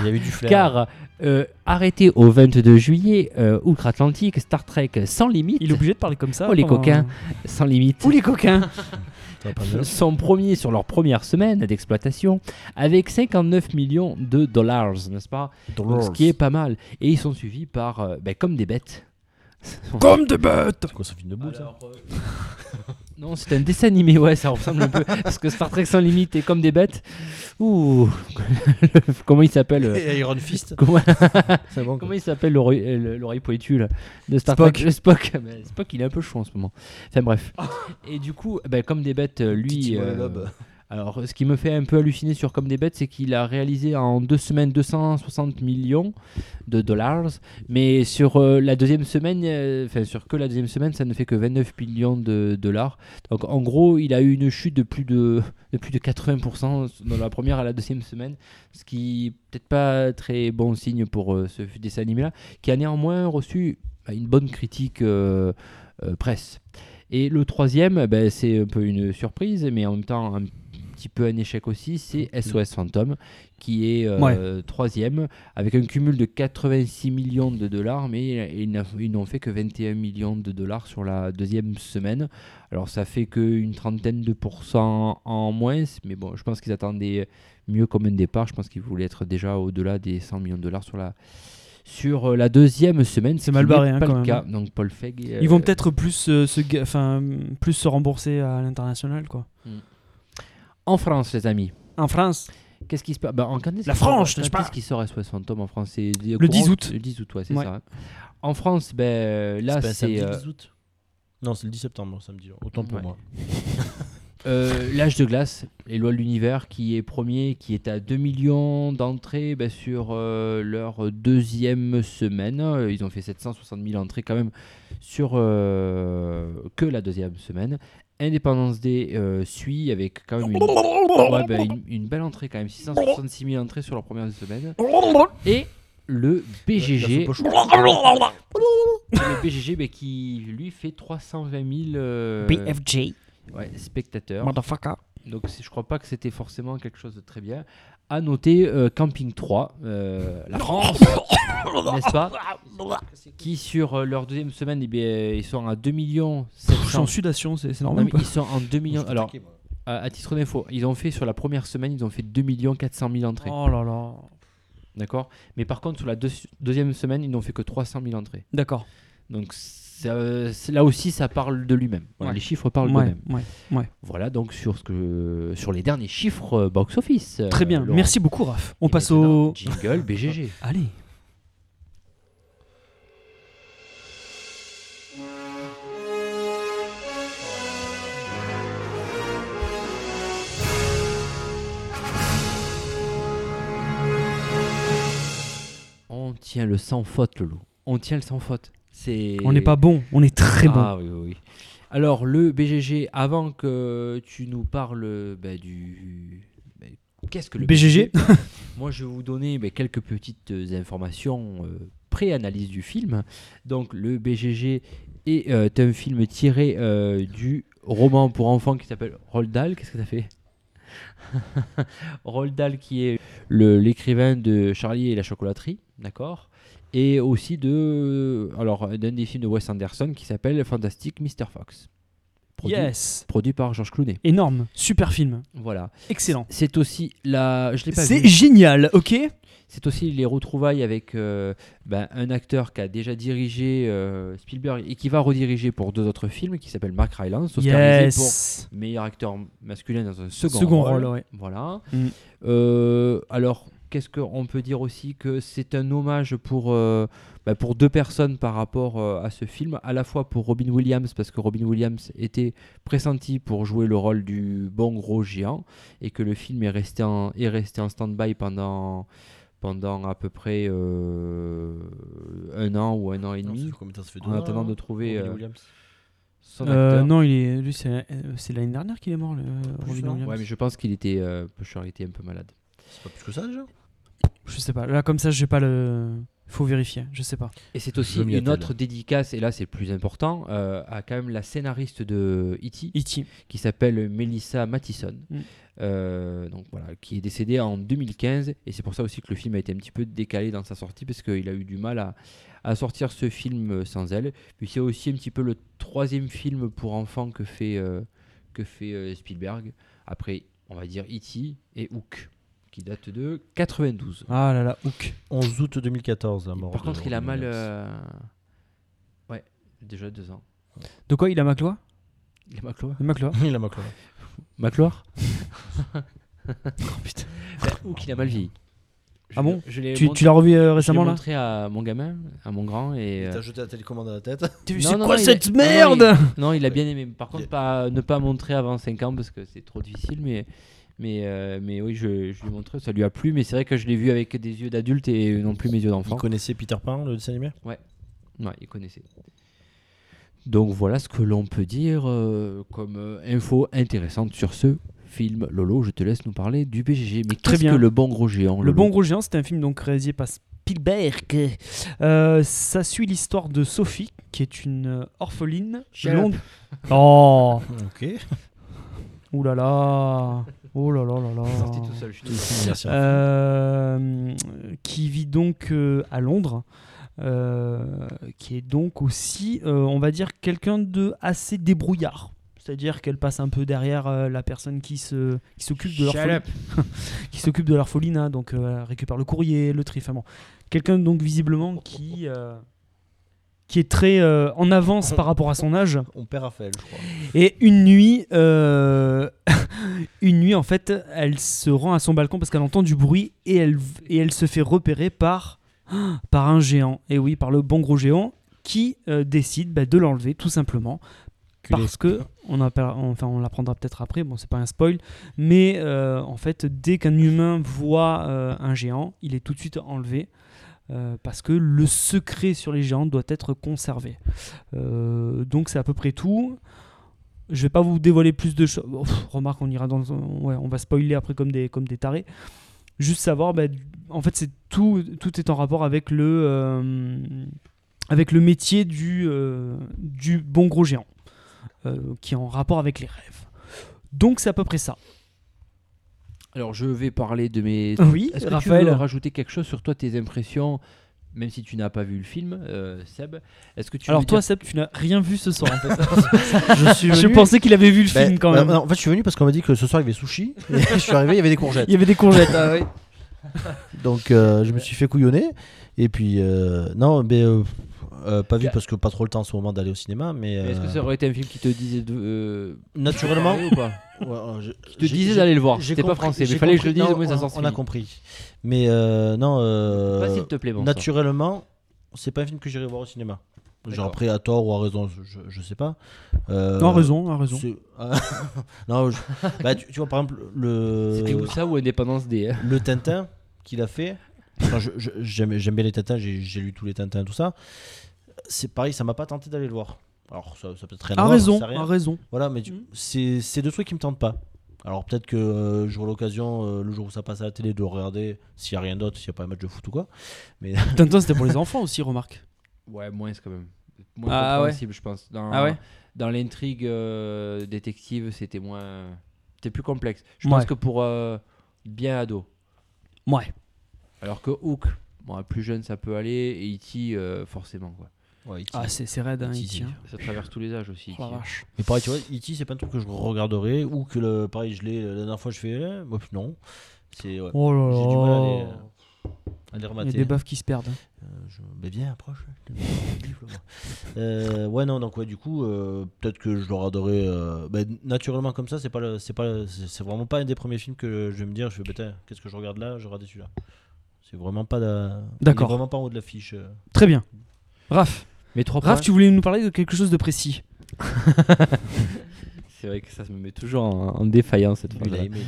Speaker 7: Il y avait du flair.
Speaker 6: car euh, arrêté au 22 juillet, euh, outre-Atlantique, Star Trek sans limite,
Speaker 2: Il est obligé de parler comme ça.
Speaker 6: Oh, les
Speaker 2: pendant- euh,
Speaker 6: coquins. sans limite,
Speaker 2: Ou les coquins.
Speaker 7: T'as pas mieux.
Speaker 6: sont premiers sur leur première semaine d'exploitation, avec 59 millions de dollars, n'est-ce pas Donc, ce qui est pas mal. Et ils sont suivis par, euh, ben, comme des bêtes.
Speaker 2: Comme des bêtes.
Speaker 7: C'est quoi ce film de boule ça
Speaker 6: Non, c'est un dessin animé, ouais, ça ressemble un peu. Parce que Star Trek sans limite est comme des bêtes. Ouh, comment il s'appelle euh,
Speaker 7: Et Iron Fist
Speaker 6: Comment,
Speaker 7: C'est bon.
Speaker 6: comment il s'appelle l'oreille euh, le- l'oreille poétue là, de Star
Speaker 2: Spock.
Speaker 6: Trek Spock. Ben, Spock, il est un peu chaud en ce moment. Enfin bref. Et du coup, ben, comme des bêtes, euh, lui. euh, alors, ce qui me fait un peu halluciner sur Comme des Bêtes, c'est qu'il a réalisé en deux semaines 260 millions de dollars, mais sur euh, la deuxième semaine, euh, enfin sur que la deuxième semaine, ça ne fait que 29 millions de dollars. Donc, en gros, il a eu une chute de plus de, de plus de 80% dans la première à la deuxième semaine, ce qui est peut-être pas très bon signe pour euh, ce dessin animé-là, qui a néanmoins reçu bah, une bonne critique euh, euh, presse. Et le troisième, ben, c'est un peu une surprise, mais en même temps un petit peu un échec aussi, c'est
Speaker 2: Mm-hmm.
Speaker 6: SOS Phantom, qui est euh, troisième, avec un cumul de 86 millions de dollars, mais ils n'a- ils n'ont fait que 21 millions de dollars sur la deuxième semaine. Alors ça fait qu'une trentaine de pourcents en moins, mais bon, je pense qu'ils attendaient mieux comme un départ, je pense qu'ils voulaient être déjà au-delà des 100 millions de dollars sur la... Sur euh, la deuxième semaine, ce
Speaker 2: C'est mal
Speaker 6: qui n'est
Speaker 2: barré, hein,
Speaker 6: pas
Speaker 2: quand
Speaker 6: le
Speaker 2: même.
Speaker 6: cas. Donc Paul Feig. euh,
Speaker 2: Ils vont peut-être plus euh, se, ga- enfin plus se rembourser à l'international quoi.
Speaker 6: en France, les amis.
Speaker 2: En France.
Speaker 6: Qu'est-ce qui se passe Bah, en- quand est-ce
Speaker 2: La
Speaker 6: qu'il sort-
Speaker 2: France,
Speaker 6: quand
Speaker 2: n'est-ce pas
Speaker 6: Qu'est-ce qui sort à 60 tomes en France C'est au
Speaker 2: Le
Speaker 6: courant-
Speaker 2: 10 août.
Speaker 6: Le 10 août, ouais, c'est
Speaker 2: Ouais.
Speaker 6: ça. En France, ben, euh, là,
Speaker 7: C'est pas un
Speaker 6: c'est.
Speaker 7: samedi
Speaker 6: euh,
Speaker 7: 10 août Non, c'est le 10 septembre, samedi. Autant pour
Speaker 6: Ouais.
Speaker 7: moi.
Speaker 6: Euh, L'âge de glace, les lois de l'univers, qui est premier, qui est à 2 millions d'entrées bah, sur euh, leur deuxième semaine. Euh, Ils ont fait 760 000 entrées quand même sur euh, que la deuxième semaine. Indépendance Day euh, suit avec quand même une, Ouais, bah, une- une belle entrée quand même, 666 000 entrées sur leur première semaine. Et le BGG, le BGG bah, qui lui fait 320 000 euh,
Speaker 2: BFJ,
Speaker 6: ouais, spectateurs.
Speaker 2: motherfucker.
Speaker 6: Donc c'est- je crois pas que c'était forcément quelque chose de très bien. À noter euh, Camping 3, euh, la France, n'est-ce pas Qui sur euh, leur deuxième semaine, eh bien, ils sont à 2 millions
Speaker 2: Je suis en
Speaker 6: 700
Speaker 2: sudation, c'est c'est
Speaker 6: Non,
Speaker 2: normal.
Speaker 6: mais
Speaker 2: ou pas
Speaker 6: ils sont en 2 millions. Alors,
Speaker 7: Attaqué, moi.
Speaker 6: à, à titre d'info, ils ont fait sur la première semaine, ils ont fait 2 millions 400 000 entrées.
Speaker 2: Oh là là.
Speaker 6: D'accord Mais par contre, sur la deux- deuxième semaine, ils n'ont fait que 300 000 entrées.
Speaker 2: D'accord.
Speaker 6: Donc ça- c'est- là aussi, ça parle de lui-même.
Speaker 2: Ouais.
Speaker 6: Les chiffres parlent
Speaker 2: Ouais,
Speaker 6: d'eux-mêmes.
Speaker 2: ouais.
Speaker 6: Voilà donc sur, ce que, sur les derniers chiffres euh, box-office. euh,
Speaker 2: Très bien.
Speaker 6: Laurent.
Speaker 2: Merci beaucoup, Raph. On
Speaker 6: Et
Speaker 2: passe
Speaker 6: maintenant,
Speaker 2: au.
Speaker 6: Jingle BGG.
Speaker 2: Allez.
Speaker 6: On tient le sans faute, Lolo. On tient le sans faute. C'est...
Speaker 2: On n'est pas bon, on est très bon.
Speaker 6: Ah oui, oui, oui. Alors, le BGG, avant que tu nous parles euh, bah, du. bah, Qu'est-ce que le
Speaker 2: BGG?
Speaker 6: Moi, je vais vous donner bah, quelques petites euh, informations euh, pré-analyse du film. Donc, le BGG est euh, un film tiré euh, du roman pour enfants qui s'appelle Roald Dahl. Qu'est-ce que ça fait Roald Dahl, qui est le- l'écrivain de Charlie et la chocolaterie, d'accord et aussi de euh, alors d'un des films de Wes Anderson qui s'appelle Fantastic Mr Fox produit,
Speaker 2: Yes.
Speaker 6: produit par George Clooney
Speaker 2: Énorme. Super film.
Speaker 6: voilà
Speaker 2: Excellent.
Speaker 6: c'est aussi la je l'ai pas
Speaker 2: C'est
Speaker 6: vu.
Speaker 2: génial, ok
Speaker 6: c'est aussi les retrouvailles avec euh, ben, un acteur qui a déjà dirigé euh, Spielberg et qui va rediriger pour deux autres films qui s'appelle Mark Rylance oscarisé
Speaker 2: Yes.
Speaker 6: pour meilleur acteur masculin dans un second,
Speaker 2: Second, rôle, ouais.
Speaker 6: Voilà.
Speaker 2: Mm.
Speaker 6: Euh, alors, qu'est-ce qu'on peut dire aussi que c'est un hommage pour, euh, bah, pour deux personnes par rapport euh, à ce film, à la fois pour Robin Williams, parce que Robin Williams était pressenti pour jouer le rôle du bon gros géant, et que le film est resté en, est resté en stand-by pendant pendant à peu près euh, un an ou un an et
Speaker 7: Non, ça
Speaker 6: demi,
Speaker 7: fait combien de temps ça fait deux
Speaker 6: en
Speaker 7: ans,
Speaker 6: attendant
Speaker 7: hein,
Speaker 6: de trouver
Speaker 7: Robin
Speaker 6: euh,
Speaker 7: Williams.
Speaker 6: son
Speaker 2: Euh,
Speaker 6: acteur.
Speaker 2: non, il est, lui, c'est euh, c'est l'année dernière qu'il est mort, le Robin
Speaker 7: non.
Speaker 2: Williams.
Speaker 6: Ouais, mais je pense qu'il était, euh, Pusher était un peu malade.
Speaker 7: C'est pas plus que ça déjà
Speaker 2: Je sais pas. Là, comme ça, j'ai pas le. Faut vérifier. Je sais pas.
Speaker 6: Et c'est aussi
Speaker 7: Je m'y
Speaker 6: une
Speaker 7: attelle.
Speaker 6: autre dédicace, et là c'est le plus important, euh, à quand même la scénariste de E.T.
Speaker 2: E.T.
Speaker 6: qui s'appelle Melissa Mathison,
Speaker 2: Mm.
Speaker 6: Euh, donc voilà, qui est décédée en 2015, et c'est pour ça aussi que le film a été un petit peu décalé dans sa sortie, parce qu'il a eu du mal à, à sortir ce film euh, sans elle. Puis c'est aussi un petit peu le troisième film pour enfants que fait, euh, que fait euh, Spielberg, après on va dire E.T. et Hook, qui date de 92.
Speaker 2: Ah là là, Hook.
Speaker 7: 11 août 2014, la mort.
Speaker 6: Par
Speaker 7: de
Speaker 6: contre, il a
Speaker 7: Robin
Speaker 6: mal...
Speaker 7: Williams.
Speaker 6: euh, Ouais, déjà deux ans.
Speaker 2: De quoi il a Maclois
Speaker 6: La Macloire
Speaker 2: Le Maclois
Speaker 7: il a mal quoi
Speaker 6: Macloire Bah, Ou qu'il a mal vieilli. Je
Speaker 2: Oh, Ah
Speaker 6: l'ai-
Speaker 2: bon
Speaker 6: je l'ai
Speaker 2: Tu,
Speaker 6: mont-
Speaker 2: tu l'as revu euh,
Speaker 6: je l'ai
Speaker 2: récemment là
Speaker 6: montré à mon gamin, à mon grand, et. euh,
Speaker 7: T'as jeté la télécommande à la tête
Speaker 2: T'as vu,
Speaker 6: Non,
Speaker 2: C'est
Speaker 6: non,
Speaker 2: quoi
Speaker 6: non, il
Speaker 2: cette
Speaker 6: est- non, non,
Speaker 2: merde
Speaker 6: Non, il a bien aimé. Par contre,
Speaker 7: Il-
Speaker 6: pas, ne pas montrer avant 5 ans parce que c'est trop difficile, mais. Mais, euh, mais oui, je, je lui ai montré, ça lui a plu, mais c'est vrai que je l'ai vu avec des yeux d'adulte et non plus mes yeux d'enfant.
Speaker 7: Vous connaissez Peter Pan, le dessin animé
Speaker 6: Ouais, il connaissait. Donc voilà ce que l'on peut dire euh, comme euh, info intéressante sur ce film. Lolo, je te laisse nous parler du BGG. Mais
Speaker 2: Très
Speaker 6: qu'est-ce
Speaker 2: bien.
Speaker 6: que le bon gros géant
Speaker 2: Le
Speaker 6: Lolo
Speaker 2: Bon Gros Géant, c'était un film donc réalisé par Spielberg. Euh, ça suit l'histoire de Sophie, qui est une euh, orpheline
Speaker 6: Shut
Speaker 2: de
Speaker 6: up.
Speaker 2: Londres. Oh
Speaker 7: Ok.
Speaker 2: Ouh là là Oh là là là là
Speaker 6: Je suis sorti tout seul, je suis tout seul.
Speaker 7: Merci.
Speaker 2: Euh, qui vit donc euh, à Londres, euh, qui est donc aussi, euh, on va dire, quelqu'un de assez débrouillard. C'est-à-dire qu'elle passe un peu derrière euh, la personne qui se qui s'occupe de leur
Speaker 6: Shut
Speaker 2: folie-
Speaker 6: up.
Speaker 2: qui s'occupe de leur folie, hein, donc euh, elle récupère le courrier, le tri, enfin bon. quelqu'un donc visiblement qui euh, qui est très euh, en avance par rapport à son âge.
Speaker 7: On perd Raphaël, je crois.
Speaker 2: Et une nuit, euh, une nuit en fait, elle se rend à son balcon parce qu'elle entend du bruit et elle, et elle se fait repérer par, par un géant. Et oui, par le bon gros géant qui euh, décide bah, de l'enlever tout simplement
Speaker 7: enculé.
Speaker 2: Parce que, on, appellera- enfin, on l'apprendra peut-être après, bon, c'est pas un spoil, mais euh, en fait, dès qu'un humain voit euh, un géant, il est tout de suite enlevé. euh, parce que le secret sur les géants doit être conservé. Euh, donc c'est à peu près tout. Je vais pas vous dévoiler plus de choses. Oh, pff, remarque, on ira dans, ouais, on va spoiler après comme des comme des tarés. Juste savoir, bah, en fait, c'est tout tout est en rapport avec le euh, avec le métier du euh, du bon gros géant euh, qui est en rapport avec les rêves. Donc c'est à peu près ça.
Speaker 6: Alors, je vais parler de mes.
Speaker 2: Oui,
Speaker 6: Est-ce que
Speaker 2: Raphaël.
Speaker 6: tu veux rajouter quelque chose sur toi, tes impressions, même si tu n'as pas vu le film, euh, Seb Est-ce que tu
Speaker 2: Alors
Speaker 6: veux
Speaker 2: toi,
Speaker 6: dire-
Speaker 2: Seb, tu n'as rien vu ce soir. En fait.
Speaker 7: je suis
Speaker 2: Je
Speaker 7: venu-
Speaker 2: pensais qu'il avait vu le
Speaker 7: Ben,
Speaker 2: film quand
Speaker 7: ben,
Speaker 2: même.
Speaker 7: non, en fait, je suis venu parce qu'on m'a dit que ce soir il y avait sushi. Et je suis arrivé, il y avait des courgettes.
Speaker 2: Il y avait des courgettes. ah ouais.
Speaker 7: Donc euh, je me suis fait couillonner. Et puis, euh, non, mais, euh, euh, pas vu parce que pas trop le temps en ce moment d'aller au cinéma. Mais,
Speaker 6: Mais Est-ce que
Speaker 7: euh,
Speaker 6: ça aurait été un film qui te disait de. euh,
Speaker 7: Naturellement.
Speaker 6: aller ou pas
Speaker 7: Ouais, alors, je-
Speaker 6: Qui te
Speaker 7: j'ai-
Speaker 6: disait
Speaker 7: j'ai-
Speaker 6: d'aller le voir.
Speaker 7: j'ai
Speaker 6: C'était pas
Speaker 7: compris-
Speaker 6: français, mais
Speaker 7: j'ai
Speaker 6: il fallait que je le
Speaker 7: compris-
Speaker 6: dise, au
Speaker 7: non,
Speaker 6: moins ça
Speaker 7: on-
Speaker 6: sort
Speaker 7: On a
Speaker 6: fini.
Speaker 7: compris. Mais euh, non, euh,
Speaker 6: Vas-y, s'il te plaît, bon. sang.
Speaker 7: naturellement, c'est pas un film que j'irai voir au cinéma. Genre
Speaker 6: D'accord.
Speaker 7: après, à tort ou à raison, je, je sais pas. Euh,
Speaker 2: Non, raison, a raison.
Speaker 7: c'est- Ah, non, je- bah, tu, tu vois, par exemple, le.
Speaker 6: C'était où ça ou Indépendance D hein
Speaker 7: le Tintin qu'il a fait. Enfin, je- je- J'aime j'aime bien les Tintins, j'ai j'ai lu tous les Tintins, tout ça. C'est pareil, ça m'a pas tenté d'aller le voir. Alors, ça, ça peut être rien à
Speaker 2: A
Speaker 7: voir,
Speaker 2: Ah, raison,
Speaker 7: j'en sais rien.
Speaker 2: a raison.
Speaker 7: Voilà, mais tu-
Speaker 2: Mhm.
Speaker 7: c'est c'est deux trucs qui me tentent pas. Alors, peut-être que euh, j'aurai l'occasion, euh, le jour où ça passe à la télé, de regarder s'il y a rien d'autre, s'il n'y a pas un match de foot ou quoi.
Speaker 2: Tintin, c'était pour les enfants aussi, remarque.
Speaker 6: Ouais, moins quand même. Moins
Speaker 2: Ah,
Speaker 6: compréhensible, je pense. Dans,
Speaker 2: Ah ouais
Speaker 6: Dans l'intrigue euh, détective, c'était moins. C'était plus complexe. Je
Speaker 2: Ouais.
Speaker 6: pense que pour euh, bien ado.
Speaker 2: Ouais.
Speaker 6: Alors que Hook, bon, plus jeune, ça peut aller. Et E.T., euh, forcément. Quoi.
Speaker 7: Ouais, E.T.
Speaker 2: Ah, c'est c'est raide, hein,
Speaker 7: Si,
Speaker 2: E.T.,
Speaker 7: si.
Speaker 2: hein.
Speaker 6: Ça traverse tous les âges aussi. E
Speaker 2: Oh la
Speaker 6: E.T..
Speaker 2: vache.
Speaker 7: mais pareil, tu vois, E.T., c'est pas un truc que je regarderai ou que le, pareil, je l'ai la dernière fois, je fais euh, hop, non. C'est. ouais.
Speaker 2: Oh là
Speaker 7: J'ai du mal à euh, les,
Speaker 2: là.
Speaker 7: à les
Speaker 2: Il y
Speaker 7: remater.
Speaker 2: a des baffes qui se perdent.
Speaker 7: Euh, je... Mais viens, approche. je te mets le livre, moi. Euh, ouais, non, donc ouais, du coup, euh, peut-être que je l'aurais adoré. euh, bah, naturellement, comme ça, c'est pas, le- c'est pas, le- c'est c'est vraiment pas un des premiers films que je vais me dire, je vais putain, qu'est-ce que je regarde là Je regarde celui-là. C'est vraiment pas la... il est
Speaker 2: D'accord.
Speaker 7: Vraiment pas en haut de l'affiche. euh.
Speaker 2: Très bien. Raph,
Speaker 6: Mais trois
Speaker 2: Raph,
Speaker 6: points.
Speaker 2: tu voulais nous parler de quelque chose de précis.
Speaker 6: C'est vrai que ça me met toujours en, en défaillance cette
Speaker 7: Il a
Speaker 6: fois-là.
Speaker 7: aimé.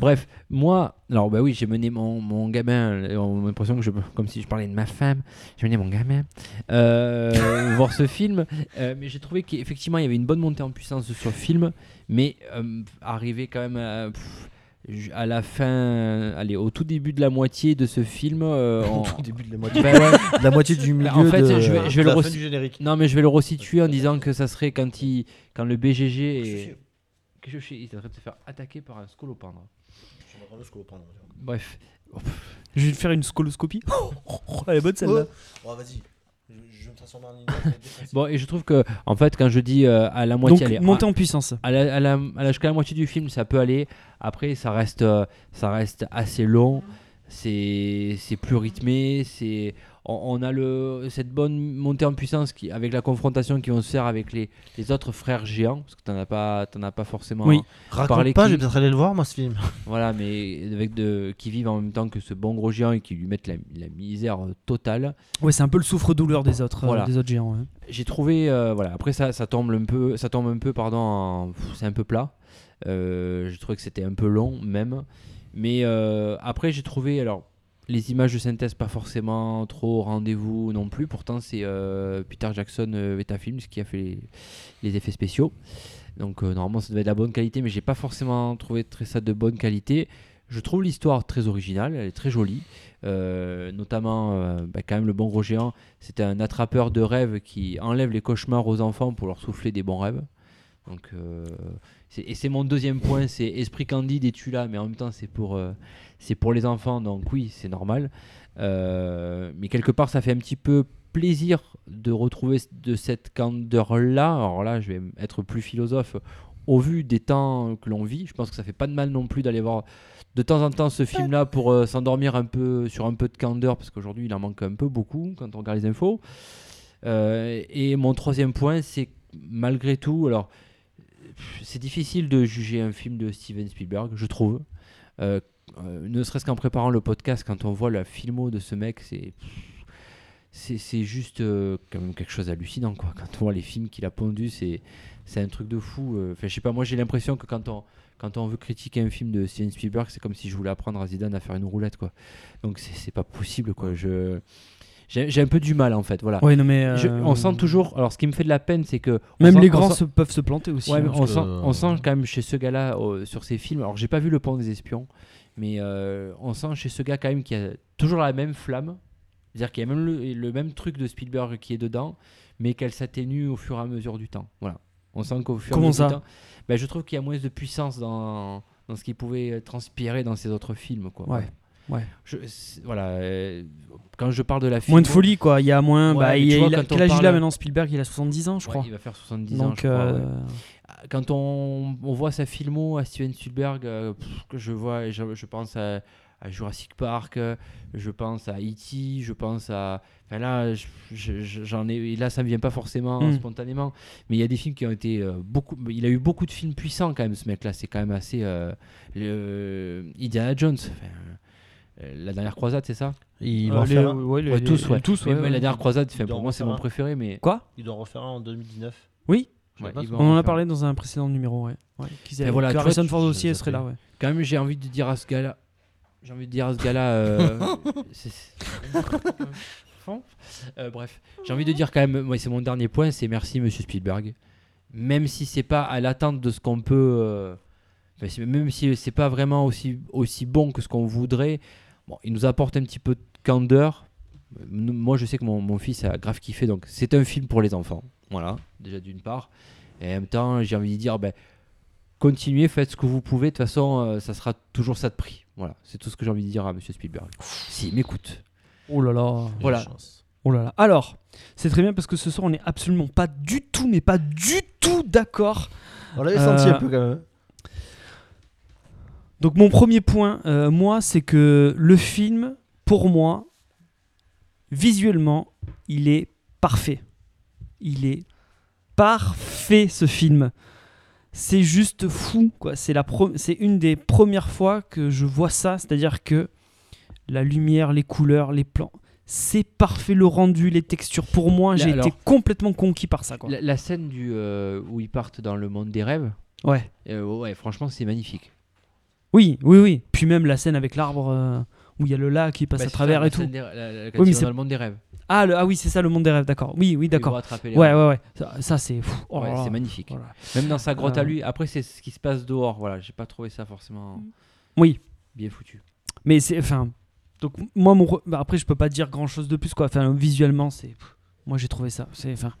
Speaker 6: Bref, moi, alors bah oui, j'ai mené mon, mon gamin, euh, on a l'impression que je, comme si je parlais de ma femme, j'ai mené mon gamin euh, voir ce film, euh, mais j'ai trouvé qu'effectivement il y avait une bonne montée en puissance sur le film, mais euh, arrivé quand même à, pff, ju- à la fin, euh, allez, au tout début de la moitié de ce film, euh, on-
Speaker 7: Au début de la moitié,
Speaker 6: Bah ouais.
Speaker 7: de la moitié du milieu.
Speaker 6: Bah, en fait,
Speaker 7: de-
Speaker 6: je vais- je vais
Speaker 7: de
Speaker 6: le
Speaker 7: Ah, la fin
Speaker 6: rec-
Speaker 7: du générique.
Speaker 6: non mais je vais le resituer en disant que ça serait quand il, quand le BGG est, que je il est en train de se faire attaquer par un scolopendre. Bref.
Speaker 2: Je vais te faire une scoloscopie. Elle est bonne celle-là.
Speaker 7: Oh, vas-y. Je, je vais me transformer en ninja.
Speaker 6: Bon, et je trouve que, en fait, quand je dis euh, à la moitié,
Speaker 2: Donc,
Speaker 6: allez,
Speaker 2: monter en puissance.
Speaker 6: à, à la, à la- à la- jusqu'à la moitié du film, ça peut aller. Après, ça reste, euh, ça reste assez long. C'est, c'est plus rythmé. C'est, on, on a le, cette bonne montée en puissance qui, avec la confrontation qui vont se faire avec les, les autres frères géants, parce que t'en as pas, t'en as pas forcément.
Speaker 2: Oui.
Speaker 6: Parler
Speaker 7: Raconte pas,
Speaker 6: qui-
Speaker 7: je vais peut-être aller le voir, moi, ce film.
Speaker 6: Voilà, mais avec de, qui vivent en même temps que ce bon gros géant et qui lui mettent la, la misère euh, totale.
Speaker 2: Ouais, c'est un peu le souffre-douleur des autres, euh,
Speaker 6: Voilà.
Speaker 2: des autres géants. hein.
Speaker 6: J'ai trouvé, euh, voilà, après ça, ça tombe un peu, ça tombe un peu, pardon, en- pff, c'est un peu plat. Euh, j'ai trouvé que c'était un peu long même, mais euh, après j'ai trouvé, alors, les images de synthèse pas forcément trop au rendez-vous non plus. Pourtant c'est euh, Peter Jackson euh, Betafilms qui a fait les, les effets spéciaux, donc euh, normalement ça devait être de la bonne qualité, mais j'ai pas forcément trouvé très ça de bonne qualité. Je trouve l'histoire très originale, elle est très jolie, Euh, notamment euh, bah, quand même le bon gros géant. C'est un attrapeur de rêves qui enlève les cauchemars aux enfants pour leur souffler des bons rêves. Donc, euh, c'est- et c'est mon deuxième point, c'est esprit candide et tu là, mais en même temps c'est pour, euh, c'est pour les enfants, donc oui c'est normal. Euh, mais quelque part ça fait un petit peu plaisir de retrouver c- de cette candeur là. Alors là je vais m- être plus philosophe. Au vu des temps que l'on vit, je pense que ça fait pas de mal non plus d'aller voir de temps en temps ce film-là pour euh, s'endormir un peu sur un peu de candeur parce qu'aujourd'hui il en manque un peu beaucoup quand on regarde les infos. Euh, et mon troisième point, c'est que malgré tout, alors pff, c'est difficile de juger un film de Steven Spielberg, je trouve. Euh, euh, ne serait-ce qu'en préparant le podcast, quand on voit la filmo de ce mec, c'est pff, c'est c'est juste euh, quand même quelque chose d'hallucinant quoi. Quand on voit les films qu'il a pondus, c'est c'est un truc de fou. euh. Enfin, je sais pas, moi j'ai l'impression que quand on quand on veut critiquer un film de Steven Spielberg, c'est comme si je voulais apprendre à Zidane à faire une roulette quoi. Donc c'est c'est pas possible quoi. Je j'ai j'ai un peu du mal en fait, voilà.
Speaker 2: Ouais, non, mais.
Speaker 6: Je-
Speaker 2: euh,
Speaker 6: on sent toujours. Alors, ce qui me fait de la peine, c'est que on
Speaker 2: Même
Speaker 6: sent-
Speaker 2: les
Speaker 6: on
Speaker 2: grands
Speaker 6: sent-
Speaker 2: se, peuvent se planter aussi.
Speaker 6: Ouais,
Speaker 2: hein.
Speaker 6: mais on,
Speaker 7: que-
Speaker 6: sent, on sent quand même chez ce gars-là, euh, sur ses films, alors j'ai pas vu Le Pont des Espions, mais euh, on sent chez ce gars quand même qu'il y a toujours la même flamme, c'est-à-dire qu'il y a même le, le même truc de Spielberg qui est dedans, mais qu'elle s'atténue au fur et à mesure du temps. Voilà. On sent qu'au fur et à
Speaker 2: Comment
Speaker 6: mesure du
Speaker 2: ça
Speaker 6: temps, ben, je trouve qu'il y a moins de puissance dans, dans ce qui pouvait transpirer dans ses autres films. Quoi.
Speaker 2: Ouais, ouais.
Speaker 6: Je- c'est- voilà. euh, quand je parle de la
Speaker 2: Moins de
Speaker 6: filmo-
Speaker 2: folie, quoi. Il y a moins.
Speaker 6: Ouais,
Speaker 2: bah,
Speaker 6: mais
Speaker 2: il,
Speaker 6: tu vois,
Speaker 2: il a,
Speaker 6: quand on
Speaker 2: quel âge il
Speaker 6: parle-
Speaker 2: a maintenant Spielberg Il a 70 ans, je
Speaker 6: Ouais,
Speaker 2: crois.
Speaker 6: il va faire 70 ans.
Speaker 2: Donc,
Speaker 6: je crois, ouais.
Speaker 2: euh,
Speaker 6: quand on, on voit sa filmo à Steven Spielberg, euh, pff, que je vois, je, je pense à, à Jurassic Park, euh, je pense à E.T., je pense à. Enfin là, je- je- je- j'en ai. Là, ça me vient pas forcément
Speaker 2: Mm.
Speaker 6: spontanément, mais il y a des films qui ont été euh, beaucoup. Il a eu beaucoup de films puissants quand même. Ce mec-là, c'est quand même assez. euh, le- Indiana Jones. enfin, euh, la dernière croisade, c'est ça
Speaker 7: Il
Speaker 2: euh,
Speaker 7: doit en
Speaker 2: les-
Speaker 7: faire un-
Speaker 2: ouais, les-
Speaker 6: Ouais, tous,
Speaker 2: les-
Speaker 6: ouais.
Speaker 2: tous,
Speaker 6: Mais-
Speaker 2: ouais,
Speaker 6: mais La
Speaker 2: ouais.
Speaker 6: dernière croisade, enfin,
Speaker 7: Il doit
Speaker 6: pour
Speaker 7: en
Speaker 6: moi, c'est
Speaker 7: faire
Speaker 6: mon
Speaker 7: un.
Speaker 6: préféré, mais.
Speaker 2: Quoi
Speaker 7: il doit en refaire un en 2019.
Speaker 2: Oui,
Speaker 7: Je sais
Speaker 6: Ouais,
Speaker 7: pas
Speaker 6: il
Speaker 7: si-
Speaker 6: va
Speaker 2: on en a
Speaker 6: refaire.
Speaker 2: parlé dans un précédent numéro, ouais. Ouais, qu'ils
Speaker 6: Et
Speaker 2: aient-
Speaker 6: voilà,
Speaker 2: que
Speaker 6: tu vois,
Speaker 2: Harrison
Speaker 6: tu-
Speaker 2: Ford
Speaker 7: je
Speaker 2: aussi,
Speaker 7: les
Speaker 2: elle serait là, ouais.
Speaker 6: Quand même, j'ai envie de dire à ce gars-là. J'ai envie de dire à ce gars-là. euh, c'est- c'est- Euh, bref, j'ai envie de dire quand même. Moi, c'est mon dernier point c'est merci, monsieur Spielberg. Même si c'est pas à l'attente de ce qu'on peut. euh, enfin, c'est- même si c'est pas vraiment aussi, aussi bon que ce qu'on voudrait, bon, il nous apporte un petit peu de candeur. Euh, nous- Moi, je sais que mon, mon fils a grave kiffé, donc c'est un film pour les enfants. Voilà, déjà d'une part. Et en même temps, j'ai envie de dire, ben, continuez, faites ce que vous pouvez. De toute façon, euh, ça sera toujours ça de prix. Voilà, c'est tout ce que j'ai envie de dire à Monsieur Spielberg. Si, m'écoute.
Speaker 2: Oh là là.
Speaker 6: Voilà.
Speaker 2: Oh là là. Alors, c'est très bien parce que ce soir, on n'est absolument pas du tout, mais pas du tout d'accord.
Speaker 7: On l'avait
Speaker 2: Euh,
Speaker 7: senti un peu quand même. hein.
Speaker 2: Donc, mon premier point, euh, moi, c'est que le film, pour moi, visuellement, il est parfait. Il est parfait, ce film. C'est juste fou, quoi. C'est la pro- c'est une des premières fois que je vois ça, c'est-à-dire que la lumière, les couleurs, les plans, c'est parfait le rendu, les textures. Pour moi,
Speaker 6: Là,
Speaker 2: j'ai
Speaker 6: alors-
Speaker 2: été complètement conquis par ça, quoi.
Speaker 6: La, la scène du, euh, où ils partent dans le monde des rêves,
Speaker 2: Ouais.
Speaker 6: euh, ouais, franchement, c'est magnifique.
Speaker 2: Oui, oui, oui. Puis même la scène avec l'arbre euh, où il y a le lac qui passe
Speaker 6: Bah,
Speaker 2: à
Speaker 6: c'est ça,
Speaker 2: travers
Speaker 6: la
Speaker 2: et tout.
Speaker 6: scène des- la- la- la- quand
Speaker 2: Oui, mais
Speaker 6: ils sont
Speaker 2: c'est-
Speaker 6: dans le monde des rêves.
Speaker 2: Ah, le- ah oui, c'est ça le monde des rêves, d'accord. Oui, oui,
Speaker 6: Ils vont
Speaker 2: d'accord.
Speaker 6: attraper les
Speaker 2: Ouais,
Speaker 6: rêves.
Speaker 2: ouais, ouais. Ça, ça, c'est fou. Oh
Speaker 6: Ouais,
Speaker 2: là
Speaker 6: Ah, c'est
Speaker 2: là.
Speaker 6: magnifique.
Speaker 2: Oh là là.
Speaker 6: Même dans sa grotte
Speaker 2: Euh,
Speaker 6: à lui. Après, c'est ce qui se passe dehors. Voilà, j'ai pas trouvé ça forcément
Speaker 2: Oui,
Speaker 6: bien foutu.
Speaker 2: mais c'est. Enfin. Donc, moi, mon. re- bah, après, je peux pas dire grand chose de plus, quoi. Enfin, visuellement, c'est. pff, Moi, j'ai trouvé ça. C'est. Enfin.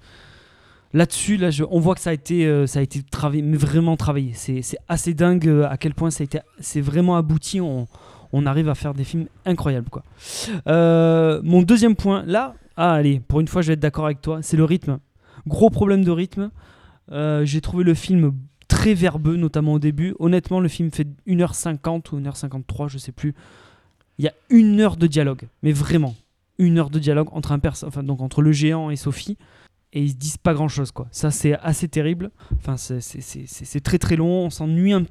Speaker 2: Là-dessus, là, je- on voit que ça a été, euh, ça a été travaillé, mais vraiment travaillé. C'est c'est assez dingue euh, à quel point ça a été, c'est vraiment abouti. On, on arrive à faire des films incroyables, quoi. Euh, mon deuxième point, là, ah, allez, pour une fois, je vais être d'accord avec toi, c'est le rythme. Gros problème de rythme. Euh, J'ai trouvé le film très verbeux, notamment au début. Honnêtement, le film fait 1h50 ou 1h53, je sais plus. Il y a une heure de dialogue, mais vraiment une heure de dialogue entre un perso- enfin donc entre le géant et Sophie et ils se disent pas grand chose quoi. Ça c'est assez terrible. Enfin c'est- c'est- c'est c'est- c'est très très long, on s'ennuie un-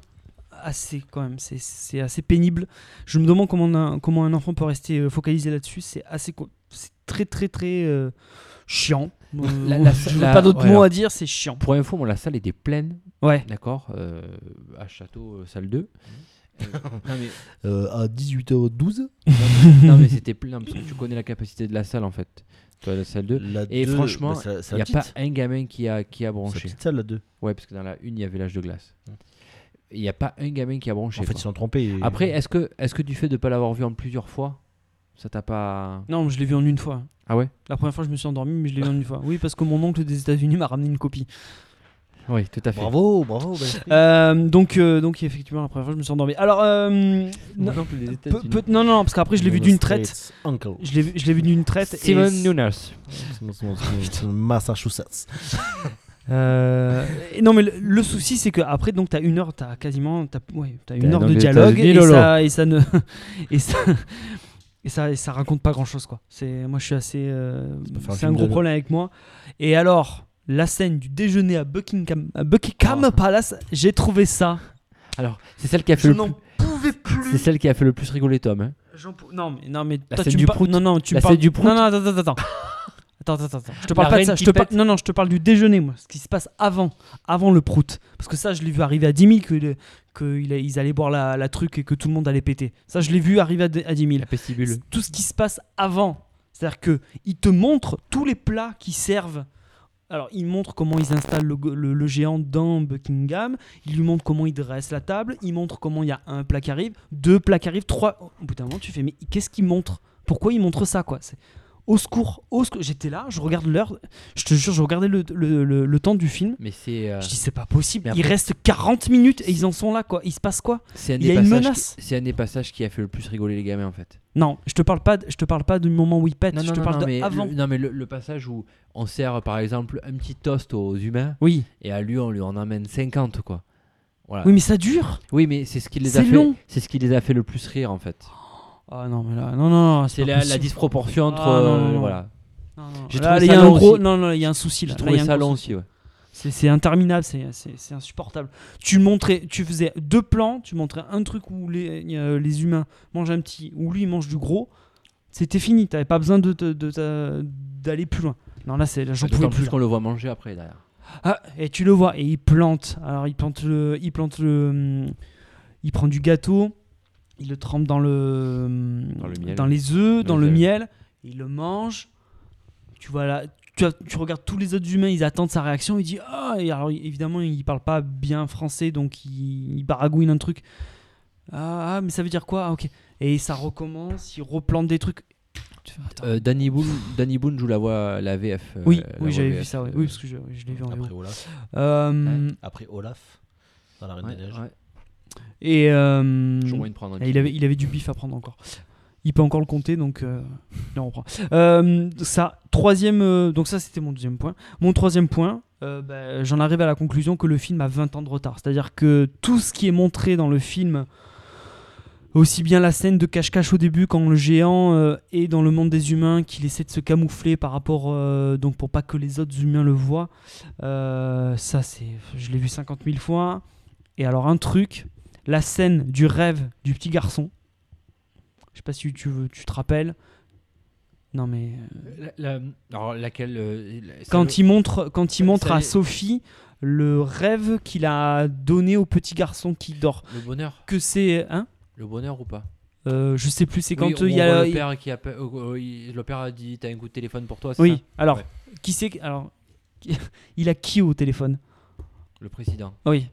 Speaker 2: assez quand même, c'est- c'est assez pénible. Je me demande comment un, comment un enfant peut rester euh, focalisé là-dessus, c'est assez co- c'est très très très euh, chiant. Euh,
Speaker 6: La- la-
Speaker 2: je veux
Speaker 6: la-
Speaker 2: pas d'autres
Speaker 6: ouais,
Speaker 2: mots
Speaker 6: alors-
Speaker 2: à dire, c'est chiant.
Speaker 6: Pour info, bon, la salle était pleine,
Speaker 2: Ouais.
Speaker 6: d'accord, euh, à Château, euh, salle 2. Euh, non, mais
Speaker 1: Euh, à 18h12,
Speaker 6: non mais c'était plein parce que tu connais la capacité de la salle en fait. Toi, la salle 2,
Speaker 7: La
Speaker 6: Et
Speaker 7: deux,
Speaker 6: franchement,
Speaker 7: bah, ça-
Speaker 6: il
Speaker 7: ça
Speaker 6: n'y a
Speaker 7: petite-
Speaker 6: pas un gamin qui a, qui a
Speaker 7: ça
Speaker 6: bronché.
Speaker 7: petite salle, la 2.
Speaker 6: Ouais, parce que dans la une, il y avait l'âge de glace. Il n'y a pas un gamin qui a bronché.
Speaker 7: En fait,
Speaker 6: quoi.
Speaker 7: ils sont trompés. et-
Speaker 6: Après, est-ce que, est que du fait de ne pas l'avoir vu en plusieurs fois, ça t'a pas.
Speaker 2: Non, je l'ai vu en une fois.
Speaker 6: Ah ouais
Speaker 2: La première fois, je me suis endormi, mais je l'ai vu en une fois. Oui, parce que mon oncle des États-Unis m'a ramené une copie.
Speaker 6: Oui, tout à fait.
Speaker 7: Bravo, bravo. bel esprit.
Speaker 2: Euh, donc, euh, donc effectivement, la première fois, je me suis endormi. Alors, euh, non, peu- peu- non, non, parce qu'après, je l'ai vu d'une traite.
Speaker 7: States, Uncle.
Speaker 2: Je l'ai vu- je l'ai vu d'une traite. et
Speaker 6: Steven
Speaker 2: c-
Speaker 6: Nunes.
Speaker 2: Ah,
Speaker 7: Massachusetts.
Speaker 2: euh, et non, mais le, le souci, c'est que après, donc, t'as une heure, t'as quasiment, t'as ouais, t'as
Speaker 6: T'es
Speaker 2: une heure
Speaker 6: dans
Speaker 2: de
Speaker 6: les
Speaker 2: dialogue
Speaker 6: États-Unis,
Speaker 2: et
Speaker 6: Lolo.
Speaker 2: ça, et ça ne, et ça, et ça, et ça raconte pas grand chose, quoi. C'est, moi, je suis assez, euh,
Speaker 7: pas faire un
Speaker 2: c'est
Speaker 7: film
Speaker 2: un gros
Speaker 7: de-
Speaker 2: problème avec moi. Et alors, la scène du déjeuner à Buckingham, à Buckingham
Speaker 6: Ah.
Speaker 2: Palace, j'ai trouvé ça.
Speaker 6: Alors, c'est celle qui a fait
Speaker 2: Je
Speaker 6: le
Speaker 2: n'en
Speaker 6: plus... C'est celle qui a fait le plus rigoler Tom. hein.
Speaker 2: Jean Pou- Non, mais, non, mais
Speaker 6: La
Speaker 2: toi,
Speaker 6: scène
Speaker 2: tu
Speaker 6: du
Speaker 2: me par-
Speaker 6: prout.
Speaker 2: Non, non, tu
Speaker 6: La
Speaker 2: me parles.
Speaker 6: scène du prout.
Speaker 2: Non, non, attends, attends, attends. attends, attends, attends. Je te parle pas
Speaker 6: La
Speaker 2: de
Speaker 6: reine
Speaker 2: ça. Je
Speaker 6: qui
Speaker 2: te par-
Speaker 6: pète.
Speaker 2: Non, non, je te parle du déjeuner, moi. Ce qui se passe avant, avant le prout. Parce que ça, je l'ai vu arriver à 10 000 que, le- que il a- ils allaient boire la, la truc et que tout le monde allait péter. Ça, je l'ai vu arriver à, d- à 10 000.
Speaker 6: La pestibule.
Speaker 2: C'est Tout ce qui se passe avant. C'est-à-dire que ils te montrent tous les plats qui servent. Alors, ils montrent comment ils installent le, go- le- le géant dans Buckingham. Ils lui montrent comment ils dressent la table. Ils montrent comment il y a un plat qui arrive, deux plats qui arrivent, trois. Au bout d'un moment, tu fais mais qu'est-ce qu'ils montrent Pourquoi ils montrent ça quoi C'est- Au secours, au secours. J'étais là, je regarde l'heure. Je te jure, je regardais le, le- le- le temps du film.
Speaker 6: Mais c'est euh,
Speaker 2: Je dis c'est pas possible.
Speaker 6: Mais
Speaker 2: Il
Speaker 6: après-
Speaker 2: reste 40 minutes et ils en sont là quoi. Il se passe quoi
Speaker 6: c'est un
Speaker 2: il
Speaker 6: des
Speaker 2: y a une
Speaker 6: passages
Speaker 2: menace.
Speaker 6: qui- c'est un des passages qui a fait le plus rigoler les gamins en fait.
Speaker 2: Non, je te parle pas. de- je te parle pas du moment où ils pètent. je Ah, te parle de
Speaker 6: mais
Speaker 2: avant.
Speaker 6: Le, non mais le, le passage où on sert par exemple un petit toast aux humains
Speaker 2: Oui.
Speaker 6: et à lui on lui en amène 50 quoi. Voilà.
Speaker 2: Oui, mais ça dure.
Speaker 6: Oui, mais c'est ce qui les a
Speaker 2: C'est
Speaker 6: fait.
Speaker 2: long.
Speaker 6: C'est ce qui les a fait le plus rire en fait.
Speaker 2: Ah non, mais là, non, non, non,
Speaker 6: C'est la, la disproportion entre
Speaker 2: Ah, non, non,
Speaker 6: euh,
Speaker 2: non.
Speaker 6: voilà.
Speaker 2: Non, non.
Speaker 6: J'ai
Speaker 2: Là,
Speaker 6: trouvé
Speaker 2: il y
Speaker 6: ça
Speaker 2: a un
Speaker 6: long
Speaker 2: gros.
Speaker 6: aussi.
Speaker 2: Non, non, il y a un souci là.
Speaker 6: J'ai
Speaker 2: Là,
Speaker 6: trouvé
Speaker 2: il y a un
Speaker 6: ça
Speaker 2: gros
Speaker 6: long
Speaker 2: souci.
Speaker 6: aussi. Ouais.
Speaker 2: C'est c'est interminable, c'est- c'est c'est insupportable. Tu montrais, tu faisais deux plans, tu montrais un truc où les, euh, les humains mangent un petit, où lui il mange du gros. C'était fini, t'avais pas besoin de te- de ta- d'aller plus loin. Non, là, c'est là, j'en pouvais
Speaker 6: D'autant
Speaker 2: plus.
Speaker 6: plus qu'on le voit manger après derrière.
Speaker 2: Ah, et tu le vois, et il plante. Alors il plante le, il plante le, hum, il prend du gâteau, il le trempe dans le, hum,
Speaker 6: Dans le miel.
Speaker 2: dans les œufs,
Speaker 6: Dans
Speaker 2: dans
Speaker 6: le
Speaker 2: le
Speaker 6: miel.
Speaker 2: miel. Il le mange. Tu vois là, tu, as- tu regardes tous les autres humains, ils attendent sa réaction. Il dit ah, et alors évidemment il parle pas bien français, donc il, il baragouine un truc. Ah, ah, mais ça veut dire quoi Ah, Ok. Et ça recommence, il replante des trucs. Tu fais, Attends.
Speaker 6: Euh, Danny Boone, Danny Boone joue la voix la VF. euh,
Speaker 2: oui,
Speaker 6: la voix
Speaker 2: oui, j'avais vu
Speaker 6: VF,
Speaker 2: ça. ouais.
Speaker 6: euh,
Speaker 2: Oui, parce que je, je l'ai vu en VO.
Speaker 7: Après Olaf.
Speaker 2: Euh,
Speaker 7: Après Olaf. Dans la Reine
Speaker 6: ouais,
Speaker 7: des Neiges.
Speaker 6: ouais.
Speaker 2: Et euh,
Speaker 6: J'ai moyen de prendre un
Speaker 2: et
Speaker 6: petit-
Speaker 2: il, avait, il avait du bif à prendre encore. Il peut encore le compter, donc euh, là on prend. Euh, ça, troisième, euh, donc ça c'était mon deuxième point. Mon troisième point, euh, bah, j'en arrive à la conclusion que le film a 20 ans de retard. C'est-à-dire que tout ce qui est montré dans le film, aussi bien la scène de cache-cache au début quand le géant euh, est dans le monde des humains, qu'il essaie de se camoufler par rapport, euh, donc pour pas que les autres humains le voient, euh, ça c'est, je l'ai vu 50 000 fois. Et alors un truc, la scène du rêve du petit garçon. Je sais pas si tu, veux, tu te rappelles. Non mais euh,
Speaker 6: La- la- alors laquelle euh, la- c'est
Speaker 2: quand
Speaker 6: le-
Speaker 2: il montre quand il
Speaker 6: ça-
Speaker 2: montre
Speaker 6: ça
Speaker 2: à
Speaker 6: est-
Speaker 2: Sophie le rêve qu'il a donné au petit garçon qui dort.
Speaker 6: le bonheur,
Speaker 2: Que c'est hein
Speaker 6: le bonheur ou pas
Speaker 2: Euh, Je sais plus. C'est quand
Speaker 6: Oui,
Speaker 2: euh,
Speaker 6: on
Speaker 2: il y
Speaker 6: voit
Speaker 2: a
Speaker 6: le père qui appelle, euh, euh, il- le père a dit t'as un coup de téléphone pour toi. c'est
Speaker 2: oui.
Speaker 6: ça
Speaker 2: Alors
Speaker 6: Ouais.
Speaker 2: qui c'est que- alors qui- il a qui au téléphone
Speaker 6: le président.
Speaker 2: Oui.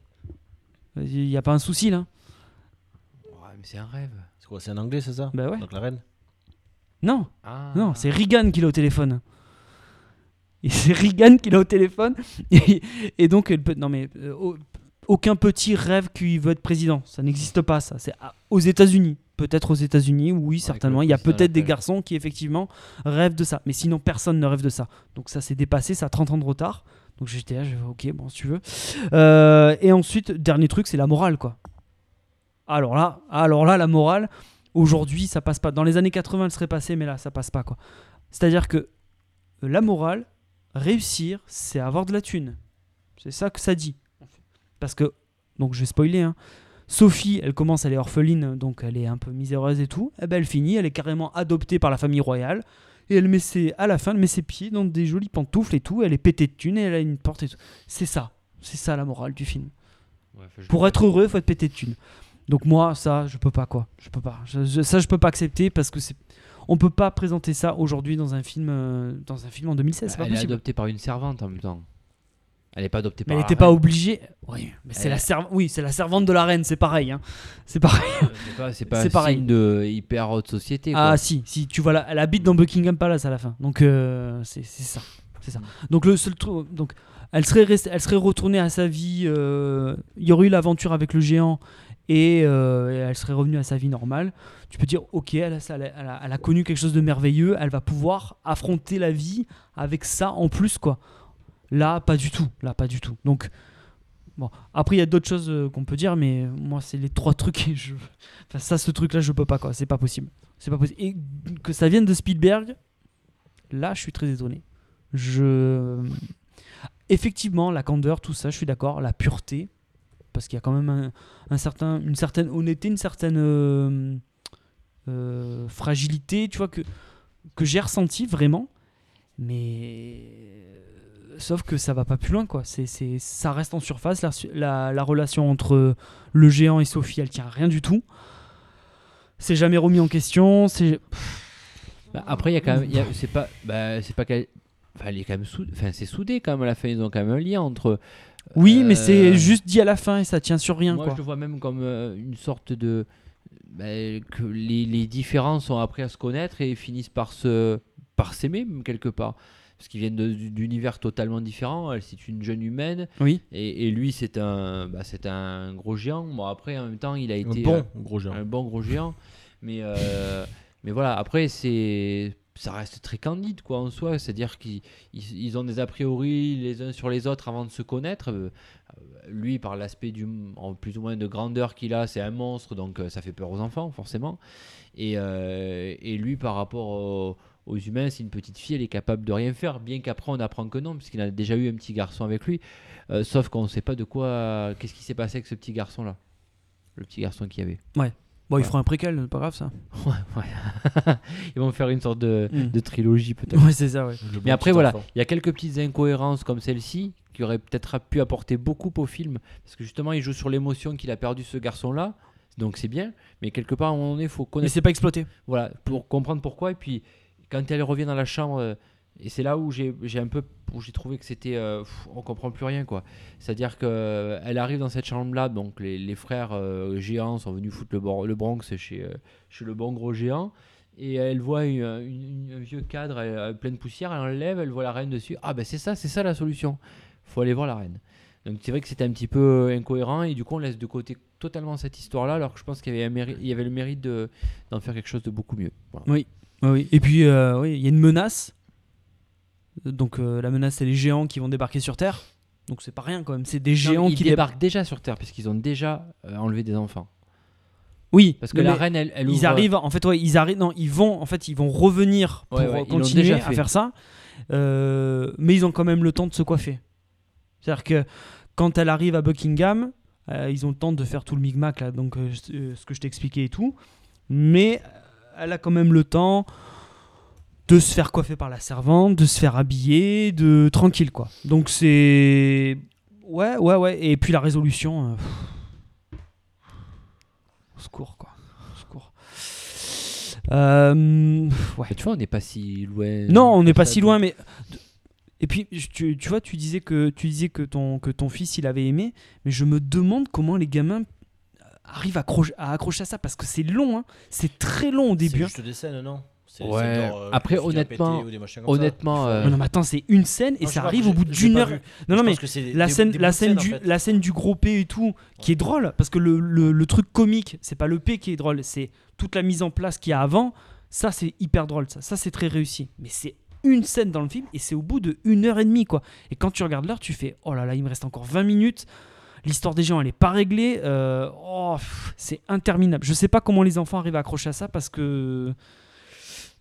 Speaker 2: Il n'y a pas un souci là
Speaker 6: Ouais, mais c'est un rêve.
Speaker 7: C'est quoi C'est un anglais, c'est ça
Speaker 2: Bah ouais.
Speaker 7: Donc la Reine.
Speaker 2: Non.
Speaker 6: Ah.
Speaker 2: Non, c'est Reagan qui l'a au téléphone. Et c'est Reagan qui l'a au téléphone. Et, et donc, elle peut- non mais euh, au- aucun petit rêve qu'il veut être président. Ça n'existe pas, ça. C'est à- aux États-Unis. Peut-être aux États-Unis, oui, certainement. Il y a
Speaker 6: président
Speaker 2: peut-être des
Speaker 6: l'appelle.
Speaker 2: garçons qui, effectivement, rêvent de ça. Mais sinon, personne ne rêve de ça. Donc, ça s'est dépassé, ça a 30 ans de retard. Donc, j'étais là, je fais, ok, bon, si tu veux. Euh, et ensuite, dernier truc, c'est la morale, quoi. Alors là, alors là, la morale, aujourd'hui, ça passe pas. Dans les années 80, elle serait passée, mais là, ça passe pas, quoi. C'est-à-dire que euh, la morale, réussir, c'est avoir de la thune. C'est ça que ça dit. Parce que, donc je vais spoiler, hein. Sophie, elle commence, elle est orpheline, donc elle est un peu miséreuse et tout. Et ben elle finit, elle est carrément adoptée par la famille royale. Et elle met ses, à la fin, elle met ses pieds dans des jolies pantoufles et tout. Elle est pétée de thunes et elle a une porte et tout. C'est ça. C'est ça la morale du film.
Speaker 6: Ouais, faut- je-
Speaker 2: Pour être heureux, il faut être pété de thunes. Donc moi, ça, je peux pas quoi. Je peux pas. Je- je- ça, je peux pas accepter parce que c'est. On peut pas présenter ça aujourd'hui dans un film, euh, dans un film en 2016. C'est
Speaker 6: elle
Speaker 2: pas
Speaker 6: est
Speaker 2: possible.
Speaker 6: adoptée par une servante en même temps. Elle est pas adoptée
Speaker 2: Mais
Speaker 6: par.
Speaker 2: elle
Speaker 6: la
Speaker 2: n'était pas
Speaker 6: reine.
Speaker 2: obligée. Oui, mais c'est
Speaker 6: Elle-
Speaker 2: la servante. Oui, c'est la servante de la reine. C'est pareil. hein. C'est pareil.
Speaker 6: C'est pas, c'est pas
Speaker 2: C'est
Speaker 6: un
Speaker 2: pareil.
Speaker 6: signe de hyper haute société. quoi.
Speaker 2: Ah si, si tu vois là, elle habite dans Buckingham Palace à la fin. Donc euh, c'est c'est ça, c'est ça. Donc le seul truc, donc elle serait restée- elle serait retournée à sa vie. euh, il y aurait eu l'aventure avec le géant et, euh, et elle serait revenue à sa vie normale. Tu peux dire ok, elle a, ça- elle a- elle a- elle a connu quelque chose de merveilleux. Elle va pouvoir affronter la vie avec ça en plus quoi. Là pas du tout, là pas du tout. Donc Bon, après il y a d'autres choses euh, qu'on peut dire, mais moi c'est les trois trucs et je, enfin ça ce truc là je peux pas quoi, c'est pas possible. C'est pas possible. Et que ça vienne de Spielberg, là, je suis très étonné. Je. Effectivement, la candeur, tout ça, je suis d'accord. La pureté, parce qu'il y a quand même un, un certain, une certaine honnêteté, une certaine euh, euh, fragilité, tu vois, que, que j'ai ressenti vraiment. Mais. Sauf que ça va pas plus loin, quoi. C'est, c'est, ça reste en surface. La, la, la relation entre le géant et Sophie, elle tient à rien du tout. C'est jamais remis en question. C'est.
Speaker 6: Bah, après, il y a quand même. il y a- C'est pas. bah, c'est pas qu'elle- Enfin, elle est quand même soudée. Enfin, c'est soudé quand même à la fin. Ils ont quand même un lien entre.
Speaker 2: Oui, mais
Speaker 6: Euh,
Speaker 2: c'est juste dit à la fin et ça tient sur rien,
Speaker 6: Moi,
Speaker 2: quoi.
Speaker 6: je le vois même comme euh, une sorte de. bah, que les, les différents sont appris à se connaître et finissent par se par s'aimer même quelque part parce qu'ils viennent de- d'univers totalement différents elle c'est une jeune humaine
Speaker 2: Oui.
Speaker 6: et, et lui c'est un bah, c'est un gros géant bon après en même temps il a été euh,
Speaker 7: Bon, gros genre.
Speaker 6: un bon gros géant. Mais, euh, mais voilà, après, c'est ça reste très candide quoi en soi c'est à dire qu'ils ils- ils ont des a priori les uns sur les autres avant de se connaître Euh, euh, lui par l'aspect du en plus ou moins de grandeur qu'il a c'est un monstre donc euh, ça fait peur aux enfants forcément et, euh, et lui par rapport au- aux humains c'est une petite fille elle est capable de rien faire bien qu'après on apprend que non parce qu'il a déjà eu un petit garçon avec lui Euh, sauf qu'on ne sait pas de quoi qu'est-ce qui s'est passé avec ce petit garçon là le petit garçon qu'il y avait
Speaker 2: Bon, ils feront un préquel, pas grave ça.
Speaker 6: Ouais, ouais. Ils vont faire une sorte de,
Speaker 2: Mm.
Speaker 6: de trilogie peut-être.
Speaker 2: Ouais, c'est ça, ouais.
Speaker 7: Le
Speaker 6: Mais
Speaker 7: bon
Speaker 6: après
Speaker 7: petit
Speaker 6: voilà,
Speaker 7: enfant.
Speaker 6: il y a quelques petites incohérences comme celle-ci qui auraient peut-être pu apporter beaucoup au film parce que justement il joue sur l'émotion qu'il a perdu ce garçon-là. Donc c'est bien, mais quelque part à un moment donné, faut
Speaker 2: Mais
Speaker 6: connaître
Speaker 2: c'est pas exploité.
Speaker 6: voilà, pour comprendre pourquoi. Et puis, quand elle revient dans la chambre, euh, et c'est là où j'ai j'ai un peu où j'ai trouvé que c'était. euh, pff, on comprend plus rien, quoi. C'est-à-dire qu'elle arrive dans cette chambre-là, donc les, les frères euh, géants sont venus foutre le, bor- le Bronx chez, euh, chez le bon gros géant. Et elle voit une- une- une- un vieux cadre euh, plein de poussière, elle enlève, elle voit la reine dessus. Ah ben c'est ça, c'est ça la solution. Faut aller voir la reine. Donc c'est vrai que c'était un petit peu euh, incohérent et du coup on laisse de côté totalement cette histoire-là alors que je pense qu'il y, avait un méri- il y avait le mérite de, d'en faire quelque chose de beaucoup mieux. Voilà.
Speaker 2: Ouais, oui. Et puis, euh, oui, il y a une menace. Donc, euh, la menace, c'est les géants qui vont débarquer sur Terre. Donc, c'est pas rien quand même. C'est des géants
Speaker 6: Non, mais ils
Speaker 2: qui débarquent.
Speaker 6: débarquent déjà sur Terre puisqu'ils ont déjà euh, enlevé des enfants.
Speaker 2: Oui,
Speaker 6: Parce que
Speaker 2: mais
Speaker 6: la reine, elle, elle ouvre- euh,
Speaker 2: Ils arrivent, en fait, ouais, ils arrivent. Non, ils vont, en fait, ils vont revenir pour
Speaker 6: Ouais, ouais, ils l'ont
Speaker 2: continuer
Speaker 6: déjà
Speaker 2: à
Speaker 6: fait.
Speaker 2: faire ça. Euh, mais ils ont quand même le temps de se coiffer. C'est-à-dire que quand elle arrive à Buckingham, euh, ils ont le temps de faire tout le micmac là, donc euh, c- euh, ce que je t'expliquais et tout. Mais euh, elle a quand même le temps de se faire coiffer par la servante, de se faire habiller, de tranquille quoi. Donc c'est ouais, ouais, ouais. Et puis la résolution. euh, pff. Au secours quoi. Au secours. Euh, ouais.
Speaker 6: Mais tu vois, on n'est pas si loin.
Speaker 2: Non, on n'est pas
Speaker 6: Ça,
Speaker 2: si loin, mais et puis je- tu, tu vois, tu disais que tu disais que ton que ton fils il avait aimé, mais je me demande comment les gamins arrivent à, accroche- à accrocher à ça parce que c'est long, hein. c'est très long au
Speaker 7: C'est
Speaker 2: début. hein.
Speaker 7: juste des scènes, non C'est-
Speaker 6: Ouais.
Speaker 7: c'est genre, euh,
Speaker 6: Après,
Speaker 7: le flic a pété
Speaker 6: honnêtement-
Speaker 7: ou des machins comme ça.
Speaker 6: Honnêtement, euh,
Speaker 2: Mais non, mais attends, c'est une scène et
Speaker 7: Non, je sais
Speaker 2: ça
Speaker 7: pas,
Speaker 2: arrive
Speaker 7: j'ai-
Speaker 2: au bout
Speaker 7: j'ai
Speaker 2: d'une
Speaker 7: pas
Speaker 2: heure.
Speaker 7: vu.
Speaker 2: Non, non,
Speaker 7: Je
Speaker 2: mais
Speaker 7: pense que c'est
Speaker 2: la
Speaker 7: des-
Speaker 2: scène,
Speaker 7: des
Speaker 2: la
Speaker 7: bouts de
Speaker 2: scène
Speaker 7: scène,
Speaker 2: du,
Speaker 7: en fait.
Speaker 2: la scène du gros P et tout, qui est drôle, parce que le, le- le truc comique, c'est pas le P qui est drôle, c'est toute la mise en place qu'il y a avant. Ça, c'est hyper drôle, ça. Ça, c'est très réussi. Mais c'est une scène dans le film et c'est au bout de une heure et demie, quoi. Et quand tu regardes l'heure, tu fais oh là là, il me reste encore 20 minutes. L'histoire des gens, elle est pas réglée. euh, oh, pff, c'est interminable. Je sais pas comment les enfants arrivent à accrocher à ça parce que.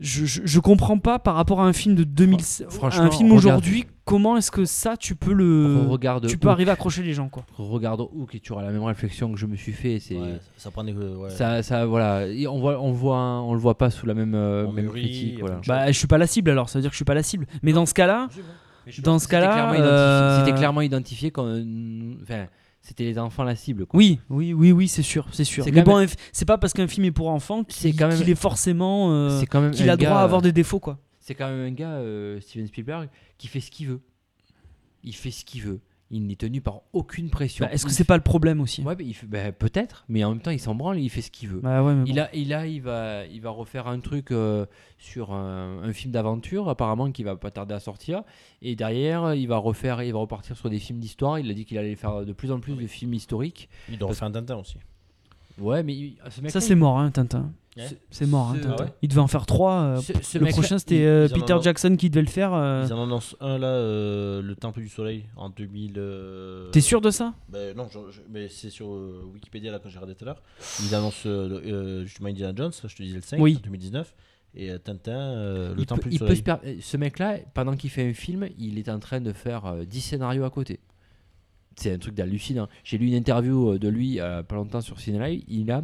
Speaker 2: Je, je, je comprends pas par rapport à un film de 2000
Speaker 6: Franchement,
Speaker 2: un film
Speaker 6: regarde-
Speaker 2: aujourd'hui comment est-ce que ça tu peux le
Speaker 6: regarde.
Speaker 2: tu peux
Speaker 6: Hook.
Speaker 2: arriver à accrocher les gens quoi.
Speaker 6: Regarde Hook et tu auras la même réflexion que je me suis fait. C'est
Speaker 7: Ouais, ça prend des. Ouais.
Speaker 6: ça, ça, voilà. Et on voit, on voit, un- on le voit pas sous la même, euh,
Speaker 7: On
Speaker 6: même
Speaker 7: mûrit,
Speaker 6: critique. Voilà.
Speaker 7: après,
Speaker 2: Bah je suis pas la cible alors, ça veut dire que je suis pas la cible. Mais dans ce cas-là, dans ce
Speaker 6: C'était clairement,
Speaker 2: cas-là,
Speaker 6: identifié-
Speaker 2: euh,
Speaker 6: c'était clairement identifié quand, enfin, c'était les enfants la cible. Quoi.
Speaker 2: oui, oui, oui, oui, c'est sûr, c'est sûr.
Speaker 6: C'est
Speaker 2: Mais
Speaker 6: quand
Speaker 2: bon, eff- c'est pas parce qu'un film est pour enfants
Speaker 6: C'est
Speaker 2: qu'il
Speaker 6: quand même-
Speaker 2: qu'il est forcément euh,
Speaker 6: c'est quand même
Speaker 2: qu'il
Speaker 6: un
Speaker 2: a droit
Speaker 6: gars, euh,
Speaker 2: à avoir des défauts quoi.
Speaker 6: C'est quand même un gars, euh, Steven Spielberg, qui fait ce qu'il veut. Il fait ce qu'il veut. Il n'est tenu par aucune pression.
Speaker 2: Bah, Est-ce que
Speaker 6: Il
Speaker 2: c'est pas le problème aussi
Speaker 6: Ouais, mais il fait- bah, peut-être, mais en même temps, il s'en branle, il fait ce qu'il veut.
Speaker 2: Bah ouais, mais bon.
Speaker 6: Il a, il a, il va, il va refaire un truc euh, sur un, un film d'aventure, apparemment qui va pas tarder à sortir. Et derrière, il va refaire, il va repartir sur des films d'histoire. Il a dit qu'il allait faire de plus en plus de films historiques.
Speaker 7: Il doit refaire un Tintin aussi.
Speaker 6: Ouais, mais il- ce mec-là,
Speaker 2: ça
Speaker 6: il-
Speaker 2: c'est mort hein Tintin.
Speaker 7: Ouais.
Speaker 2: C'est- C'est mort hein
Speaker 6: Ce-
Speaker 2: Tintin.
Speaker 7: Ah ouais
Speaker 2: Il devait en faire trois. euh,
Speaker 6: ce- ce
Speaker 2: le
Speaker 6: mec-là,
Speaker 2: prochain
Speaker 7: ils-
Speaker 2: c'était euh,
Speaker 7: ils en
Speaker 2: Peter
Speaker 7: ont-
Speaker 2: Jackson qui devait le faire. euh.
Speaker 7: Ils en annoncent un là, euh, le Temple du Soleil, en 2000. euh,
Speaker 2: T'es sûr de ça
Speaker 7: Ben non, je- je- mais c'est sur euh, Wikipédia là quand j'ai regardé tout à l'heure. Ils annoncent euh, le- euh, justement Indiana Jones, je te disais le 5,
Speaker 2: Oui.
Speaker 7: en 2019. Et euh, Tintin, euh, le
Speaker 6: il
Speaker 7: Temple
Speaker 6: peut-
Speaker 7: du
Speaker 6: il peut
Speaker 7: Soleil.
Speaker 6: se per- Ce mec-là, pendant qu'il fait un film, il est en train de faire euh, 10 scénarios à côté. c'est un truc d'hallucinant. J'ai lu une interview euh, de lui euh, pas longtemps sur Ciné Live. Il a,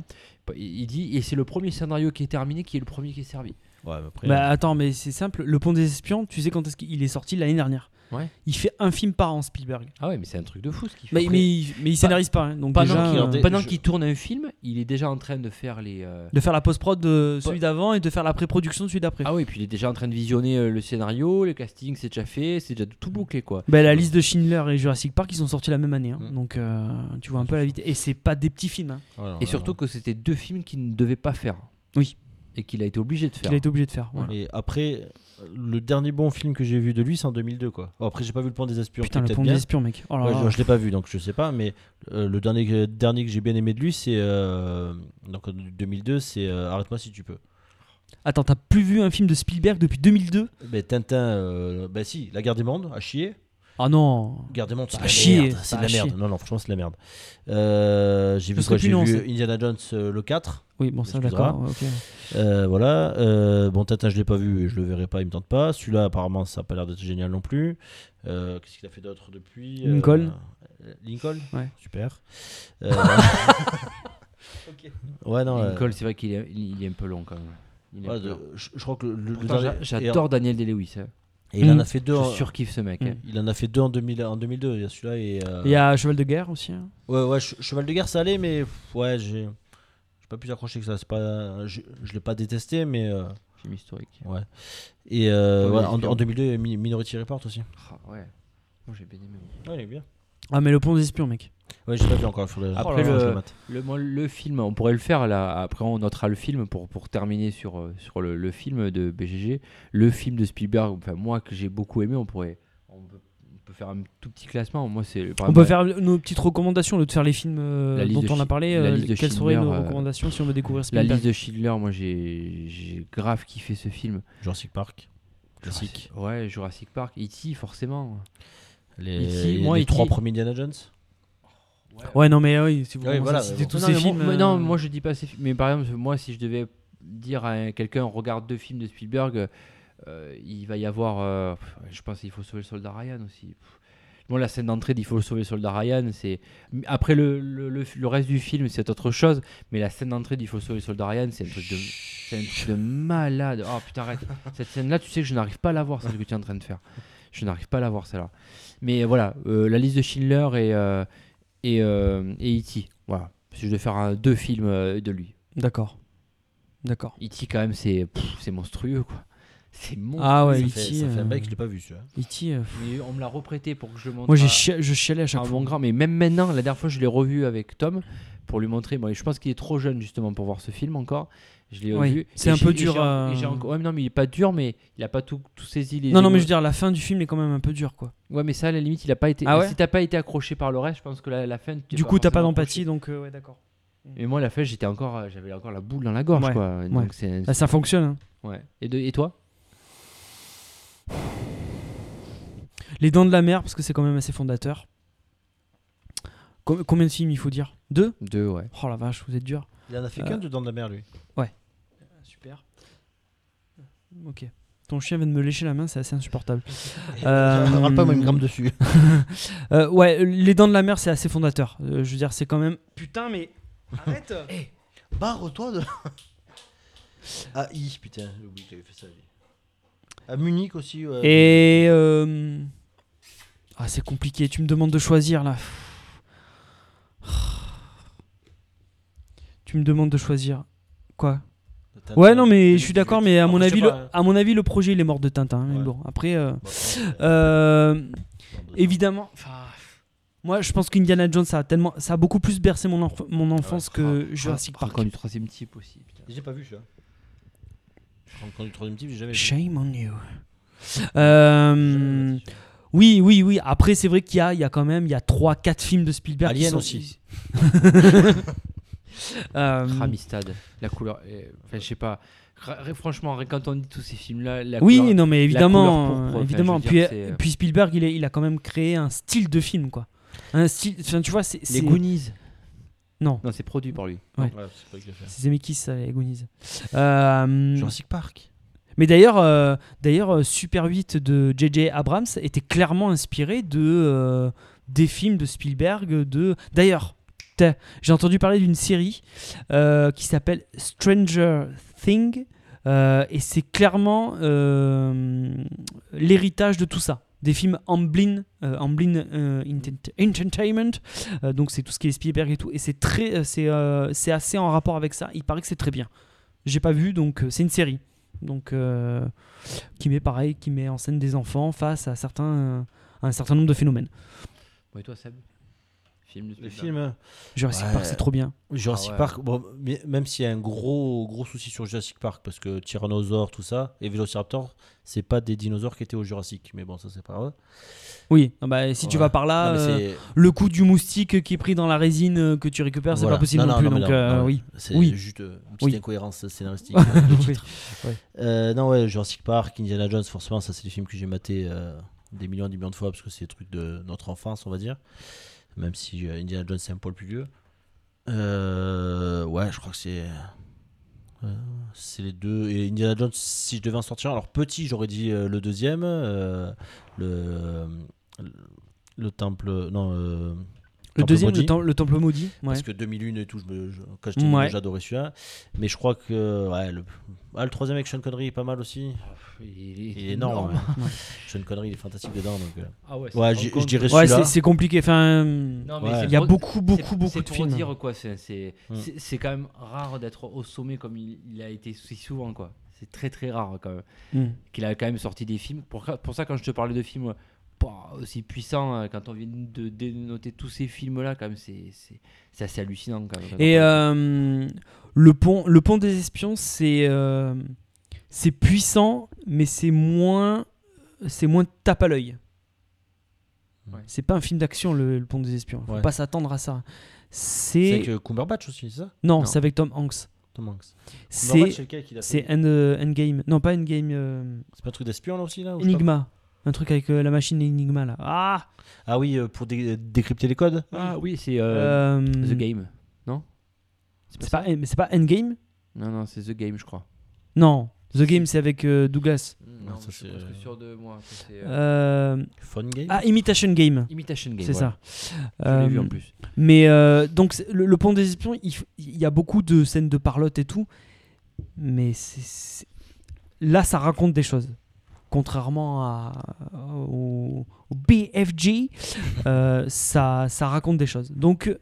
Speaker 6: il dit, et c'est le premier scénario qui est terminé qui est le premier qui est servi.
Speaker 7: Ouais, mais après,
Speaker 2: Bah attends, mais c'est simple. Le Pont des Espions, tu sais quand est-ce qu'il est sorti l'année dernière
Speaker 6: Ouais.
Speaker 2: Il fait un film par an, Spielberg.
Speaker 6: Ah ouais, mais c'est un truc de fou ce qu'il fait.
Speaker 2: Mais,
Speaker 6: Après,
Speaker 2: mais, il- mais il scénarise pas. hein, donc
Speaker 6: pendant
Speaker 2: déjà,
Speaker 7: qu'il en
Speaker 2: euh,
Speaker 7: dé-
Speaker 6: pendant
Speaker 7: je-
Speaker 6: qu'il tourne un film, il est déjà en train de faire les. euh,
Speaker 2: de faire la post-prod de celui d'avant et de faire la pré-production de celui d'après.
Speaker 6: Ah oui, puis il est déjà en train de visionner euh, le scénario, le casting, c'est déjà fait, c'est déjà tout bouclé quoi.
Speaker 2: Bah, la liste de Schindler et Jurassic Park, ils sont sortis la même année. hein.
Speaker 7: Mm.
Speaker 2: Donc euh, tu vois un peu la vitesse. Et c'est pas des petits films hein,
Speaker 7: voilà,
Speaker 6: Et
Speaker 7: voilà.
Speaker 6: surtout que c'était deux films qu'il ne devait pas faire.
Speaker 2: Oui.
Speaker 6: Et qu'il a été obligé de faire.
Speaker 2: qu'il a été obligé de faire. voilà.
Speaker 7: Et après, euh, le dernier bon film que j'ai vu de lui, c'est en 2002, quoi. Bon, après, j'ai pas vu Le Pont des Espions.
Speaker 2: Putain,
Speaker 7: qui est
Speaker 2: le
Speaker 7: peut-être
Speaker 2: Pont des
Speaker 7: bien.
Speaker 2: Espions, mec. Oh là
Speaker 7: Ouais,
Speaker 2: là.
Speaker 7: je, je l'ai pas vu, donc je sais pas. Mais euh, le dernier que, dernier que j'ai bien aimé de lui, c'est euh, donc en 2002, c'est euh, Arrête-moi si tu peux.
Speaker 2: Attends, t'as plus vu un film de Spielberg depuis 2002
Speaker 7: Mais Tintin, euh, bah si, La Guerre des Mondes, à chier.
Speaker 2: Ah non.
Speaker 7: Guerre des Mondes, c'est
Speaker 2: Bah,
Speaker 7: de la
Speaker 2: chier,
Speaker 7: merde. C'est
Speaker 2: bah,
Speaker 7: de la
Speaker 2: chier.
Speaker 7: merde. Non, non, franchement, c'est de la merde. Euh, j'ai vu
Speaker 2: serait
Speaker 7: quoi
Speaker 2: plus
Speaker 7: J'ai
Speaker 2: non,
Speaker 7: vu
Speaker 2: c'est-
Speaker 7: Indiana Jones euh, le 4.
Speaker 2: Oui, bon, ça,
Speaker 7: Excusera.
Speaker 2: d'accord. ouais, ok.
Speaker 7: Euh, voilà. Euh, bon, Tintin, je l'ai pas vu, je le verrai pas, il me tente pas. Celui-là, apparemment, ça a pas l'air d'être génial non plus. Euh, Qu'est-ce qu'il a fait d'autre depuis Euh,
Speaker 2: Lincoln.
Speaker 7: euh, Lincoln
Speaker 2: Ouais.
Speaker 7: Super. Euh, Ouais, non. euh,
Speaker 6: Lincoln, c'est vrai qu'il est, il est un peu long quand même. Il est un
Speaker 7: ouais,
Speaker 6: peu
Speaker 7: de-
Speaker 6: long.
Speaker 7: je, je crois que le, le- le
Speaker 6: Pourtant, j'a-
Speaker 7: dernier-
Speaker 6: J'adore Daniel Day-Lewis. hein.
Speaker 7: Et il en a
Speaker 2: Mm.
Speaker 7: fait deux. en-
Speaker 6: Je surkiffe ce mec. hein.
Speaker 7: Il en a fait deux en, 2000, en 2002. Il y a celui-là et. euh,
Speaker 2: Il y a Cheval de Guerre aussi. hein.
Speaker 7: Ouais, ouais, Che- Cheval de guerre, ça allait, mais pff, ouais, j'ai j'ai pas plus accroché que ça. C'est pas, je, je l'ai pas détesté, mais euh,
Speaker 6: Film historique.
Speaker 7: ouais. Et euh,
Speaker 6: Ouais,
Speaker 7: ouais,
Speaker 6: il est
Speaker 7: en,
Speaker 6: différent.
Speaker 7: en 2002, il y a Mi- Minority Report aussi.
Speaker 6: Ah, ouais. Moi j'ai bien aimé.
Speaker 7: Ouais, il est bien.
Speaker 2: Ah, mais le Pont des Espions, mec.
Speaker 7: Ouais, j'ai pas vu encore. faudrait-
Speaker 6: Après,
Speaker 7: faudrait que je
Speaker 6: le-
Speaker 7: mate.
Speaker 6: Le, moi, le film, on pourrait le faire là. Après, on notera le film pour, pour terminer sur, euh, sur le, le film de BGG. Le film de Spielberg, enfin, moi que j'ai beaucoup aimé, on pourrait. On peut, on peut faire un tout petit classement. Moi, c'est. par
Speaker 2: on peut
Speaker 6: exemple,
Speaker 2: faire nos petites recommandations, au lieu de faire les films euh,
Speaker 6: La liste
Speaker 2: dont
Speaker 6: de
Speaker 2: on a
Speaker 6: Schindler-
Speaker 2: parlé.
Speaker 6: la
Speaker 2: euh,
Speaker 6: liste de
Speaker 2: quelles seraient nos
Speaker 6: Schindler, euh,
Speaker 2: recommandations si on veut découvrir
Speaker 6: La
Speaker 2: Spielberg
Speaker 6: liste de Schindler, moi j'ai j'ai grave kiffé ce film.
Speaker 7: Jurassic Park. Classique.
Speaker 6: Jurassic- Ouais, Jurassic Park, E.T. forcément.
Speaker 7: Les,
Speaker 6: E.T.,
Speaker 7: les
Speaker 6: moi, E.T.
Speaker 7: trois premiers Indiana Jones.
Speaker 2: Ouais, non, mais oui, si vous
Speaker 7: Ouais,
Speaker 2: commencez
Speaker 7: voilà,
Speaker 2: à citer
Speaker 7: bon.
Speaker 2: tous
Speaker 6: non,
Speaker 2: ces
Speaker 6: mais
Speaker 2: films.
Speaker 6: moi,
Speaker 2: euh,
Speaker 6: mais non, moi je dis pas ces films. Mais par exemple, moi si je devais dire à un- quelqu'un regarde deux films de Spielberg, euh, il va y avoir. euh, pff, je pense qu'il faut sauver le soldat Ryan aussi. Pff. Bon, la scène d'entrée d'Il faut sauver le soldat Ryan, c'est. Après le, le, le- le reste du film, c'est autre chose. Mais la scène d'entrée d'Il faut sauver le soldat Ryan, c'est un truc de. C'est un truc de malade. Oh putain, arrête. Cette scène-là, tu sais que je n'arrive pas à la voir, c'est ce que tu es en train de faire. Je n'arrive pas à la voir, celle-là. Mais voilà, euh, la liste de Schindler et, euh, et, euh, et E.T. Voilà. Si je devais faire un- deux films euh, de lui.
Speaker 2: D'accord. D'accord.
Speaker 6: E.T. quand même, c'est pff, c'est monstrueux, quoi. C'est monstrueux.
Speaker 2: Ah ouais,
Speaker 7: ça,
Speaker 2: E.T.
Speaker 7: fait, ça fait un
Speaker 2: euh,
Speaker 7: bail que je l'ai pas vu, celui-là.
Speaker 2: E.T., euh, pff, ah.
Speaker 6: Mais on me l'a reprêté pour que je le montre.
Speaker 2: Moi, j'ai
Speaker 6: à-
Speaker 2: chia- je chialais à chaque
Speaker 6: à
Speaker 2: fois.
Speaker 6: mon grand. Mais même maintenant, la dernière fois, je l'ai revu avec Tom pour lui montrer. Bon, et je pense qu'il est trop jeune, justement, pour voir ce film encore. Je l'ai
Speaker 2: Oui,
Speaker 6: revu.
Speaker 2: c'est
Speaker 6: Et
Speaker 2: un
Speaker 6: j'ai-
Speaker 2: peu
Speaker 6: et j'ai-
Speaker 2: dur,
Speaker 6: et j'ai
Speaker 2: euh,
Speaker 6: encore- ouais, mais non, mais il est pas dur, mais il a pas tout, tout saisi. Les
Speaker 2: Non, non, mais je
Speaker 6: émotions.
Speaker 2: veux dire, la fin du film est quand même un peu dure, quoi.
Speaker 6: Ouais, mais ça, à la limite, il a pas été.
Speaker 2: Ah ouais
Speaker 6: si t'as pas été accroché par le reste, je pense que la, la fin. tu es
Speaker 2: Du coup, t'as pas
Speaker 6: forcément
Speaker 2: d'empathie, donc euh, ouais, d'accord.
Speaker 6: accroché. Mais moi, la fin, j'étais encore, euh, j'avais encore la boule dans la gorge,
Speaker 2: Ouais,
Speaker 6: quoi. Donc,
Speaker 2: ouais.
Speaker 6: c'est-
Speaker 2: Ah, ça fonctionne. hein.
Speaker 6: ouais. Et, de- et toi
Speaker 2: Les Dents de la Mer, parce que c'est quand même assez fondateur. Com- combien de films il faut dire Deux
Speaker 6: Deux, ouais.
Speaker 2: Oh la vache, vous êtes dur.
Speaker 7: Il en a fait
Speaker 2: Euh,
Speaker 7: qu'un dedans de la mer, lui.
Speaker 2: Ah, Super. Euh, Ok. Ton chien vient de me lécher la main, c'est assez insupportable. Euh,
Speaker 7: Je me râle pas, moi, il me grimpe dessus.
Speaker 2: Euh, ouais, Les Dents de la Mer, c'est assez fondateur. Euh, je veux dire, c'est quand même. Putain, mais. Arrête
Speaker 7: Barre-toi de. ah, I, putain, j'ai oublié que t'avais fait ça. lui. À Munich aussi. ouais.
Speaker 2: Et. euh, Ah, c'est compliqué, tu me demandes de choisir là. Tu me demandes de choisir. Quoi
Speaker 7: Tintin,
Speaker 2: Ouais, non, mais
Speaker 7: tu-
Speaker 2: je suis
Speaker 7: tu-
Speaker 2: d'accord, mais à
Speaker 7: Après,
Speaker 2: mon,
Speaker 7: je sais
Speaker 2: avis,
Speaker 7: pas, hein.
Speaker 2: le, à mon avis, le projet, il est mort de Tintin. hein, mais
Speaker 7: Ouais.
Speaker 2: bon, après, euh,
Speaker 7: Bon, après,
Speaker 2: euh,
Speaker 7: euh,
Speaker 2: évidemment. enfin, Moi, je pense qu'Indiana Jones, ça a, tellement, ça a beaucoup plus bercé mon, enf-
Speaker 6: Ah
Speaker 2: mon enfance que Jurassic Park.
Speaker 6: Rencontre du troisième type aussi. putain.
Speaker 7: J'ai pas vu celui-là. Quand du troisième type, j'ai jamais vu.
Speaker 2: Shame on you.
Speaker 7: J'ai
Speaker 2: Euh,
Speaker 7: jamais vu celui-là.
Speaker 2: oui, oui, oui. Après, c'est vrai qu'il y a, il y a quand même, il y a 3-4 films de Spielberg. qui
Speaker 7: Alien
Speaker 2: sont-
Speaker 7: aussi.
Speaker 2: Euh,
Speaker 6: Ah, Ramistad, la couleur. euh, Enfin, je sais pas. Ra- ra- Franchement, quand on dit tous ces films-là, la
Speaker 2: oui,
Speaker 6: couleur-
Speaker 2: non, mais
Speaker 6: couleur
Speaker 2: évidemment,
Speaker 6: pourpre,
Speaker 2: euh,
Speaker 6: enfin, je veux
Speaker 2: évidemment.
Speaker 6: dire,
Speaker 2: Puis,
Speaker 6: c'est, euh,
Speaker 2: puis Spielberg, il, est- il a quand même créé un style de film, quoi. Un style, enfin, tu vois, c'est
Speaker 6: les
Speaker 2: c'est-
Speaker 6: Goonies.
Speaker 2: Non.
Speaker 6: Non, c'est produit par lui.
Speaker 7: Ouais, c'est pas que j'ai fait.
Speaker 2: c'est Zemeckis, ça, les Goonies. Euh,
Speaker 7: Jurassic Park.
Speaker 2: mais d'ailleurs, euh, d'ailleurs, euh, Super 8 de J.J. Abrams était clairement inspiré de euh, des films de Spielberg. De d'ailleurs, t'as- j'ai entendu parler d'une série euh, qui s'appelle Stranger Thing euh, et c'est clairement euh, l'héritage de tout ça. Des films Amblin, euh, Amblin euh, Enten- Entertainment, euh, donc c'est tout ce qui est Spielberg et tout, et c'est très, euh, c'est, euh, c'est assez en rapport avec ça. Il paraît que c'est très bien. J'ai pas vu, donc euh, c'est une série, donc euh, qui met pareil, qui met en scène des enfants face à certains, euh, à un certain nombre de phénomènes.
Speaker 6: Bon, et toi, Seb Film de
Speaker 7: Les
Speaker 6: Spielberg.
Speaker 7: films hein.
Speaker 2: Jurassic
Speaker 7: Ouais.
Speaker 2: Park, c'est trop bien.
Speaker 7: Jurassic
Speaker 6: Ah ouais.
Speaker 7: Park, bon, mais- même s'il y a un gros, gros souci sur Jurassic Park, parce que Tyrannosaure, tout ça, et Velociraptor, c'est pas des dinosaures qui étaient au Jurassic. Mais bon, ça, c'est pas grave.
Speaker 2: Oui, non, bah, si tu
Speaker 7: Voilà.
Speaker 2: vas par là,
Speaker 7: Non, mais
Speaker 2: euh,
Speaker 7: c'est-
Speaker 2: le coup du moustique qui est pris dans la résine euh, que tu récupères, c'est
Speaker 7: Voilà.
Speaker 2: pas possible
Speaker 7: Non,
Speaker 2: non,
Speaker 7: non,
Speaker 2: plus.
Speaker 7: non, mais
Speaker 2: donc
Speaker 7: non,
Speaker 2: euh,
Speaker 7: non,
Speaker 2: oui.
Speaker 7: C'est
Speaker 2: Oui.
Speaker 7: juste euh, une petite
Speaker 2: Oui.
Speaker 7: incohérence scénaristique.
Speaker 2: Oui.
Speaker 7: Euh, non, ouais, Jurassic Park, Indiana Jones, forcément, ça, c'est les films que j'ai maté euh, des millions et des millions de fois parce que c'est des trucs de notre enfance, on va dire. Même si euh, Indiana Jones, c'est un poil plus vieux. Euh, ouais, je crois que c'est. euh, c'est les deux. Et Indiana Jones, si je devais en sortir, alors petit, j'aurais dit euh, le deuxième. euh, le. le temple. Non, euh,
Speaker 2: Le
Speaker 7: Temple
Speaker 2: deuxième,
Speaker 7: maudit.
Speaker 2: le, tem- le temple maudit. Ouais.
Speaker 7: parce que 2001 et tout, je me- je- quand j'étais
Speaker 2: Ouais.
Speaker 7: ado, j'adorais celui-là. Mais je crois que ouais, le, ah, le troisième avec Sean Connery est pas mal aussi.
Speaker 6: Il est,
Speaker 7: Il est énorme. ouais. Sean Connery, il est fantastique dedans. Donc, euh.
Speaker 6: Ah ouais,
Speaker 7: Ouais,
Speaker 6: c'est-
Speaker 7: je- je dirais
Speaker 2: Ouais,
Speaker 7: celui-là.
Speaker 2: c'est- c'est compliqué. Enfin,
Speaker 6: Non,
Speaker 7: Ouais.
Speaker 6: c'est
Speaker 2: il y a
Speaker 6: pour-
Speaker 2: beaucoup,
Speaker 6: c'est-
Speaker 2: beaucoup, beaucoup
Speaker 6: c'est
Speaker 2: de
Speaker 6: pour
Speaker 2: films. Hum.
Speaker 6: dire quoi, c'est- c'est
Speaker 7: Mm.
Speaker 6: c'est- c'est quand même rare d'être au sommet comme il, il a été si souvent quoi. C'est très très rare quand même.
Speaker 2: Mm.
Speaker 6: Qu'il a quand même sorti des films. Pour, pour ça quand je te parlais de films euh, pas aussi puissants, euh, quand on vient de dénoter tous ces films là, quand même c'est c'est- c'est assez hallucinant quand même.
Speaker 2: Et euh, le pont, le pont des espions, c'est euh, c'est puissant, mais c'est moins, c'est moins tape à l'œil.
Speaker 6: Ouais.
Speaker 2: C'est pas un film d'action le, le pont des espions. Faut
Speaker 7: Ouais.
Speaker 2: pas s'attendre à ça.
Speaker 7: C'est
Speaker 2: C'est
Speaker 7: avec euh, Cumberbatch aussi, c'est ça
Speaker 2: non,
Speaker 6: non.
Speaker 2: c'est avec Tom Hanks.
Speaker 7: Tom Hanks. Cumberbatch, c'est
Speaker 2: C'est
Speaker 7: lequel qu'il a fait
Speaker 2: c'est End- euh, Endgame. Non, pas Endgame. euh,
Speaker 7: C'est pas un truc d'espion là aussi là ou je sais
Speaker 2: Enigma. Un truc avec euh, la machine Enigma là. Ah.
Speaker 7: pas Ah oui, euh, pour dé- décrypter les codes
Speaker 6: ah oui, c'est euh,
Speaker 2: Euh,
Speaker 6: The Game. Non
Speaker 2: C'est pas, eh, mais c'est pas Endgame
Speaker 6: Non non, c'est The Game je crois.
Speaker 2: Non. The Game, c'est avec euh, Douglas.
Speaker 6: Hmm, Non,
Speaker 7: ça,
Speaker 6: je suis
Speaker 7: c'est,
Speaker 6: presque
Speaker 7: euh,
Speaker 6: sûr de moi. que c'est, euh,
Speaker 2: Euh,
Speaker 7: Fun game
Speaker 2: Ah, Imitation Game.
Speaker 6: Imitation Game.
Speaker 2: C'est
Speaker 6: voilà.
Speaker 2: ça.
Speaker 6: Je l'ai vu
Speaker 2: Euh,
Speaker 6: en plus.
Speaker 2: Mais euh, donc, c'est- le, le Pont des Espions, il, f- il y a beaucoup de scènes de parlotte et tout. Mais c'est- c'est- là, ça raconte des choses. Contrairement à, au, au BFG, euh, ça, ça raconte des choses. Donc.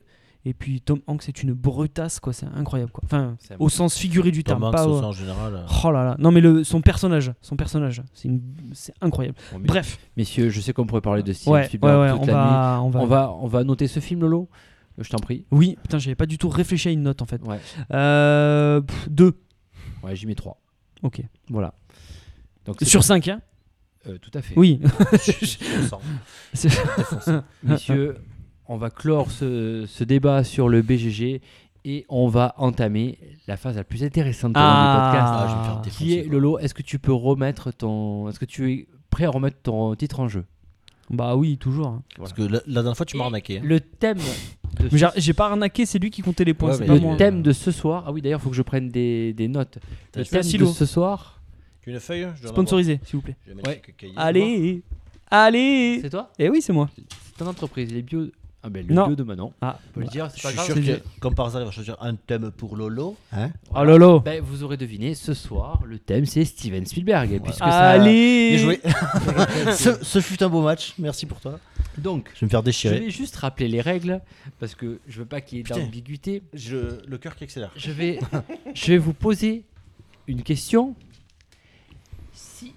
Speaker 2: Et puis Tom Hanks est une brutasse, quoi, c'est incroyable. Quoi. Enfin,
Speaker 6: C'est
Speaker 2: au sens figuré du
Speaker 7: Tom
Speaker 2: terme.
Speaker 7: Hanks
Speaker 2: pas au-
Speaker 7: aussi en général. euh,
Speaker 2: Oh là là, non mais le, son personnage, son personnage, c'est une- c'est incroyable.
Speaker 6: Bon, mais-
Speaker 2: Bref,
Speaker 6: Messieurs, je sais qu'on pourrait parler de Steven
Speaker 2: ouais, ouais,
Speaker 6: Spielberg
Speaker 2: ouais,
Speaker 6: toute
Speaker 2: on,
Speaker 6: la nuit.
Speaker 2: va, on va,
Speaker 6: On va, on va noter ce film, Lolo Je t'en prie.
Speaker 2: Oui, putain, j'avais pas du tout réfléchi à une note en fait.
Speaker 6: Ouais,
Speaker 2: Euh, pff, deux,
Speaker 6: ouais j'y mets 3.
Speaker 2: ok.
Speaker 6: Voilà. Donc, c'est-
Speaker 2: Sur cinq, hein
Speaker 6: Euh, tout à fait.
Speaker 2: Oui.
Speaker 7: je sens.
Speaker 6: Messieurs, on va clore ce, ce débat sur le BGG et on va entamer la phase la plus intéressante pour
Speaker 2: Ah.
Speaker 6: du podcast.
Speaker 7: Ah, je vais me faire défoncer.
Speaker 6: Qui est,
Speaker 7: quoi.
Speaker 6: Lolo, est-ce que tu peux remettre ton. Est-ce que tu es prêt à remettre ton titre en jeu
Speaker 2: bah oui, toujours.
Speaker 7: Parce que la, la dernière fois, tu m'as arnaqué. hein.
Speaker 6: Le thème. De
Speaker 2: Mais
Speaker 6: ce-
Speaker 2: j'ai- j'ai pas arnaqué, c'est lui qui comptait les points,
Speaker 7: Ouais,
Speaker 2: c'est
Speaker 7: mais
Speaker 2: pas
Speaker 7: il-
Speaker 2: moi.
Speaker 6: le thème de ce soir. Ah oui, d'ailleurs, il faut que je prenne des, des notes.
Speaker 7: T'as-
Speaker 6: Le
Speaker 7: tu as
Speaker 6: thème de
Speaker 2: stylo.
Speaker 6: ce soir.
Speaker 7: une feuille je dois en
Speaker 2: Sponsorisé, s'il vous plaît.
Speaker 7: avoir. Je vais mettre
Speaker 6: Ouais.
Speaker 7: quelques cahiers.
Speaker 2: Allez, allez.
Speaker 6: C'est toi
Speaker 2: Eh oui, c'est moi.
Speaker 6: C'est ton entreprise, les bio. Ah ben le
Speaker 2: Non.
Speaker 6: bio de Manon.
Speaker 2: Ah,
Speaker 6: On peut le dire, c'est
Speaker 7: Je
Speaker 6: pas
Speaker 7: suis
Speaker 6: grave.
Speaker 7: sûr
Speaker 2: c'est
Speaker 7: que, comme par hasard, il va choisir un thème pour Lolo. Hein
Speaker 2: oh lolo.
Speaker 6: Ben, vous aurez deviné, ce soir, le thème c'est Steven Spielberg. Puisque ça-
Speaker 2: Allez.
Speaker 7: Bien joué. ce, ce fut un beau match. Merci pour toi.
Speaker 6: Donc,
Speaker 7: Je vais me faire
Speaker 6: je
Speaker 7: déchirer.
Speaker 6: vais juste rappeler les règles parce que je veux pas qu'il y ait
Speaker 7: Putain.
Speaker 6: d'ambiguïté.
Speaker 7: Je- le cœur qui accélère.
Speaker 6: Je vais, je vais vous poser une question. Si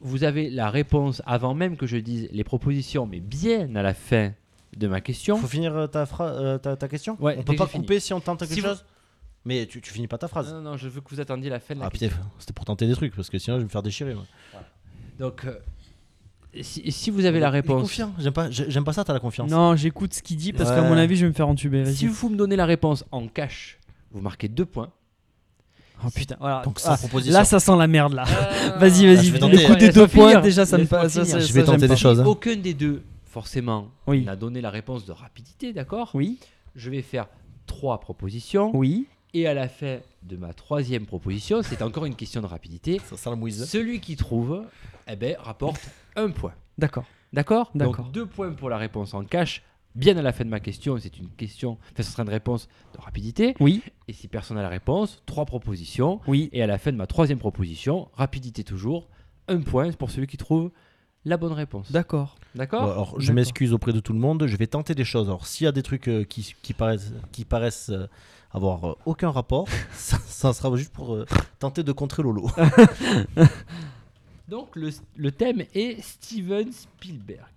Speaker 6: vous avez la réponse avant même que je dise les propositions, mais bien à la fin de ma question,
Speaker 7: Faut finir euh, ta, phra- euh, ta, ta question
Speaker 6: Ouais,
Speaker 7: On
Speaker 6: dès
Speaker 7: peut
Speaker 6: que
Speaker 7: pas
Speaker 6: j'ai fini.
Speaker 7: couper si on tente quelque
Speaker 6: Si vous-
Speaker 7: chose Mais tu, tu finis pas ta phrase.
Speaker 6: non, non, je veux que vous attendiez la fin de la
Speaker 7: ah
Speaker 6: question.
Speaker 7: putain, c'était pour tenter des trucs parce que sinon je vais me faire déchirer. Moi.
Speaker 6: Donc, euh, si, si vous avez la réponse,
Speaker 7: confiant. J'aime pas, j'ai- j'aime pas ça, t'as la confiance.
Speaker 2: Non, j'écoute ce qu'il dit parce qu'à
Speaker 7: Ouais.
Speaker 2: mon avis, je vais me faire entuber. vas-y.
Speaker 6: Si vous me donnez la réponse en cash, vous marquez deux points.
Speaker 2: Oh putain, voilà.
Speaker 7: Donc sans
Speaker 2: Ah,
Speaker 7: proposition.
Speaker 2: là, ça sent la merde là. Vas-y,
Speaker 7: Ah,
Speaker 2: vas-y.
Speaker 7: je vais
Speaker 2: Le
Speaker 7: tenter.
Speaker 2: coup des
Speaker 6: Laisse-moi
Speaker 2: deux
Speaker 6: finir.
Speaker 2: points, déjà, ça me
Speaker 6: Laisse-moi
Speaker 2: passe. ça,
Speaker 6: finir.
Speaker 2: ça,
Speaker 7: Je vais
Speaker 2: ça,
Speaker 7: tenter
Speaker 2: j'aime
Speaker 7: des
Speaker 2: pas.
Speaker 7: choses. hein.
Speaker 6: Aucun des deux, forcément,
Speaker 2: Oui.
Speaker 6: n'a donné la réponse de rapidité, d'accord
Speaker 2: Oui,
Speaker 6: Je vais faire trois propositions.
Speaker 2: oui.
Speaker 6: Et à la fin de ma troisième proposition, c'est encore une question de rapidité.
Speaker 7: Ça sent la mouise.
Speaker 6: Celui qui trouve, eh ben, rapporte un point.
Speaker 2: D'accord.
Speaker 6: D'accord
Speaker 2: D'accord.
Speaker 6: Donc, deux points pour la réponse en cash. Bien à la fin de ma question, c'est une question, enfin, ce sera une réponse de rapidité.
Speaker 2: Oui,
Speaker 6: Et si personne n'a la réponse, trois propositions.
Speaker 2: oui.
Speaker 6: Et à la fin de ma troisième proposition, rapidité toujours, un point pour celui qui trouve la bonne réponse.
Speaker 2: D'accord.
Speaker 7: Bon,
Speaker 6: D'accord
Speaker 7: alors, je
Speaker 2: D'accord.
Speaker 7: m'excuse auprès de tout le monde, je vais tenter des choses. Alors, s'il y a des trucs euh, qui, qui paraissent, qui paraissent euh, avoir euh, aucun rapport, ça, ça sera juste pour euh, tenter de contrer Lolo.
Speaker 6: Donc le, le thème est Steven Spielberg.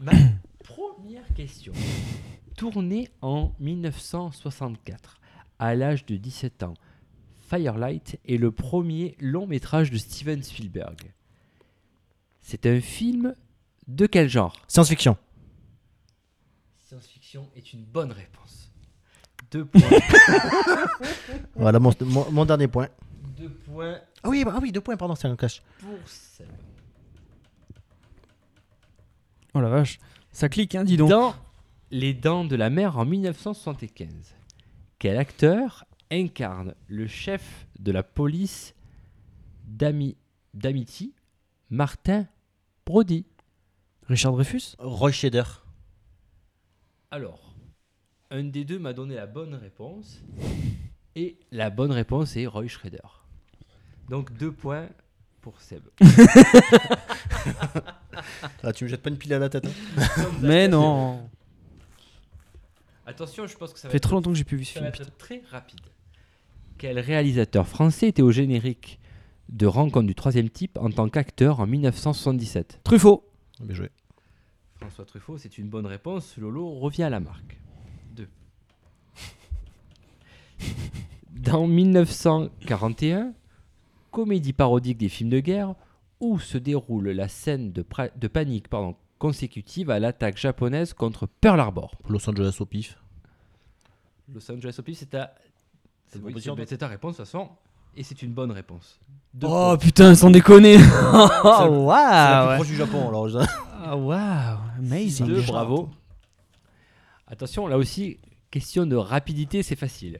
Speaker 6: Ma première question. Tourné en 1964, à l'âge de 17 ans, Firelight est le premier long métrage de Steven Spielberg. C'est un film de quel genre
Speaker 7: Science-fiction.
Speaker 6: Science-fiction est une bonne réponse. Deux points.
Speaker 7: Voilà mon, mon- mon dernier point.
Speaker 6: deux points
Speaker 7: Ah oui, bah- ah oui, deux points, pardon, c'est un cash.
Speaker 6: pour Seb.
Speaker 2: Oh la vache. Ça clique, hein, dis donc.
Speaker 6: Dans Les Dents de la Mer en 1975, quel acteur incarne le chef de la police d'Ami- d'Amity, Martin Brody
Speaker 2: Richard Dreyfus
Speaker 7: Roy Shader.
Speaker 6: Alors, un des deux m'a donné la bonne réponse. Et la bonne réponse est Roy Schrader. Donc deux points pour Seb.
Speaker 7: Ah, tu me jettes pas une pile à la tête. hein.
Speaker 2: Mais non.
Speaker 6: Attention, je pense que ça
Speaker 2: Ça
Speaker 6: va
Speaker 2: fait
Speaker 6: être
Speaker 2: trop longtemps que j'ai plus vu ce
Speaker 6: Ça va
Speaker 2: film.
Speaker 6: être très rapide. Quel réalisateur français était au générique de Rencontre du troisième type en tant qu'acteur en 1977
Speaker 2: Truffaut.
Speaker 7: Bien joué.
Speaker 6: François Truffaut, c'est une bonne réponse. Lolo revient à la marque. 2. Dans 1941, comédie parodique des films de guerre, où se déroule la scène de, pra- de panique pardon, consécutive à l'attaque japonaise contre Pearl Harbor
Speaker 7: Los Angeles au pif.
Speaker 6: Los Angeles Opie, c'est ta... oui,
Speaker 7: une proposition,
Speaker 6: c'est- c'est ta réponse, de toute façon. Et c'est une bonne réponse. Deux
Speaker 2: Oh
Speaker 6: points.
Speaker 2: putain, sans déconner.
Speaker 7: C'est
Speaker 2: oh
Speaker 6: Ah,
Speaker 7: la plus
Speaker 2: waouh.
Speaker 7: proche du Japon, alors. je-
Speaker 2: Ah waouh, amazing.
Speaker 6: Deux, bravo. Attention, là aussi, question de rapidité, c'est facile.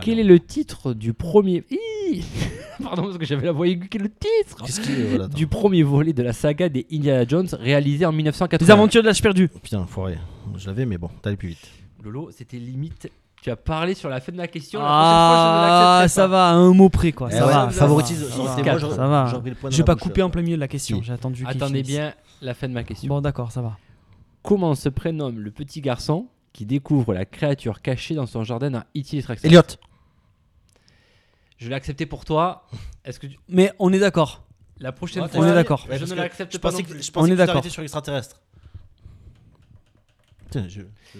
Speaker 6: Quel est le titre du premier... Hi Pardon, parce que j'avais la voix aiguë. Quel est le titre
Speaker 7: Qu'est-ce qui est voilà, attends.
Speaker 6: du premier volet de la saga des Indiana Jones réalisé en 1980
Speaker 2: Les aventures de l'âge perdu.
Speaker 7: Putain, foiré. Je l'avais, mais bon, t'allais plus vite.
Speaker 6: Lolo, c'était limite... Tu as parlé sur la fin de la question. la
Speaker 2: Ah,
Speaker 6: prochaine fois, je ne l'accepterai
Speaker 2: ça
Speaker 6: pas.
Speaker 2: va, à un mot près quoi.
Speaker 7: Eh
Speaker 2: Ça
Speaker 7: ouais,
Speaker 2: va.
Speaker 7: favoritise-
Speaker 2: ça
Speaker 7: j'aurais
Speaker 2: va.
Speaker 7: été moi,
Speaker 2: Quatre,
Speaker 7: j'aurais-
Speaker 2: ça va.
Speaker 7: j'aurais pris le point de
Speaker 2: Je vais
Speaker 7: la
Speaker 2: pas
Speaker 7: bouche,
Speaker 2: couper en
Speaker 7: là.
Speaker 2: plein milieu de la question,
Speaker 7: Si.
Speaker 2: j'ai attendu. qu'il
Speaker 6: Attendez
Speaker 2: finisse.
Speaker 6: bien la fin de ma question.
Speaker 2: Bon, d'accord, ça va.
Speaker 6: Comment se prénomme le petit garçon qui découvre la créature cachée dans E son jardin à E.T. Extraction
Speaker 7: Elliot.
Speaker 6: Je l'ai accepté pour toi. Est-ce que tu-
Speaker 2: Mais on est d'accord.
Speaker 6: la prochaine
Speaker 7: Ouais,
Speaker 6: fois
Speaker 2: On est
Speaker 7: hein.
Speaker 2: d'accord.
Speaker 6: Je ne l'accepte pas. non plus.
Speaker 7: Je
Speaker 2: On est
Speaker 7: pensais que
Speaker 2: d'accord.
Speaker 7: t'arrêtais sur l'extraterrestre. Putain, je, je-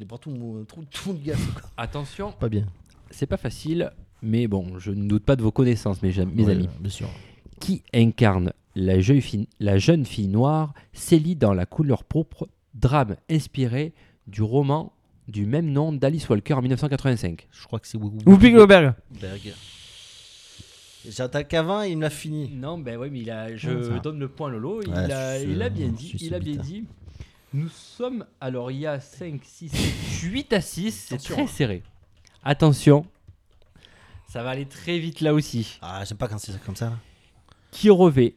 Speaker 7: les euh, bras tout, mou- tout, tout le gars. c'est quoi.
Speaker 6: Attention,
Speaker 7: Pas bien.
Speaker 6: c'est pas facile, mais bon, je ne doute pas de vos connaissances, mes, jam- mes
Speaker 7: Oui,
Speaker 6: amis.
Speaker 7: Bien sûr.
Speaker 6: Qui incarne la jeune fille, la jeune fille noire, Célie dans la couleur propre, drame inspiré du roman du même nom d'Alice Walker en 1985
Speaker 7: Je crois que c'est Wou-
Speaker 2: Whoopi Goldberg.
Speaker 7: Berg. J'attaque avant et il me l'a fini.
Speaker 6: Non, ben oui, mais il a, je
Speaker 7: Ah, ça va.
Speaker 6: donne le point Lolo. Il,
Speaker 7: Ouais,
Speaker 6: a,
Speaker 7: je-
Speaker 6: il a bien
Speaker 7: je
Speaker 6: dit.
Speaker 7: suis
Speaker 6: Il a bien
Speaker 7: subita.
Speaker 6: dit. Nous sommes. Alors, il y a 5, 6, 7, 8 à 6. C'est
Speaker 7: Attention,
Speaker 6: très
Speaker 7: hein.
Speaker 6: serré. Attention. Ça va aller très vite là aussi.
Speaker 7: Ah, j'aime pas quand c'est comme ça. là.
Speaker 6: Qui revêt.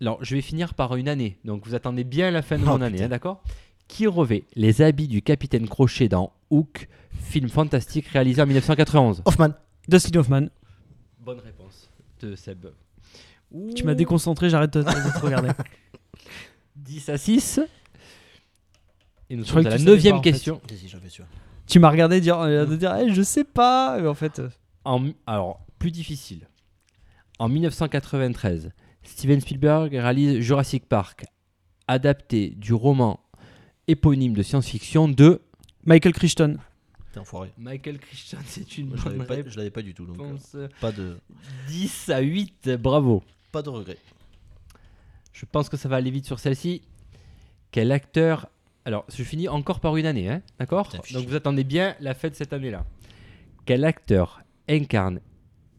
Speaker 6: Alors, je vais finir par une année. Donc, vous attendez bien la fin de
Speaker 7: Oh,
Speaker 6: mon année,
Speaker 7: putain.
Speaker 6: hein, d'accord Qui revêt les habits du capitaine Crochet dans Hook, film fantastique réalisé en 1991
Speaker 7: Hoffman.
Speaker 2: Dustin Hoffman.
Speaker 6: Bonne réponse de Seb.
Speaker 2: Tu m'as déconcentré, j'arrête de, de te regarder.
Speaker 6: 10 à 6. Et nous
Speaker 2: Je
Speaker 6: sommes
Speaker 2: croyais que tu savais
Speaker 6: à la
Speaker 2: pas, en
Speaker 6: neuvième
Speaker 2: fait.
Speaker 6: question.
Speaker 7: Vas-y, j'avais sûr.
Speaker 2: tu m'as regardé dire, euh, de dire Eh, je sais pas. Mais en fait, euh,
Speaker 6: En- alors, plus difficile. En 1993, Steven Spielberg réalise Jurassic Park, adapté du roman éponyme de science-fiction de
Speaker 2: Michael Crichton.
Speaker 7: T'es enfoiré.
Speaker 6: Michael Crichton. C'est une
Speaker 7: Moi, je
Speaker 6: bonne
Speaker 7: l'avais pas,
Speaker 6: réponse.
Speaker 7: je l'avais pas du tout, donc euh, pas, de,
Speaker 6: 10 à 8, bravo.
Speaker 7: pas de regret.
Speaker 6: Je pense que ça va aller vite sur celle-ci. Quel acteur. Alors, je finis encore par une année, hein, d'accord
Speaker 7: Putain, fichier.
Speaker 6: Donc vous attendez bien la fête cette année-là. Quel acteur incarne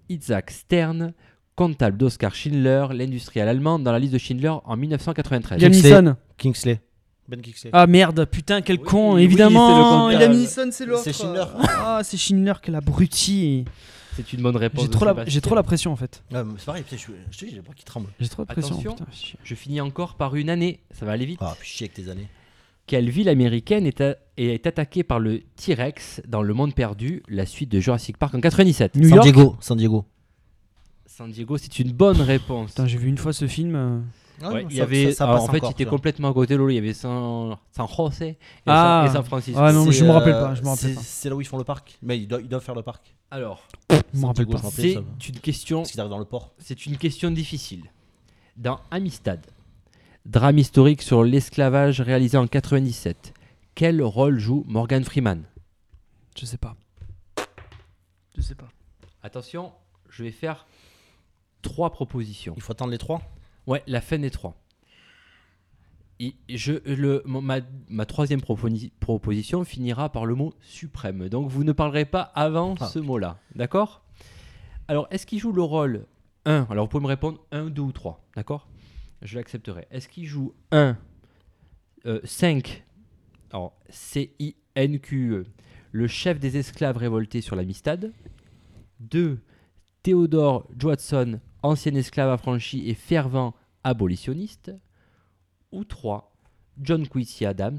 Speaker 6: Isaac Stern, comptable d'Oscar Schindler, l'industriel allemand, dans la liste de Schindler en 1993
Speaker 2: Liam
Speaker 7: Kingsley.
Speaker 2: Neeson.
Speaker 7: Kingsley. Ben Kingsley.
Speaker 2: Ah merde, putain, quel
Speaker 6: Oui,
Speaker 2: con,
Speaker 6: oui,
Speaker 2: évidemment.
Speaker 6: c'est le
Speaker 2: Ah, Liam
Speaker 6: comptable.
Speaker 2: Neeson, c'est l'autre.
Speaker 7: C'est Schindler.
Speaker 2: Ah, c'est Schindler, quel abruti.
Speaker 6: C'est une bonne réponse.
Speaker 2: J'ai
Speaker 6: de
Speaker 2: trop, la,
Speaker 6: Sébastien.
Speaker 2: j'ai trop la pression en fait.
Speaker 7: Ah, mais c'est pareil, putain, je suis- je te dis, j'ai les bras qui tremblent.
Speaker 2: J'ai trop la pression.
Speaker 6: Attention.
Speaker 2: putain, chier.
Speaker 6: Je finis encore par une année. Ça va aller vite.
Speaker 7: Ah, puis chier avec tes années.
Speaker 6: Quelle ville américaine est, a- est attaquée par le T-Rex dans Le Monde Perdu, la suite de Jurassic Park en 97
Speaker 2: New
Speaker 7: San
Speaker 2: York.
Speaker 7: Diego, San Diego.
Speaker 6: San Diego, c'est une bonne réponse.
Speaker 2: Putain, j'ai vu une fois ce film. euh,
Speaker 6: Ouais,
Speaker 7: Ah non,
Speaker 6: il y
Speaker 7: ça-
Speaker 6: avait,
Speaker 7: ça- ça
Speaker 6: alors,
Speaker 7: passe
Speaker 6: en fait,
Speaker 7: encore,
Speaker 6: il était
Speaker 7: tu vois.
Speaker 6: complètement à côté de l'autre. Il y avait San, San José et,
Speaker 2: Ah.
Speaker 6: San, et San Francisco.
Speaker 2: Ah non, mais je
Speaker 7: C'est,
Speaker 2: me rappelle
Speaker 7: euh,
Speaker 2: pas. Je me rappelle
Speaker 7: c'est-
Speaker 2: pas.
Speaker 7: C'est là où ils font le parc. Mais ils doivent, ils doivent faire le parc.
Speaker 6: Alors,
Speaker 2: Je me
Speaker 7: San
Speaker 2: rappelle
Speaker 7: Diego,
Speaker 2: pas.
Speaker 7: je me rappelais
Speaker 6: c'est
Speaker 7: ça.
Speaker 6: une question
Speaker 7: Parce qu'ils arrivent dans le port.
Speaker 6: C'est une question difficile. Dans Amistad, drame historique sur l'esclavage réalisé en 97, quel rôle joue Morgan Freeman
Speaker 2: Je sais pas. Je sais pas.
Speaker 6: Attention, je vais faire trois propositions.
Speaker 7: Il faut attendre les trois.
Speaker 6: Ouais, la fin des trois. Et je, le, mon- ma, ma troisième proponi- proposition finira par le mot suprême. Donc vous ne parlerez pas avant
Speaker 7: Ah.
Speaker 6: ce mot-là. D'accord Alors, est-ce qu'il joue le rôle 1 Alors, vous pouvez me répondre 1, 2 ou 3. D'accord Je l'accepterai. Est-ce qu'il joue 1, 5 Alors, C-I-N-Q-E. E, Le chef des esclaves révoltés sur l'Amistad. 2. Théodore Johnson, ancien esclave affranchi et fervent abolitionniste. Ou 3. John Quincy Adams,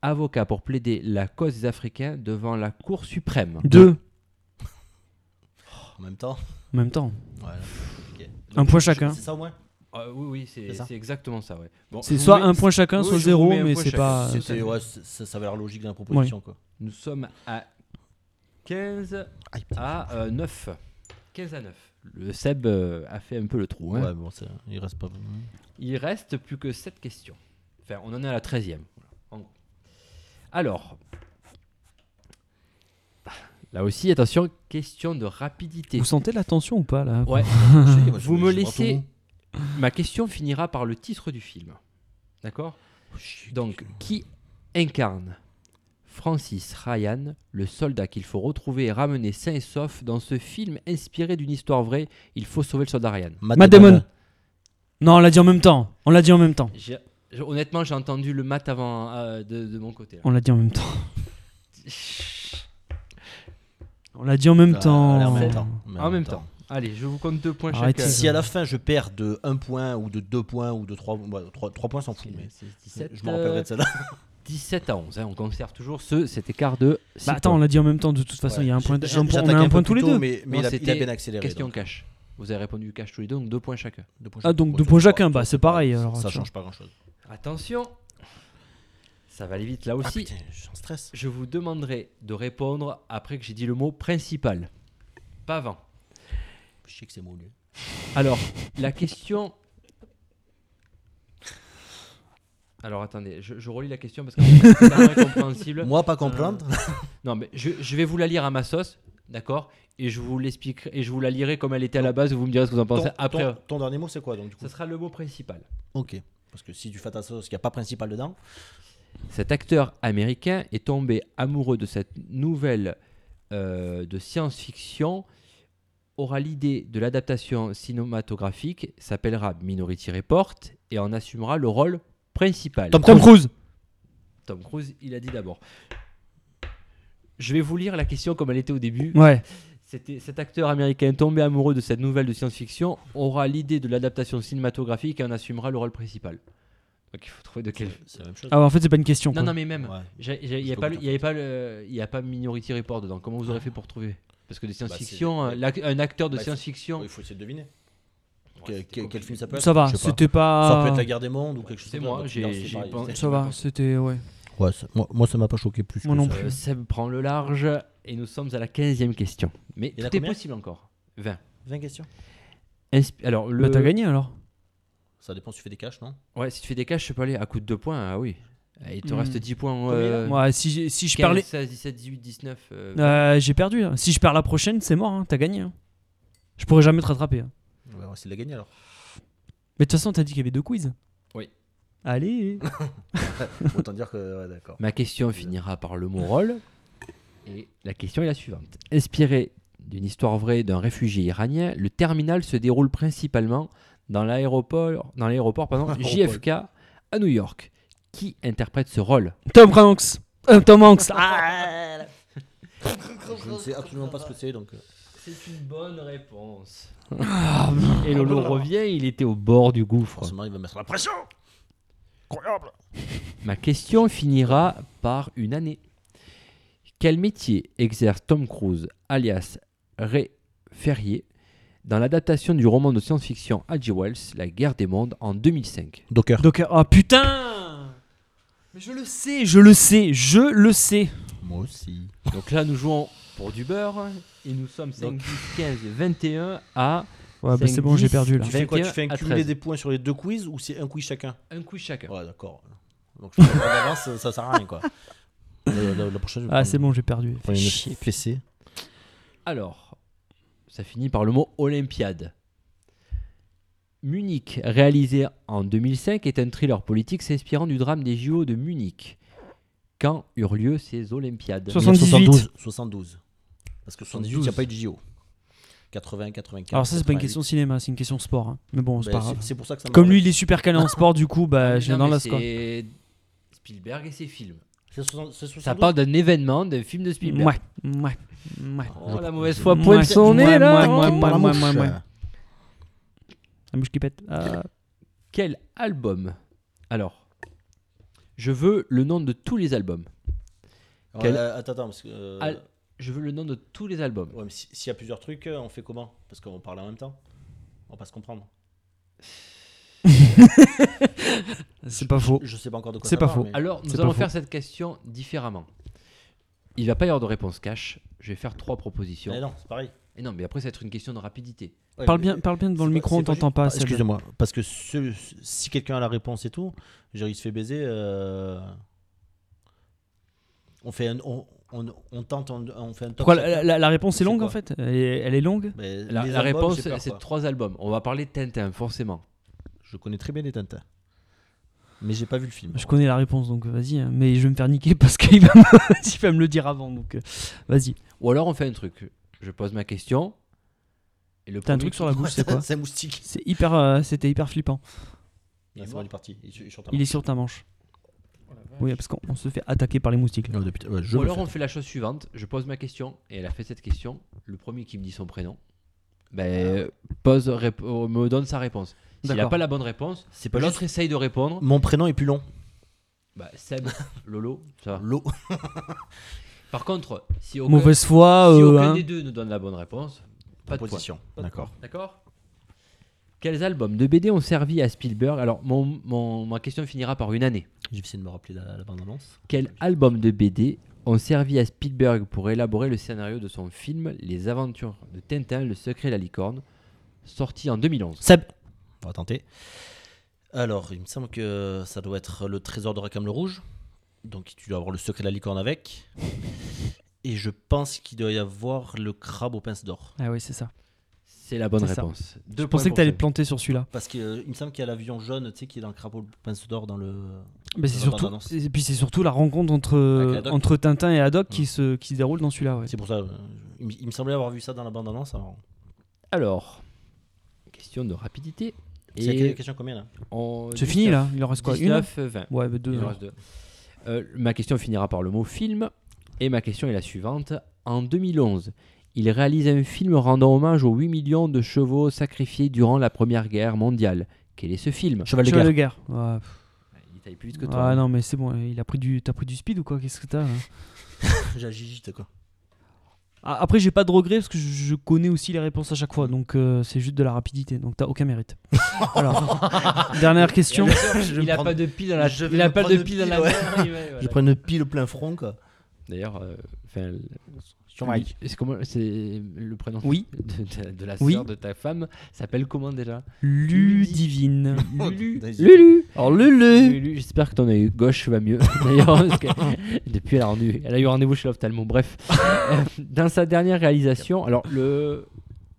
Speaker 6: avocat pour plaider la cause des Africains devant la Cour suprême.
Speaker 2: Deux.
Speaker 7: En même temps.
Speaker 2: En même temps.
Speaker 7: Voilà.
Speaker 2: Un point chacun.
Speaker 7: C'est ça au moins
Speaker 6: Euh, oui, oui, c'est
Speaker 7: C'est ça
Speaker 6: c'est exactement ça. Ouais. Bon, je
Speaker 2: C'est
Speaker 6: vous
Speaker 2: soit
Speaker 6: mets-
Speaker 2: un point chacun,
Speaker 6: oui,
Speaker 2: soit
Speaker 6: je vous
Speaker 2: zéro,
Speaker 6: mets un
Speaker 2: mais
Speaker 6: point
Speaker 2: c'est
Speaker 6: chacun.
Speaker 2: pas.
Speaker 6: C'est-
Speaker 7: C'est- ouais, c'est- ça, ça avait l'air logique dans la proposition. Quoi.
Speaker 6: Nous sommes à 15
Speaker 7: Aïe, putain.
Speaker 6: à euh, 9. 15 à 9. Le Seb euh, a fait un peu le trou. hein.
Speaker 7: Ouais, bon, c'est- il reste pas.
Speaker 6: Il reste plus que 7 questions. Enfin, on en est à la 13e. voilà, en gros. Alors, là aussi, attention, question de rapidité.
Speaker 2: Vous sentez la tension ou pas là
Speaker 6: Ouais,
Speaker 7: Je dis, moi, je-
Speaker 6: vous
Speaker 7: je
Speaker 6: me
Speaker 7: me retourne.
Speaker 6: laissez. Ma question finira par le titre du film. D'accord Donc, qui incarne Francis Ryan, le soldat qu'il faut retrouver et ramener sain et sauf dans ce film inspiré d'une histoire vraie Il faut sauver le soldat Ryan.
Speaker 2: Matt Damon. Non, on l'a dit en même temps. On l'a dit en même temps.
Speaker 6: J'ai- j'ai- honnêtement, j'ai entendu le mat avant euh, de, de mon côté. là.
Speaker 2: On l'a dit en même temps. On l'a dit en même
Speaker 7: Ah,
Speaker 2: temps.
Speaker 7: allez, En même temps. Mais
Speaker 6: En même temps. Allez, je vous compte deux points
Speaker 2: Arrêtez.
Speaker 6: chacun.
Speaker 7: Si à la fin je perds de 1 point ou de 2 points ou de 3 points, s'en fout. Mais
Speaker 6: C'est- c'est 17,
Speaker 7: je me rappellerai de celle-là.
Speaker 6: euh, 17 à 11. hein, on conserve toujours ce, cet écart de. six
Speaker 2: Bah attends, on
Speaker 6: points.
Speaker 2: l'a dit en même temps. De toute façon, il y a un
Speaker 7: J'ai-
Speaker 2: point.
Speaker 7: j'ai-
Speaker 2: un point- on
Speaker 7: j'attaquais
Speaker 2: a
Speaker 7: un
Speaker 2: un
Speaker 7: peu
Speaker 2: point
Speaker 7: plus
Speaker 2: tous les
Speaker 7: tôt,
Speaker 2: deux.
Speaker 7: Mais, mais
Speaker 6: Non,
Speaker 7: il, a, il a
Speaker 6: c'était
Speaker 7: bien accéléré.
Speaker 6: question
Speaker 7: donc.
Speaker 6: cash. Vous avez répondu cash tous les deux, donc deux points chacun.
Speaker 7: Deux points
Speaker 2: Ah, donc
Speaker 7: chacun.
Speaker 2: deux
Speaker 7: Ouais,
Speaker 2: points
Speaker 7: ça-
Speaker 2: chacun, bah,
Speaker 7: ça-
Speaker 2: c'est pareil,
Speaker 7: ça-
Speaker 2: alors,
Speaker 7: Ça
Speaker 2: tu
Speaker 7: change pas grand chose.
Speaker 6: Attention, ça va aller vite là
Speaker 7: Ah
Speaker 6: aussi.
Speaker 7: putain, je suis en stress.
Speaker 6: je vous demanderai de répondre après que j'ai dit le mot principal. Pas avant.
Speaker 7: Je sais que c'est mon lieu.
Speaker 6: Alors, la question. Alors attendez, je, je relis la question parce que c'est pas incompréhensible.
Speaker 7: Moi, pas comprendre.
Speaker 6: Non, mais je, je vais vous la lire à ma sauce, d'accord Et je vous l'expliquerai et je vous la lirai comme elle était à la base. Vous me direz ce que vous en
Speaker 2: Bah,
Speaker 6: pensez
Speaker 7: Ton-
Speaker 6: après.
Speaker 2: euh.
Speaker 7: ton- Ton dernier mot, c'est quoi donc du coup
Speaker 6: Ce sera le mot principal.
Speaker 7: Ok. Parce que si tu fais ta sauce, qu'il n'y a pas principal dedans.
Speaker 6: Cet acteur américain est tombé amoureux de cette nouvelle euh, de science-fiction, aura l'idée de l'adaptation cinématographique, s'appellera Minority Report et en assumera le rôle principal.
Speaker 2: Tom, Cruise.
Speaker 6: Tom Cruise, il a dit d'abord. Je vais vous lire la question comme elle était au début.
Speaker 2: Ouais.
Speaker 6: C'était cet acteur américain tombé amoureux de cette nouvelle de science-fiction aura l'idée de l'adaptation cinématographique et en assumera le rôle principal. Donc il faut trouver de quel.
Speaker 7: C'est la même chose.
Speaker 2: Ah, en fait, c'est pas une question.
Speaker 6: Non,
Speaker 2: quoi.
Speaker 6: non, mais même.
Speaker 7: Ouais.
Speaker 6: J'ai- j'ai- Il n'y
Speaker 7: Je
Speaker 6: a,
Speaker 7: peux
Speaker 6: pas
Speaker 7: vous
Speaker 6: le- il y avait pas le- il y a pas Minority Report dedans. Comment vous aurez fait pour trouver Parce que de science-fiction,
Speaker 7: Bah,
Speaker 6: euh,
Speaker 7: c'est-
Speaker 6: l'ac- un acteur de
Speaker 7: Bah, c'est-
Speaker 6: science-fiction.
Speaker 7: Ouais, Il faut essayer de deviner.
Speaker 6: Ouais,
Speaker 7: Que-
Speaker 6: c'était
Speaker 7: que- quel
Speaker 6: compliqué.
Speaker 7: film ça peut être
Speaker 2: Ça va,
Speaker 7: Je sais pas.
Speaker 2: c'était
Speaker 7: Ça peut
Speaker 2: pas.
Speaker 7: être la guerre des mondes ou quelque chose
Speaker 6: C'est
Speaker 7: comme
Speaker 6: moi,
Speaker 7: ça, donc
Speaker 6: j'ai-
Speaker 7: non, c'est
Speaker 6: j'ai
Speaker 7: pareil,
Speaker 6: pas-
Speaker 7: c'est-
Speaker 2: Ça va, c'était. Ouais. Bah,
Speaker 7: Ouais, ça- moi, moi, ça m'a pas choqué plus.
Speaker 2: Moi
Speaker 7: que
Speaker 2: non
Speaker 7: ça.
Speaker 2: plus.
Speaker 6: Euh, Seb prend le large et nous sommes à la 15e question. Mais
Speaker 7: Il y en a
Speaker 6: tout est
Speaker 7: combien
Speaker 6: possible encore. 20.
Speaker 7: 20 questions.
Speaker 6: Inspi- Alors, le...
Speaker 2: Bah, t'as gagné alors.
Speaker 7: Ça dépend si tu fais des caches, non
Speaker 6: Ouais, si tu fais des caches, je peux aller à coup de 2 points. Ah oui. Ah, Il te
Speaker 2: Hmm.
Speaker 6: reste 10 points.
Speaker 7: Combien,
Speaker 6: euh,
Speaker 2: Ouais, si, j'ai- si je
Speaker 6: 15,
Speaker 2: perds
Speaker 6: 16, 17, 18, 19. euh,
Speaker 2: les- Euh, j'ai perdu. hein. Si je perds la prochaine, c'est mort. hein, T'as gagné. hein. Je pourrais jamais te rattraper. hein.
Speaker 7: On va essayer de la gagner alors.
Speaker 2: Mais de toute façon, t'as dit qu'il y avait deux quiz.
Speaker 6: Oui.
Speaker 2: Allez.
Speaker 7: Autant dire que. Ouais, d'accord.
Speaker 6: Ma question finira par le mot rôle. Et la question est la suivante. Inspiré d'une histoire vraie d'un réfugié iranien, le terminal se déroule principalement dans l'aéroport, dans l'aéroport pardon, JFK à New York. Qui interprète ce rôle
Speaker 2: Tom Hanks. Euh, Tom Hanks. Ah.
Speaker 7: Je ne sais absolument pas ce que c'est donc. euh,
Speaker 6: C'est une bonne réponse. Et Lolo revient, il était au bord du gouffre.
Speaker 7: Forcément, il va mettre la pression Incroyable
Speaker 6: Ma question finira par une année. Quel métier exerce Tom Cruise, alias Ray Ferrier, dans l'adaptation du roman de science-fiction H.G. Wells, La guerre des mondes, en 2005
Speaker 7: Docker.
Speaker 2: Donc, ah putain Mais je le sais, je le sais, je le sais.
Speaker 7: Moi aussi.
Speaker 6: Donc là, nous jouons pour du beurre, hein, et nous sommes 5,
Speaker 7: Donc-
Speaker 6: 10, 15, 21 à
Speaker 2: Ouais, bah, c'est bon, j'ai perdu là.
Speaker 7: Tu fais quoi Tu
Speaker 6: 21
Speaker 7: fais un
Speaker 6: à
Speaker 7: cumulé
Speaker 6: 13.
Speaker 7: des points sur les deux quiz ou c'est un quiz chacun
Speaker 6: un coup chacun.
Speaker 7: Ouais, d'accord. Donc je fais pas d'avance, ça- ça sert à rien quoi. La, la- la prochaine, je vais
Speaker 2: Ah,
Speaker 7: prendre-
Speaker 2: c'est bon, j'ai perdu.
Speaker 7: prendre une fessée.
Speaker 6: Alors, ça finit par le mot Olympiade. Munich, réalisé en 2005, est un thriller politique s'inspirant du drame des JO de Munich. Quand eurent lieu ces Olympiades
Speaker 2: 78.
Speaker 7: 72. 72. Parce que 78,
Speaker 6: 72.
Speaker 7: il n'y a pas eu de JO. 80, 84.
Speaker 2: Alors, ça, c'est pas une
Speaker 7: 88.
Speaker 2: question cinéma, c'est une question sport. hein. Mais bon, c'est
Speaker 7: Ben,
Speaker 2: pas grave.
Speaker 7: c'est pour ça que ça m'a
Speaker 2: Comme lui,
Speaker 7: revenu.
Speaker 2: il est super calé en sport, du coup, bah, j'ai
Speaker 6: Non,
Speaker 2: dans
Speaker 6: mais
Speaker 2: la score.
Speaker 6: c'est Spielberg et ses films.
Speaker 7: C'est 60 c'est 72.
Speaker 6: Ça parle d'un événement, d'un film de Spielberg.
Speaker 2: Ouais, ouais, ouais.
Speaker 6: Oh, la mauvaise foi
Speaker 2: Ouais,
Speaker 6: pointe son
Speaker 2: ouais,
Speaker 6: nez, là
Speaker 2: ouais,
Speaker 6: hein.
Speaker 2: ouais.
Speaker 7: Par la
Speaker 2: moi,
Speaker 7: mouche.
Speaker 2: moi, moi. La mouche qui pète. Ah,
Speaker 6: Quel album Alors, je veux le nom de tous les albums.
Speaker 7: Ouais,
Speaker 6: Quel-
Speaker 7: euh, Attends, attends, parce que. euh,
Speaker 6: Al- Je veux le nom de tous les albums.
Speaker 7: Ouais, mais si- s'il y a plusieurs trucs, euh, on fait comment Parce qu'on parle en même temps. On va pas se comprendre.
Speaker 2: c'est pas faux.
Speaker 7: Je sais pas encore de quoi
Speaker 2: C'est
Speaker 7: ça
Speaker 2: pas
Speaker 7: parle,
Speaker 2: faux.
Speaker 7: mais-
Speaker 6: Alors,
Speaker 2: C'est
Speaker 6: nous
Speaker 2: pas
Speaker 6: allons
Speaker 2: faux.
Speaker 6: faire cette question différemment. Il va pas y avoir de réponse cash. Je vais faire trois propositions.
Speaker 7: Mais Eh non, c'est pareil.
Speaker 6: Et non, mais après, ça va être une question de rapidité.
Speaker 7: Ouais,
Speaker 2: Parle
Speaker 7: mais-
Speaker 2: bien, parle bien devant le
Speaker 7: C'est
Speaker 2: micro,
Speaker 7: pas-
Speaker 2: on
Speaker 7: c'est
Speaker 2: t'entend
Speaker 7: pas juste-
Speaker 2: pas.
Speaker 7: Ah,
Speaker 2: Seb.
Speaker 7: Excusez-moi, parce que ce- si quelqu'un a la réponse et tout, j'ai- il se fait baiser. euh, On fait un- on, on- on tente, on, on fait un top.
Speaker 2: Pourquoi
Speaker 7: cinq.
Speaker 2: la, la- la réponse est
Speaker 7: C'est
Speaker 2: longue
Speaker 7: quoi
Speaker 2: en fait elle est, elle est longue
Speaker 7: Mais
Speaker 6: La,
Speaker 7: les
Speaker 6: la
Speaker 7: albums,
Speaker 6: réponse,
Speaker 7: j'ai peur,
Speaker 6: c'est
Speaker 7: quoi.
Speaker 6: trois albums. On va parler de Tintin, forcément.
Speaker 7: Je connais très bien les Tintins, mais j'ai pas vu le film.
Speaker 2: Je connais la réponse donc vas-y, hein. mais je vais me faire niquer parce qu'il va, me- il va me le dire avant donc euh, vas-y.
Speaker 6: Ou alors, on fait un truc. Je pose ma question. Et le
Speaker 2: T'as un
Speaker 6: premier
Speaker 2: truc
Speaker 6: qui-
Speaker 2: sur la bouche, c'est quoi
Speaker 7: C'est un moustique.
Speaker 2: C'est hyper, euh, C'était hyper flippant.
Speaker 7: Ah, c'est bon, il est parti. Il, il chante un
Speaker 2: Il est sur ta manche. Oui, parce qu'on on se fait attaquer par les moustiques. là.
Speaker 7: morceau. Oh, putain, ouais, je
Speaker 6: Ou
Speaker 7: me
Speaker 6: alors,
Speaker 7: fais-
Speaker 6: on fait la chose suivante. Je pose ma question. Et elle a fait cette question. Le premier qui me dit son prénom, ben,
Speaker 7: Ah.
Speaker 6: pose, rép- euh, me donne sa réponse. S'il n'a
Speaker 2: D'accord.
Speaker 6: pas la bonne réponse,
Speaker 7: C'est pas
Speaker 6: l'autre
Speaker 7: juste.
Speaker 6: essaye de répondre.
Speaker 7: Mon prénom est plus long.
Speaker 6: Bah, Seb, Lolo, ça va.
Speaker 7: L'eau.
Speaker 6: Par contre, si aucun,
Speaker 2: Mauvaise foi,
Speaker 6: si
Speaker 2: euh,
Speaker 6: aucun
Speaker 2: hein.
Speaker 6: des deux ne donne la bonne réponse, pas de points.
Speaker 7: Proposition. D'accord.
Speaker 6: D'accord Quels albums de BD ont servi à Spielberg Alors, mon, mon- ma question finira par une année.
Speaker 7: J'ai essayé de me rappeler la, la bande-annonce.
Speaker 6: Quels albums de BD ont servi à Spielberg pour élaborer le scénario de son film Les Aventures de Tintin, Le Secret de la Licorne, sorti en 2011
Speaker 7: Seb. On va tenter. Alors, il me semble que ça doit être le trésor de Rackham le Rouge. Donc, tu dois avoir le secret de la licorne avec. Et je pense qu'il doit y avoir le crabe aux pinces d'or.
Speaker 2: Ah oui, c'est ça.
Speaker 6: C'est la bonne
Speaker 2: C'est ça.
Speaker 6: réponse. Deux
Speaker 2: je
Speaker 6: points
Speaker 2: pensais que
Speaker 6: pour
Speaker 2: t'allais
Speaker 6: Seb.
Speaker 2: te planter sur celui-là.
Speaker 7: Parce qu'il me semble qu'il y a l'avion jaune, tu sais, qui est dans le crabe aux pinces d'or dans le.
Speaker 2: Mais c'est
Speaker 7: Dans la
Speaker 2: surtout,
Speaker 7: bande-annonce.
Speaker 2: et puis c'est surtout la rencontre
Speaker 7: Avec
Speaker 2: entre, euh,
Speaker 7: la doc.
Speaker 2: entre Tintin et Haddock qui se, qui se déroule dans celui-là. ouais.
Speaker 7: C'est pour ça. euh, Il, me- il me semblait avoir vu ça dans la bande-annonce. alors.
Speaker 6: Alors, question de rapidité.
Speaker 7: C'est la que-
Speaker 6: Et
Speaker 7: question combien là
Speaker 6: on-
Speaker 2: C'est fini là, il en reste quoi Une
Speaker 6: 19, 20.
Speaker 2: Ouais, bah, deux.
Speaker 6: Il en reste deux. Euh, ma question finira par le mot film. Et ma question est la suivante. En 2011, il réalise un film rendant hommage aux 8 millions de chevaux sacrifiés durant la Première Guerre mondiale. Quel est ce film
Speaker 7: Cheval
Speaker 2: Cheval de guerre. Ouais.
Speaker 6: Il taille plus vite que
Speaker 2: Ah
Speaker 6: toi. hein.
Speaker 2: non, mais c'est bon, il a pris du, t'as pris du speed ou quoi Qu'est-ce que t'as là
Speaker 7: J'agite quoi.
Speaker 2: Ah, Après, j'ai pas de regrets parce que je- je connais aussi les réponses à chaque fois, donc euh, c'est juste de la rapidité, donc t'as aucun mérite. Alors, dernière question.
Speaker 6: il n'a pas de pile dans la
Speaker 7: Je vais
Speaker 6: Il a
Speaker 7: me
Speaker 6: pas de
Speaker 7: prendre
Speaker 6: pile
Speaker 7: une
Speaker 6: dans la
Speaker 7: pile, ouais.
Speaker 6: main, il va- voilà.
Speaker 7: prends une pile plein front quoi.
Speaker 6: D'ailleurs, euh, enfin,
Speaker 7: Mike.
Speaker 6: lui- c'est comment c'est le prénom
Speaker 2: Oui.
Speaker 6: de, de- de la sœur
Speaker 2: Oui.
Speaker 6: de ta femme s'appelle comment déjà
Speaker 2: Ludivine.
Speaker 6: Lulu.
Speaker 7: Vas-y.
Speaker 6: Lulu.
Speaker 2: Alors, Lulu
Speaker 6: Lulu, J'espère que ton œil gauche va mieux. D'ailleurs, parce que depuis, elle a, rendu- elle a eu rendez-vous chez l'ophtalmo. Bref, Euh, dans sa dernière réalisation, alors le,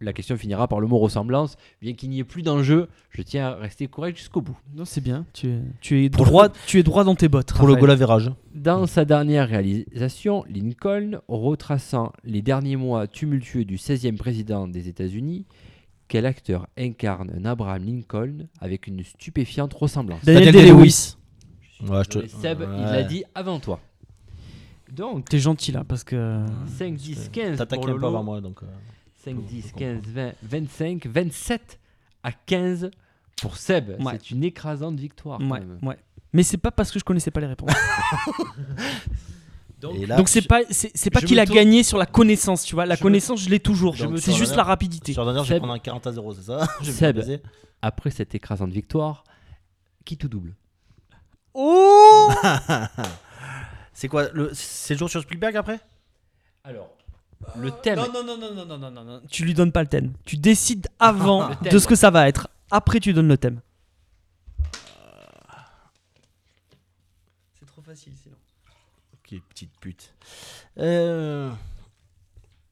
Speaker 6: la question finira par le mot ressemblance. Bien qu'il n'y ait plus d'enjeu, je tiens à rester correct jusqu'au bout.
Speaker 2: Non, c'est bien, tu es, tu, es
Speaker 7: Pour le-
Speaker 2: droit, tu es droit dans tes bottes.
Speaker 7: Pour le
Speaker 2: Raphaël.
Speaker 7: goal average.
Speaker 6: Dans sa dernière réalisation, Lincoln, retraçant les derniers mois tumultueux du 16e président des États-Unis, quel acteur incarne un Abraham Lincoln avec une stupéfiante ressemblance
Speaker 2: Daniel Day-Lewis.
Speaker 7: Ouais, je te-
Speaker 6: Mais Seb, il l'a
Speaker 7: ouais.
Speaker 6: dit avant toi. Donc,
Speaker 2: T'es gentil là parce que.
Speaker 6: 5, 10, 15
Speaker 7: T'attaques
Speaker 6: pour
Speaker 7: un peu
Speaker 6: Lolo,
Speaker 7: avant moi donc. euh,
Speaker 6: 5,
Speaker 7: peux
Speaker 6: 10,
Speaker 7: comprendre.
Speaker 6: 15, 20, 25, 27 à 15 pour Seb.
Speaker 2: Ouais.
Speaker 6: C'est une écrasante victoire. quand
Speaker 2: Ouais,
Speaker 6: même.
Speaker 2: ouais. Mais c'est pas parce que je connaissais pas les réponses.
Speaker 6: Donc,
Speaker 7: Et là,
Speaker 2: Donc c'est pas c'est c'est pas
Speaker 6: je
Speaker 2: qu'il
Speaker 6: me
Speaker 2: a
Speaker 6: tourne-
Speaker 2: gagné sur la connaissance, tu vois. La
Speaker 6: Je me-
Speaker 2: connaissance, je l'ai toujours.
Speaker 7: Donc,
Speaker 2: C'est
Speaker 7: sur
Speaker 2: juste
Speaker 7: la-
Speaker 2: la rapidité.
Speaker 7: Sur la dernière, je vais
Speaker 6: Seb.
Speaker 7: prendre un 40 à 0, c'est ça Je vais me
Speaker 6: Seb.
Speaker 7: baiser.
Speaker 6: après cette écrasante victoire, qui tout double
Speaker 2: Oh
Speaker 7: C'est quoi le... C'est le jour sur Spielberg après
Speaker 6: Alors, le thème.
Speaker 2: non, non, non, non, non, non, non, non. Tu lui donnes pas le thème. Tu décides avant
Speaker 6: Le thème.
Speaker 2: de ce que ça va être. Après, tu donnes le thème. C'est trop facile sinon.
Speaker 7: Ok, petite pute. Euh...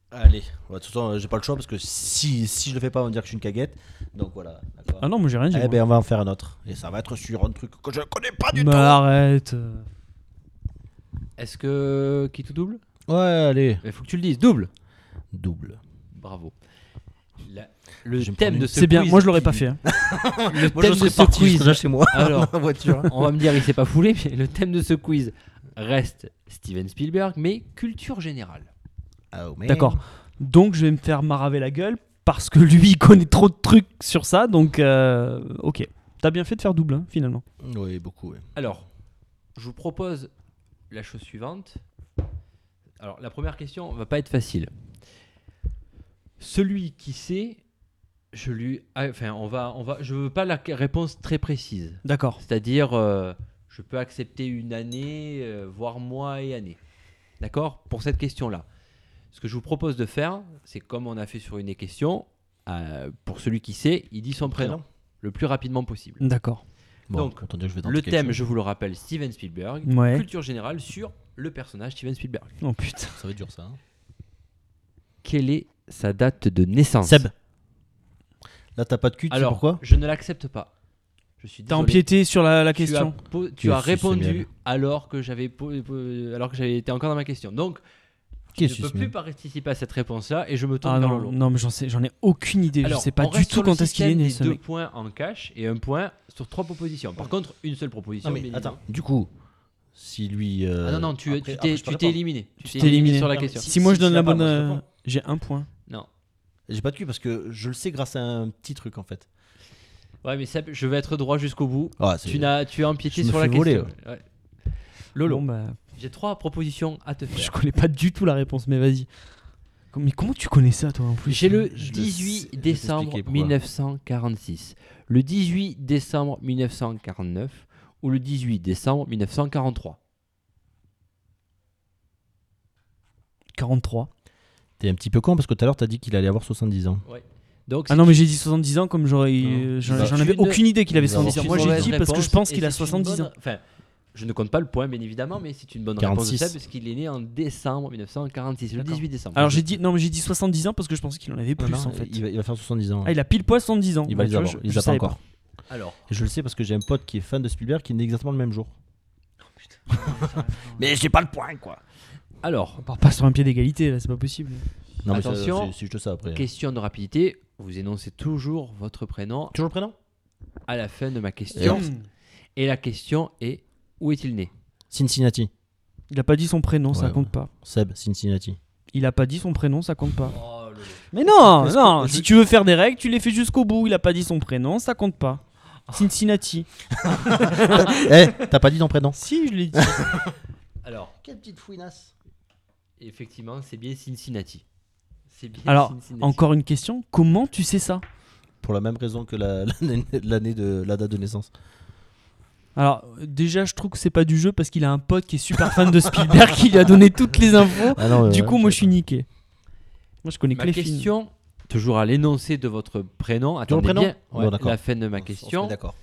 Speaker 7: Allez, Ouais, de toute façon, euh, j'ai pas le choix parce que si, si je le fais pas, on va dire que je suis une caguette. Donc voilà, d'accord.
Speaker 2: Ah non, moi j'ai rien dit.
Speaker 7: eh
Speaker 2: moi.
Speaker 7: ben, on va en faire un autre. Et ça va être sur un truc que je connais pas du
Speaker 2: Mais arrête. euh.
Speaker 6: Est-ce que qui tout double
Speaker 7: tout. Ouais, allez.
Speaker 6: Il faut que tu le dises. Double.
Speaker 7: Double.
Speaker 6: Bravo. La- le
Speaker 7: Je vais
Speaker 6: thème
Speaker 7: me prendre
Speaker 6: de
Speaker 7: une-
Speaker 6: ce
Speaker 2: C'est bien.
Speaker 6: quiz
Speaker 2: Moi, je l'aurais
Speaker 6: qui-
Speaker 2: pas fait. hein.
Speaker 6: Le thème de ce
Speaker 7: parti, je serais
Speaker 6: quiz.
Speaker 7: là chez moi.
Speaker 6: Alors,
Speaker 7: en voiture.
Speaker 6: on va me dire, il s'est pas foulé, mais le thème de ce quiz reste Steven Spielberg, mais culture générale.
Speaker 7: Ah, oh, merde.
Speaker 2: D'accord. Donc je vais me faire maraver la gueule parce que lui il connaît trop de trucs sur ça. Donc euh, ok. T'as bien fait de faire double hein, finalement.
Speaker 7: Oui, beaucoup. ouais.
Speaker 6: Alors, je vous propose la chose suivante. Alors, la première question va pas être facile. Celui qui sait, je lui, ah, enfin, on va, on va, je veux pas la réponse très précise.
Speaker 2: D'accord.
Speaker 6: C'est-à-dire, euh, je peux accepter une année, euh, voire mois et année. D'accord Pour cette question-là. Ce que je vous propose de faire, c'est comme on a fait sur une des questions, euh, pour celui qui sait, il dit son prénom le plus rapidement possible.
Speaker 2: D'accord.
Speaker 7: Bon,
Speaker 6: Donc,
Speaker 7: attendez, je vais tenter
Speaker 6: Le
Speaker 7: quelque
Speaker 6: thème,
Speaker 7: chose.
Speaker 6: je vous le rappelle, Steven Spielberg,
Speaker 2: Ouais.
Speaker 6: culture générale sur le personnage Steven Spielberg.
Speaker 2: Oh putain.
Speaker 7: Ça va être dur ça. hein.
Speaker 6: Quelle est sa date de naissance
Speaker 7: Seb. Là, t'as pas de cul, tu sais
Speaker 6: Alors,
Speaker 7: pourquoi
Speaker 6: je ne l'accepte pas. Je suis
Speaker 2: T'as
Speaker 6: désolé.
Speaker 2: empiété sur la, la
Speaker 6: Tu as
Speaker 2: question.
Speaker 6: po- Tu as,
Speaker 7: Que si, c'est
Speaker 6: répondu
Speaker 7: miel.
Speaker 6: alors que j'avais po- po- alors que j'avais été encore dans ma question. Donc, je
Speaker 7: Qu'est-ce
Speaker 6: ne
Speaker 7: que
Speaker 6: peux
Speaker 7: c'est miel
Speaker 6: plus participer à cette réponse-là et je me tourne
Speaker 2: Ah
Speaker 6: vers
Speaker 2: non,
Speaker 6: Lolo.
Speaker 2: non, mais j'en sais, j'en ai aucune idée.
Speaker 6: Alors,
Speaker 2: je sais pas
Speaker 6: on
Speaker 2: du
Speaker 6: reste
Speaker 2: tout
Speaker 6: sur le
Speaker 2: quand est-ce qu'il est
Speaker 6: système
Speaker 2: né
Speaker 6: des
Speaker 2: ce
Speaker 6: deux
Speaker 2: mec.
Speaker 6: points en cash et un point sur trois propositions. Par contre, une seule proposition.
Speaker 7: Non, mais
Speaker 6: bien
Speaker 7: attends,
Speaker 6: évidemment.
Speaker 7: du coup, si lui. euh,
Speaker 6: Ah non, non, tu
Speaker 7: après-
Speaker 6: tu
Speaker 7: après,
Speaker 6: t'es
Speaker 7: je peux
Speaker 6: tu t'es
Speaker 7: répondre.
Speaker 6: éliminé. Tu
Speaker 2: t'es éliminé.
Speaker 6: sur la
Speaker 7: Non, mais
Speaker 6: question.
Speaker 2: Si,
Speaker 7: Si-
Speaker 2: moi
Speaker 7: si
Speaker 2: je donne
Speaker 7: tu
Speaker 2: la
Speaker 6: ah,
Speaker 7: l'as pas,
Speaker 2: bonne,
Speaker 7: moi, je
Speaker 2: euh,
Speaker 7: réponds.
Speaker 2: j'ai un point.
Speaker 6: Non.
Speaker 7: J'ai pas de cul parce que je le sais grâce à un petit truc en fait.
Speaker 6: Ouais, mais Seb, je vais être droit jusqu'au bout.
Speaker 7: Ah,
Speaker 6: Tu as, tu as empiété
Speaker 7: Je me
Speaker 6: sur la
Speaker 7: fais voler,
Speaker 6: question. Ouais. Lolo,
Speaker 2: Bon, bah,
Speaker 6: j'ai trois propositions à te
Speaker 2: je
Speaker 6: faire.
Speaker 2: connais pas du tout la réponse, mais vas-y. Com- Mais comment tu connais ça, toi, en plus
Speaker 6: J'ai le
Speaker 7: je le
Speaker 6: 18
Speaker 7: sais- je vais
Speaker 6: décembre
Speaker 7: t'expliquer pourquoi.
Speaker 6: 1946, le 18 décembre 1949 ou le 18 décembre 1943.
Speaker 2: 43.
Speaker 7: T'es un petit peu con parce que tout à l'heure t'as dit qu'il allait avoir 70 ans.
Speaker 6: Donc,
Speaker 2: Ah
Speaker 6: si
Speaker 2: non,
Speaker 6: tu-
Speaker 2: mais j'ai dit 70 ans comme j'aurais. euh, J'en
Speaker 7: Bah,
Speaker 2: j'en
Speaker 6: tu
Speaker 2: avais
Speaker 6: viens de-
Speaker 2: aucune idée qu'il avait
Speaker 7: Nous avons
Speaker 2: 70 ans.
Speaker 7: fait
Speaker 2: Moi,
Speaker 7: une
Speaker 2: j'ai
Speaker 7: mauvaise
Speaker 2: dit parce que je
Speaker 6: réponse
Speaker 2: pense
Speaker 6: et
Speaker 2: qu'il a
Speaker 6: c'est une
Speaker 2: 70
Speaker 6: bonne-
Speaker 2: ans.
Speaker 6: Enfin, je ne compte pas le point, bien évidemment, mais c'est une bonne réponse de
Speaker 7: 46.
Speaker 6: Seb, parce qu'il est né en décembre 1946, le
Speaker 2: D'accord.
Speaker 6: 18 décembre.
Speaker 2: Alors j'ai dit non, mais j'ai dit 70 ans parce que je pensais qu'il en avait plus en fait.
Speaker 7: il, va, il va faire 70 ans. hein.
Speaker 2: Ah, il a pile poil 70 ans.
Speaker 7: il va
Speaker 2: Bah,
Speaker 7: les
Speaker 2: tu vois,
Speaker 7: avoir.
Speaker 2: je-
Speaker 7: il
Speaker 2: je
Speaker 7: les a pas
Speaker 2: savais
Speaker 7: encore.
Speaker 6: Alors,
Speaker 7: Et je le sais parce que j'ai un pote qui est fan de Spielberg qui est né exactement le même jour.
Speaker 5: Mais j'ai pas le point, quoi.
Speaker 6: alors,
Speaker 2: On part pas sur un pied d'égalité là, c'est pas possible.
Speaker 7: Non, mais ça,
Speaker 6: Attention.
Speaker 7: c'est- c'est juste ça après.
Speaker 6: question de rapidité, vous énoncez toujours votre prénom
Speaker 7: Toujours le prénom
Speaker 6: à la fin de ma
Speaker 7: Et
Speaker 6: question.
Speaker 7: alors
Speaker 2: Il
Speaker 6: Et la question est où est-il né
Speaker 7: Cincinnati.
Speaker 2: a pas dit son prénom, ça
Speaker 7: Ouais,
Speaker 2: compte pas.
Speaker 7: Seb, Cincinnati.
Speaker 2: Il a pas dit son prénom, ça compte pas. Mais non,
Speaker 7: Est-ce que-
Speaker 2: non,
Speaker 7: je-
Speaker 2: si tu veux faire des règles, tu les fais jusqu'au bout. Il a pas dit son prénom, ça compte pas. Cincinnati.
Speaker 7: Eh, t'as pas dit ton prénom
Speaker 2: Si, je l'ai dit.
Speaker 6: Alors,
Speaker 5: Quelle petite fouinasse.
Speaker 6: effectivement, c'est bien Cincinnati. C'est bien
Speaker 2: Alors,
Speaker 6: Cincinnati.
Speaker 2: Encore une question, comment tu sais ça
Speaker 7: Pour la même raison que la- l'année l'année de la date de naissance.
Speaker 2: Alors, euh, déjà, je trouve que c'est pas du jeu parce qu'il a un pote qui est super fan de Spielberg qui lui a donné toutes les infos.
Speaker 7: Ah non,
Speaker 2: Du
Speaker 7: euh,
Speaker 2: coup, moi, je suis niqué. Moi, je connais que
Speaker 6: ma
Speaker 2: les films.
Speaker 6: question, toujours à l'énoncé de votre prénom, attendez
Speaker 7: prénom
Speaker 6: bien
Speaker 7: Bon,
Speaker 6: ouais,
Speaker 7: d'accord.
Speaker 6: la fin de ma
Speaker 7: on- on se met
Speaker 6: question.
Speaker 7: D'accord.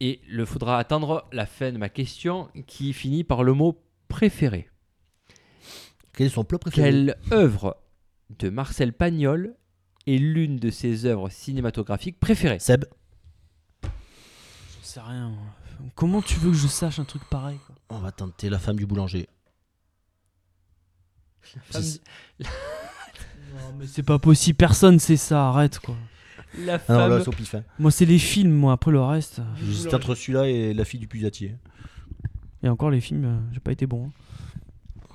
Speaker 6: Et il faudra attendre la fin de ma question qui finit par le mot préféré.
Speaker 7: Quel est son plat préféré
Speaker 6: Quelle œuvre de Marcel Pagnol est l'une de ses œuvres cinématographiques préférées
Speaker 7: Seb.
Speaker 2: J'en sais rien. moi. Comment tu veux que je sache un truc pareil quoi
Speaker 7: On va tenter la femme du boulanger.
Speaker 6: Femme-
Speaker 7: C'est-
Speaker 2: Non, mais c'est pas possible, personne sait ça, arrête quoi.
Speaker 6: La
Speaker 7: Ah non, là,
Speaker 6: femme
Speaker 7: c'est au pif. hein.
Speaker 2: Moi, c'est les films, moi, après le reste. euh,
Speaker 7: J'hésite entre celui-là et la fille du pusatier.
Speaker 2: Et encore, les films, euh, j'ai pas été bon. hein.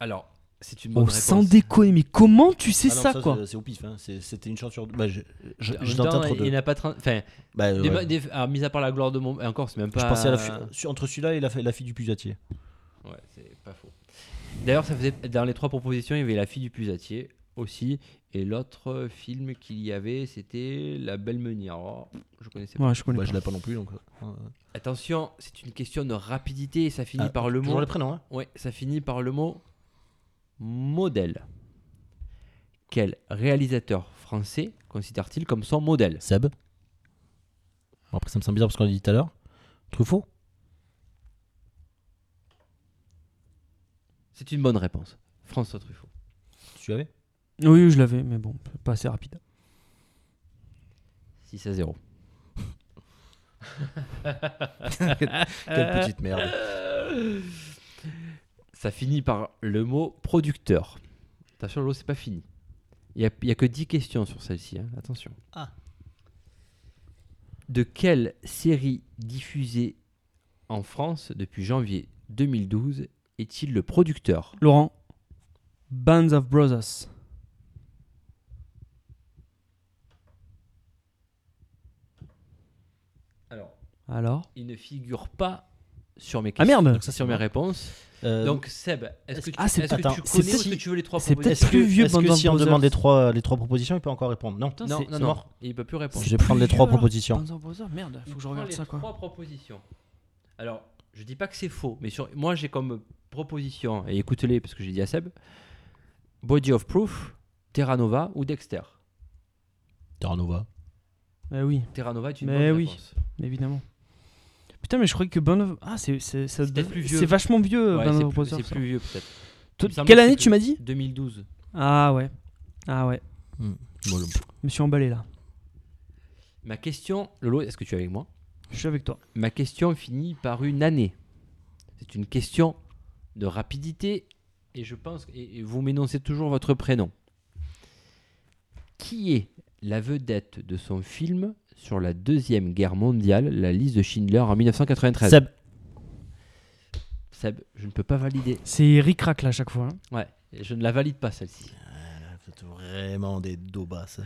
Speaker 6: Alors,
Speaker 8: C'est une bonne
Speaker 2: Oh,
Speaker 8: réponse.
Speaker 2: sans déconner, mais comment tu sais
Speaker 7: Ah non,
Speaker 2: ça, quoi
Speaker 7: c'est- C'est au pif, hein. C'est- c'était une chance sur deux. Bah, je- je-
Speaker 6: En
Speaker 7: je
Speaker 6: même
Speaker 7: l'entends
Speaker 6: temps,
Speaker 7: entre
Speaker 6: il
Speaker 7: deux.
Speaker 6: n'a pas 30 Enfin,
Speaker 7: Bah, euh,
Speaker 6: des-
Speaker 7: ouais.
Speaker 6: des- alors, mis à part la gloire de mon. et Encore, c'est même
Speaker 7: Je
Speaker 6: pas.
Speaker 7: pensais à la fi- sur- entre celui-là et la, fi- la fille du pusatier.
Speaker 6: Ouais, c'est pas faux. D'ailleurs, ça faisait dans les trois propositions, il y avait La fille du pusatier aussi, et l'autre film qu'il y avait, c'était La belle meunière. Oh, je connaissais pas.
Speaker 2: Ouais, je connais
Speaker 7: Bah,
Speaker 2: pas.
Speaker 7: je l'ai pas non plus. Donc, euh,
Speaker 6: Attention, c'est une question de rapidité et ça finit
Speaker 7: Ah,
Speaker 6: par le
Speaker 7: toujours
Speaker 6: mot.
Speaker 7: les prénoms. Hein.
Speaker 6: Ouais, ça finit par le mot modèle. Quel réalisateur français considère-t-il comme son modèle
Speaker 7: Seb. Bon, après, ça me semble bizarre parce qu'on l'a dit tout à l'heure. Truffaut
Speaker 6: C'est une bonne réponse. François Truffaut.
Speaker 7: Tu avais
Speaker 2: Oui, je l'avais, mais bon, pas assez rapide.
Speaker 6: 6 à 0.
Speaker 7: Quelle petite merde.
Speaker 6: Euh. Ça finit par le mot producteur. Attention, Lolo, c'est pas fini. Il n'y a, il y a que 10 questions sur celle-ci, hein, attention.
Speaker 7: Ah.
Speaker 6: De quelle série diffusée en France depuis janvier 2012 est-il le producteur
Speaker 2: Laurent, Bands of Brothers.
Speaker 6: Alors,
Speaker 2: Alors
Speaker 6: il ne figure pas sur mes
Speaker 2: Ah
Speaker 6: questions.
Speaker 2: merde
Speaker 6: sur mes réponses.
Speaker 7: Euh,
Speaker 6: Donc Seb, est-ce que tu,
Speaker 2: Ah, c'est
Speaker 6: est-ce que
Speaker 7: pas-
Speaker 6: tu
Speaker 7: attends,
Speaker 2: c'est
Speaker 6: connais ou est-ce que
Speaker 2: peut-être-
Speaker 6: tu veux les trois
Speaker 2: c'est
Speaker 6: propositions
Speaker 2: peut-être
Speaker 7: est-ce
Speaker 2: plus
Speaker 7: que,
Speaker 2: vieux
Speaker 7: est-ce que
Speaker 2: Band
Speaker 7: si
Speaker 2: of
Speaker 7: on demande
Speaker 2: Brothers.
Speaker 7: les trois, les trois propositions, il peut encore répondre Non.
Speaker 6: Putain,
Speaker 2: Non,
Speaker 6: c'est-
Speaker 2: non,
Speaker 6: c'est
Speaker 7: non.
Speaker 6: mort. Il peut plus répondre.
Speaker 7: Je vais prendre les
Speaker 2: plus
Speaker 7: trois
Speaker 2: vieux, alors.
Speaker 7: propositions.
Speaker 2: Bands of Brothers, merde, faut que je
Speaker 6: prends
Speaker 2: regarde
Speaker 6: les
Speaker 2: ça, quoi.
Speaker 6: Trois propositions. Alors, je dis pas que c'est faux, mais sur, moi j'ai comme proposition, et écoute-les parce que j'ai dit à Seb, Body of Proof, Terra Nova ou Dexter.
Speaker 7: Terranova.
Speaker 2: Eh oui,
Speaker 6: Terra Nova est une
Speaker 2: Mais
Speaker 6: bonne
Speaker 2: oui.
Speaker 6: réponse.
Speaker 2: évidemment. Putain, mais je croyais que Bands of... Ah, c'est c'est- ça
Speaker 6: C'est peut-être plus vieux.
Speaker 2: c'est vachement vieux,
Speaker 6: Ouais,
Speaker 2: Bands
Speaker 6: c'est
Speaker 2: of
Speaker 6: plus-
Speaker 2: Brothers.
Speaker 6: c'est
Speaker 2: Euh, ça.
Speaker 6: plus vieux peut-être.
Speaker 2: Toi,
Speaker 6: Il me semble
Speaker 2: Quelle
Speaker 6: que c'est
Speaker 2: année
Speaker 6: plus-
Speaker 2: tu m'as dit
Speaker 6: 2012.
Speaker 2: Ah ouais. Ah ouais, je me suis emballé là.
Speaker 6: Ma question, Lolo, est-ce que tu es avec moi
Speaker 2: Je suis avec toi.
Speaker 6: Ma question finit par une année. C'est une question de rapidité et je pense et, et vous m'énoncez toujours votre prénom. Qui est la vedette de son film sur la deuxième guerre mondiale, la liste de Schindler en 1993
Speaker 7: Seb.
Speaker 6: Seb, je ne peux pas valider.
Speaker 2: C'est Rick Rack là à chaque fois. hein.
Speaker 6: Ouais, je ne la valide pas celle-ci.
Speaker 7: C'est vraiment des dos bas. ça.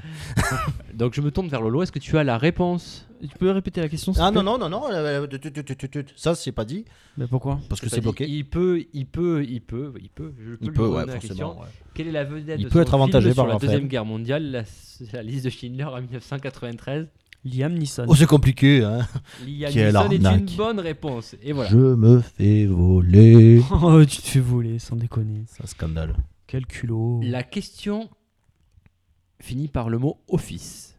Speaker 6: Donc je me tourne vers Lolo. Est-ce que tu as la réponse
Speaker 2: Tu peux répéter la question s'il
Speaker 7: Ah
Speaker 2: te plaît
Speaker 7: non, non, non, non. euh, tut, tut, tut, tut, tut. Ça, c'est pas dit.
Speaker 2: Mais pourquoi
Speaker 7: Parce que
Speaker 6: T'as
Speaker 7: c'est
Speaker 6: dit,
Speaker 7: bloqué.
Speaker 6: Il peut, il peut, il peut, il peut. Je peux lui demander la question.
Speaker 7: ouais.
Speaker 6: Quelle est la vedette
Speaker 7: Il
Speaker 6: de
Speaker 7: peut
Speaker 6: son
Speaker 7: être avantagé
Speaker 6: film
Speaker 7: par
Speaker 6: sur la
Speaker 7: Raphaël.
Speaker 6: deuxième guerre mondiale, la, la liste de Schindler en 1993
Speaker 2: Liam Neeson.
Speaker 7: Oh, c'est compliqué, hein.
Speaker 6: Liam
Speaker 7: Quelle
Speaker 6: Neeson est
Speaker 7: arnaque.
Speaker 6: une bonne réponse. Et voilà.
Speaker 1: Je me fais voler.
Speaker 2: Oh, tu te fais voler, sans déconner.
Speaker 7: C'est un scandale.
Speaker 2: Quel culot.
Speaker 6: La question finit par le mot office.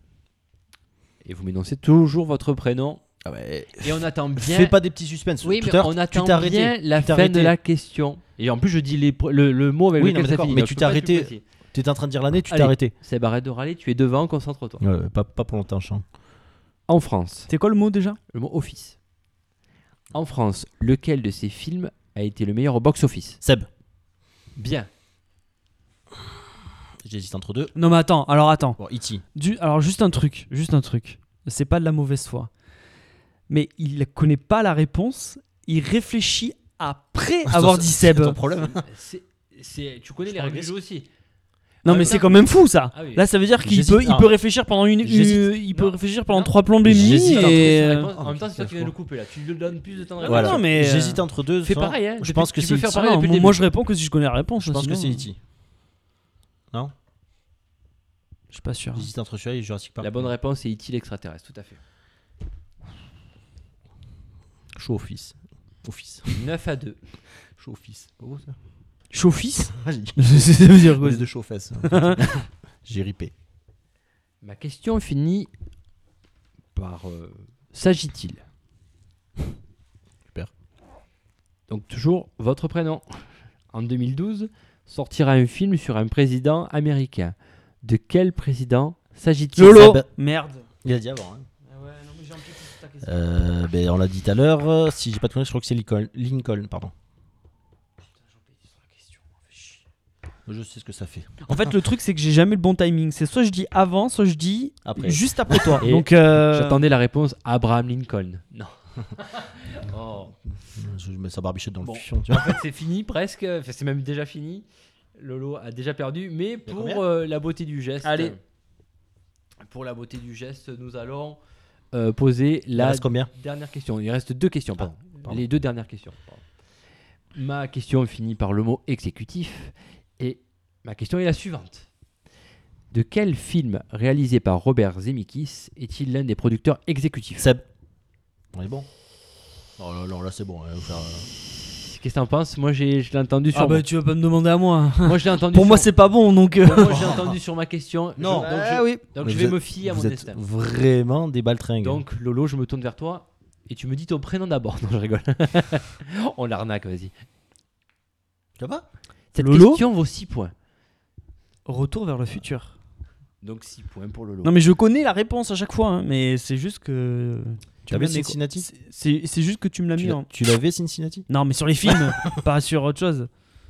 Speaker 6: Et vous m'énoncez toujours votre prénom.
Speaker 7: Ah ouais.
Speaker 6: Et on attend bien.
Speaker 7: Fais pas des petits suspens.
Speaker 6: oui,
Speaker 7: Tout
Speaker 6: mais
Speaker 7: à l'heure,
Speaker 6: on
Speaker 7: tu
Speaker 6: attend
Speaker 7: t'es arrêté.
Speaker 6: bien la
Speaker 7: Tu t'es
Speaker 6: fin de
Speaker 7: arrêté.
Speaker 6: la question. Et en plus, je dis les pr- le, le mot avec
Speaker 7: Oui, non,
Speaker 6: lequel
Speaker 7: mais
Speaker 6: ça
Speaker 7: d'accord,
Speaker 6: finit.
Speaker 7: mais
Speaker 6: donc
Speaker 7: tu
Speaker 6: je
Speaker 7: t'es
Speaker 6: peux pas être plus
Speaker 7: arrêté.
Speaker 6: précis.
Speaker 7: T'étais en train de dire l'année, tu t'es
Speaker 6: Allez.
Speaker 7: arrêté.
Speaker 6: Seb, arrête de râler, tu es devant, concentre-toi.
Speaker 7: Ouais, pas, pas pour longtemps, Chan.
Speaker 6: En France.
Speaker 2: C'était quoi le mot déjà
Speaker 6: le mot office. En France, lequel de ces films a été le meilleur au box-office
Speaker 7: Seb.
Speaker 6: Bien.
Speaker 7: J'hésite entre deux.
Speaker 2: Non mais attends, alors attends.
Speaker 7: Bon, E E.T.
Speaker 2: Du... Alors juste un truc, juste un truc. C'est pas de la mauvaise foi. Mais il connaît pas la réponse, il réfléchit après
Speaker 6: Ah,
Speaker 2: avoir dit Seb.
Speaker 7: C'est ton problème.
Speaker 6: C'est- c'est- tu connais
Speaker 7: Ah. Je
Speaker 6: les règles du
Speaker 7: prends
Speaker 6: jeu aussi.
Speaker 2: Non mais
Speaker 6: Ouais, mais-
Speaker 2: c'est quand même fou ça.
Speaker 6: Ah oui.
Speaker 2: Là ça veut dire qu'il
Speaker 7: J'hésite.
Speaker 2: peut, il
Speaker 7: Ah.
Speaker 2: peut réfléchir pendant une,
Speaker 7: J'hésite.
Speaker 2: une- il peut
Speaker 6: Non.
Speaker 2: réfléchir pendant
Speaker 6: Non.
Speaker 2: trois plombes et demie
Speaker 7: J'hésite.
Speaker 6: Alors,
Speaker 2: et- euh,
Speaker 6: c'est la réponse- en même temps, c'est
Speaker 7: putain,
Speaker 6: toi qui viens de le
Speaker 7: gros.
Speaker 6: couper là. Tu lui donnes plus de temps de
Speaker 2: Ah,
Speaker 6: réponse.
Speaker 2: non, mais, euh,
Speaker 7: J'hésite entre deux.
Speaker 6: Fais
Speaker 7: Chan.
Speaker 6: pareil, hein.
Speaker 7: Je pense que
Speaker 6: tu
Speaker 7: c'est
Speaker 6: peux faire
Speaker 7: E.T.
Speaker 2: Ah
Speaker 6: pareil
Speaker 2: non,
Speaker 6: depuis le
Speaker 2: moi,
Speaker 6: début.
Speaker 2: je réponds que si je connais la réponse.
Speaker 7: Je pense que
Speaker 2: sinon,
Speaker 7: c'est E.T.
Speaker 2: Je suis pas sûr.
Speaker 7: J'hésite entre celui-là et Jurassic Park.
Speaker 6: La bonne réponse est E.T. l'extraterrestre, tout à fait. euh,
Speaker 7: Je suis office. Office.
Speaker 6: 9 à 2.
Speaker 7: Je suis office. Pas beau, ça
Speaker 2: Chauffis
Speaker 7: Ah, j'ai dit.
Speaker 2: Ça veut dire quoi
Speaker 7: Plus de chauffesse. en fait. J'ai ripé.
Speaker 6: Ma question finit par euh, S'agit-il
Speaker 7: Super.
Speaker 6: Donc toujours votre prénom. En 2012, sortira un film sur un président américain. De quel président s'agit-il
Speaker 2: Lolo
Speaker 7: Seb.
Speaker 2: Merde.
Speaker 7: Il a dit avant. Hein.
Speaker 2: Ouais, non mais j'ai ta question.
Speaker 7: Euh, ben, on l'a dit tout à l'heure. euh, Si j'ai pas de conneries, je crois que c'est Lincoln. Lincoln, pardon. Je sais ce que ça fait.
Speaker 2: En fait, le truc, c'est que j'ai jamais le bon timing. C'est soit je dis avant, soit je dis
Speaker 7: Après.
Speaker 2: juste après toi.
Speaker 6: Et
Speaker 2: Donc, euh,
Speaker 6: J'attendais la réponse Abraham Lincoln. Non. Oh.
Speaker 7: Je mets sa barbichette dans
Speaker 6: Bon.
Speaker 7: le fion, tu
Speaker 6: En
Speaker 7: vois.
Speaker 6: fait, c'est fini presque. Enfin, c'est même déjà fini. Lolo a déjà perdu, mais
Speaker 7: combien
Speaker 6: pour euh, la beauté du geste.
Speaker 7: Allez.
Speaker 6: Pour la beauté du geste, nous allons euh, poser
Speaker 7: Il
Speaker 6: la
Speaker 7: reste combien
Speaker 6: dernière question. Il reste deux questions, pardon.
Speaker 7: pardon.
Speaker 6: Les deux dernières questions. pardon. Ma question finit par le mot exécutif. Et ma question est la suivante. De quel film réalisé par Robert Zemeckis est-il l'un des producteurs exécutifs
Speaker 7: Seb. On est bon Non, là, là, là, c'est bon. hein, faut faire, euh,
Speaker 6: Qu'est-ce que t'en penses Moi, j'ai- je l'ai entendu sur.
Speaker 2: Ah bah tu vas pas me demander à moi. hein.
Speaker 6: Moi, je l'ai entendu
Speaker 2: Pour
Speaker 6: sur-
Speaker 2: moi c'est pas bon donc. euh,
Speaker 6: Pour moi, j'ai entendu sur ma question. Je-
Speaker 7: Non.
Speaker 6: donc
Speaker 2: Ah
Speaker 6: je,
Speaker 2: oui.
Speaker 6: donc
Speaker 7: Mais
Speaker 6: je
Speaker 7: vous
Speaker 6: vais
Speaker 7: êtes-
Speaker 6: me fier à mon
Speaker 7: Vous êtes
Speaker 6: destin.
Speaker 7: vraiment des baltringues.
Speaker 6: Donc Lolo, je me tourne vers toi et tu me dis ton prénom d'abord. Non, je rigole. On l'arnaque, vas-y.
Speaker 7: ça va
Speaker 6: Cette
Speaker 2: Lolo
Speaker 6: question vaut 6 points.
Speaker 2: Retour vers le futur.
Speaker 6: Donc 6 points pour Lolo.
Speaker 2: Non mais je connais la réponse à chaque fois, hein, mais c'est juste que. tu
Speaker 7: T'as
Speaker 2: me
Speaker 7: vu
Speaker 2: l'as mis, quoi.
Speaker 7: Cincinnati
Speaker 2: C'est- C'est c'est juste que tu me l'as
Speaker 7: Tu
Speaker 2: mis
Speaker 7: l'as-
Speaker 2: en.
Speaker 7: Tu l'avais Cincinnati
Speaker 2: Non mais sur les films, pas sur autre chose.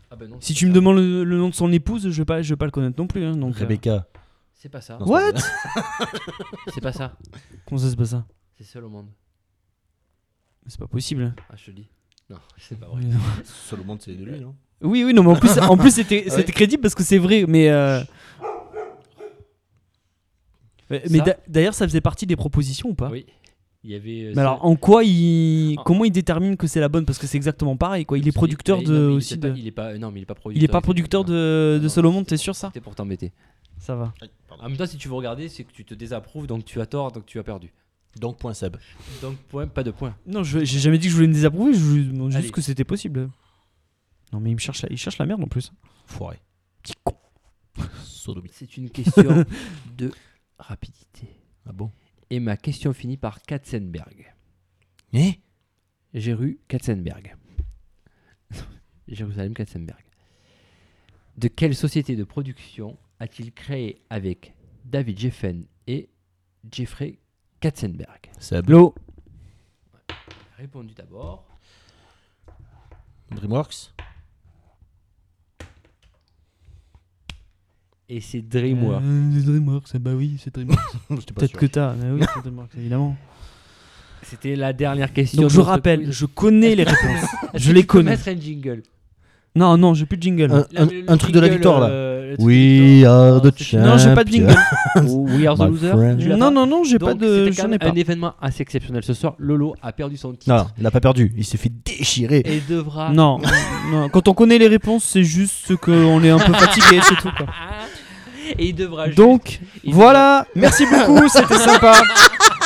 Speaker 6: Ah ben non,
Speaker 2: Si
Speaker 6: c'est
Speaker 2: tu
Speaker 6: pas
Speaker 2: me
Speaker 6: ça.
Speaker 2: demandes le, le nom de son épouse, je vais pas, je vais pas le connaître non plus. hein, donc, euh,
Speaker 7: Rebecca.
Speaker 6: C'est pas ça.
Speaker 7: Non, c'est pas
Speaker 2: What
Speaker 7: vrai.
Speaker 6: C'est pas ça.
Speaker 2: Comment ça se passe ça
Speaker 6: C'est seul au monde.
Speaker 2: C'est pas possible.
Speaker 6: Ah, je te dis. Non, c'est
Speaker 7: Oh,
Speaker 6: pas vrai.
Speaker 7: Solomon, c'est de lui, non
Speaker 2: Oui oui non mais en plus en plus c'était
Speaker 7: Ah
Speaker 2: c'était crédible parce que c'est vrai mais. euh, Mais mais
Speaker 6: Ça-
Speaker 2: d'a- d'ailleurs ça faisait partie des propositions ou pas
Speaker 6: Oui. Il y avait. euh,
Speaker 2: Mais alors,
Speaker 6: seul-
Speaker 2: en quoi il.
Speaker 6: Ah.
Speaker 2: Comment il détermine que c'est la bonne Parce que c'est exactement pareil, quoi. Il est producteur
Speaker 6: il-
Speaker 2: de.
Speaker 6: non, mais il
Speaker 2: aussi
Speaker 6: était
Speaker 2: de...
Speaker 6: pas- Il est pas. euh, Non, mais il est pas producteur.
Speaker 2: Il est pas producteur de,
Speaker 6: Non,
Speaker 2: de
Speaker 6: non.
Speaker 2: Solomon, t'es sûr ça
Speaker 6: C'était pour t'embêter.
Speaker 2: Ça va.
Speaker 6: En même temps, si tu veux regarder, c'est que tu te désapprouves, donc tu as tort, donc tu as perdu.
Speaker 7: Donc, point Seb.
Speaker 6: Donc point, pas de point.
Speaker 2: Non, je- j'ai jamais dit que je voulais me désapprouver, je lui demande
Speaker 6: Allez.
Speaker 2: juste que c'était possible. Non, mais il me cherche, la- il cherche la merde en plus.
Speaker 7: Foiré.
Speaker 2: Petit con.
Speaker 7: Sodomie.
Speaker 6: C'est une question de rapidité.
Speaker 7: Ah bon
Speaker 6: Et ma question finit par Katzenberg.
Speaker 7: Eh
Speaker 6: Jéru Katzenberg. Jérusalem Katzenberg. De quelle société de production a-t-il créé avec David Jeffen et Jeffrey Katzenberg
Speaker 7: Seb.
Speaker 2: L'eau.
Speaker 6: Répondu d'abord.
Speaker 7: Dreamworks
Speaker 6: Et c'est DreamWorks.
Speaker 2: c'est Dreamworks, bah oui, c'est Dreamworks.
Speaker 7: J'étais
Speaker 2: Peut-être que t'as, mais oui, c'est Dreamworks, évidemment.
Speaker 6: C'était la dernière question.
Speaker 2: Euh. Donc
Speaker 6: de
Speaker 2: je
Speaker 6: ce
Speaker 2: rappelle,
Speaker 6: quiz.
Speaker 2: je connais les réponses.
Speaker 6: Est-ce
Speaker 2: je
Speaker 6: que
Speaker 2: les
Speaker 6: tu peux
Speaker 2: connais.
Speaker 6: Mettre un jingle.
Speaker 2: Non, non, j'ai plus de jingle.
Speaker 7: Un,
Speaker 6: Là,
Speaker 7: un-
Speaker 6: le
Speaker 7: un truc de la
Speaker 6: jingle,
Speaker 7: victoire, là.
Speaker 6: euh, le truc de
Speaker 1: We
Speaker 6: victoire,
Speaker 1: are
Speaker 6: euh,
Speaker 1: the
Speaker 6: c'est-
Speaker 2: Non, j'ai pas de jingle.
Speaker 6: Oh, We are the
Speaker 7: My
Speaker 6: loser.
Speaker 7: friend.
Speaker 6: tu l'as
Speaker 2: Non,
Speaker 6: pas
Speaker 2: non, non, j'ai
Speaker 6: Donc,
Speaker 2: pas de.
Speaker 6: c'était quand
Speaker 2: J'en ai
Speaker 6: même
Speaker 2: pas.
Speaker 6: un événement assez exceptionnel ce soir. Lolo a perdu son titre
Speaker 7: Non, il a pas perdu. Il s'est fait déchirer.
Speaker 6: et devra.
Speaker 2: Non, non, quand on connaît les réponses, c'est juste qu'on est un peu fatigué, c'est tout. Quoi.
Speaker 6: Ah. Et il devra. juste-
Speaker 2: Donc,
Speaker 6: il
Speaker 2: voilà, merci beaucoup, c'était sympa.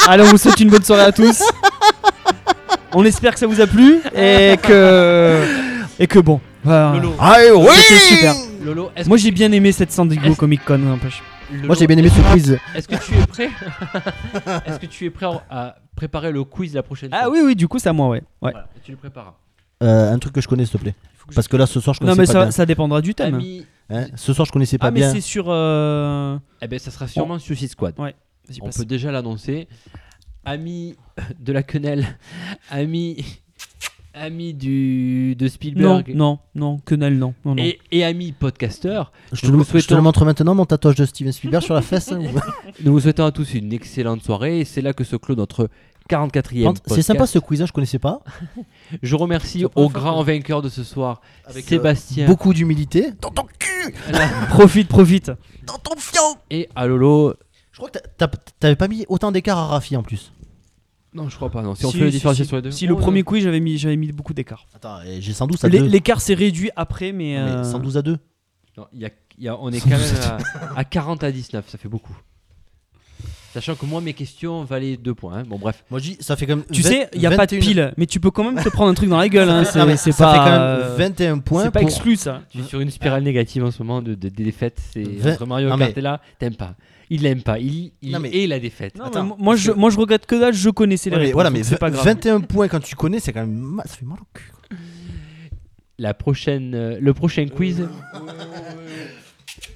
Speaker 2: Allez, on vous souhaite une bonne soirée à tous. On espère que ça vous a plu et que. Et que bon. voilà.
Speaker 6: devra- Lolo.
Speaker 7: Ah,
Speaker 1: I
Speaker 2: C'était super.
Speaker 6: Lolo, est-ce
Speaker 2: Ah. Moi j'ai bien aimé cette San Diego
Speaker 6: Est-ce-
Speaker 2: Comic Con, n'empêche.
Speaker 6: Lolo,
Speaker 1: Moi j'ai bien aimé
Speaker 6: Ah.
Speaker 1: ce quiz.
Speaker 6: Est-ce que tu es prêt Est-ce que tu es prêt à préparer le quiz la prochaine
Speaker 2: Ah
Speaker 6: fois
Speaker 2: oui, oui, du coup, c'est à moi, ouais. ouais.
Speaker 6: Voilà, tu le prépares.
Speaker 7: Euh, un truc que je connais, s'il te plaît. Parce que là, ce soir, je
Speaker 2: Non,
Speaker 7: connaissais
Speaker 2: mais
Speaker 7: pas
Speaker 2: ça,
Speaker 7: bien.
Speaker 2: ça dépendra du thème.
Speaker 6: Ami,
Speaker 7: Hein ce soir, je connaissais pas
Speaker 2: ah, mais
Speaker 7: bien.
Speaker 2: c'est sur. euh,
Speaker 6: eh ben ça sera sûrement Suicide Squad.
Speaker 2: Oh, vas-y,
Speaker 6: On
Speaker 2: passe.
Speaker 6: peut déjà l'annoncer. Ami de la quenelle, ami, ami du de
Speaker 2: Non,
Speaker 6: Spielberg
Speaker 2: non, non, que dalle, non. non, non.
Speaker 6: Et, et ami podcasteur.
Speaker 7: Je te,
Speaker 6: Nous
Speaker 7: le,
Speaker 6: vous
Speaker 7: je te le
Speaker 6: souhaitons-
Speaker 7: montre maintenant, mon tatouage de Steven Spielberg sur la fesse. hein, ou-
Speaker 6: Nous vous souhaitons à tous une excellente soirée. et C'est là que se clôt notre 44e podcast.
Speaker 7: C'est sympa ce quiz, hein, je connaissais pas.
Speaker 6: Je remercie
Speaker 7: C'est pas
Speaker 6: au
Speaker 7: la fois
Speaker 6: grand
Speaker 7: que-
Speaker 6: vainqueur de ce soir,
Speaker 7: Avec, euh,
Speaker 6: Sébastien
Speaker 7: Beaucoup d'humilité. Dans ton cul
Speaker 2: Profite, profite.
Speaker 7: Dans ton fion
Speaker 6: et Alolo.
Speaker 7: Je crois que t'as- t'as- t'avais pas mis autant d'écart à Rafi en plus.
Speaker 6: Non, je crois pas. Non, si, on
Speaker 2: Si,
Speaker 6: fait le
Speaker 2: si,
Speaker 6: différencier
Speaker 2: si.
Speaker 6: sur les deux.
Speaker 2: Si le
Speaker 6: Oh,
Speaker 2: premier
Speaker 6: non.
Speaker 2: quiz, j'avais mis, j'avais mis beaucoup d'écart.
Speaker 7: Attends, eh, j'ai 112 à 2.
Speaker 2: L'é- L'écart s'est réduit après, mais. euh,
Speaker 7: 112 à 2.
Speaker 6: Non, il y a- il y a- on est quand même à, à 40 à 19, ça fait beaucoup. Sachant que moi, mes questions valaient 2 points. hein. Bon, bref.
Speaker 7: Moi, je dis, ça fait quand même.
Speaker 2: Tu sais, il n'y a pas de pile, mais tu peux quand même te prendre un truc dans la gueule. hein,
Speaker 7: Ah, mais
Speaker 2: C'est c'est
Speaker 7: ça
Speaker 2: pas.
Speaker 7: fait quand
Speaker 2: euh,
Speaker 7: même 21 points
Speaker 2: C'est pas
Speaker 7: pour-
Speaker 2: exclu ça.
Speaker 6: Je suis sur une spirale négative en ce moment de, de- des défaites. C'est
Speaker 7: Vingt-
Speaker 6: entre Mario
Speaker 7: Non, mais-
Speaker 6: Kart et là, t'aimes pas. Il l'aime pas. Il, il
Speaker 7: Non, mais-
Speaker 6: est la défaite.
Speaker 2: Non,
Speaker 7: Attends,
Speaker 2: mais moi, je, moi je regrette que dalle, je connaissais les
Speaker 7: Ouais, mais
Speaker 2: réponses.
Speaker 7: voilà, mais
Speaker 2: donc c'est pas grave.
Speaker 7: 21 points quand tu connais, c'est quand même. ma- Ça fait mal au cul. quoi.
Speaker 6: La prochaine, euh, le prochain quiz.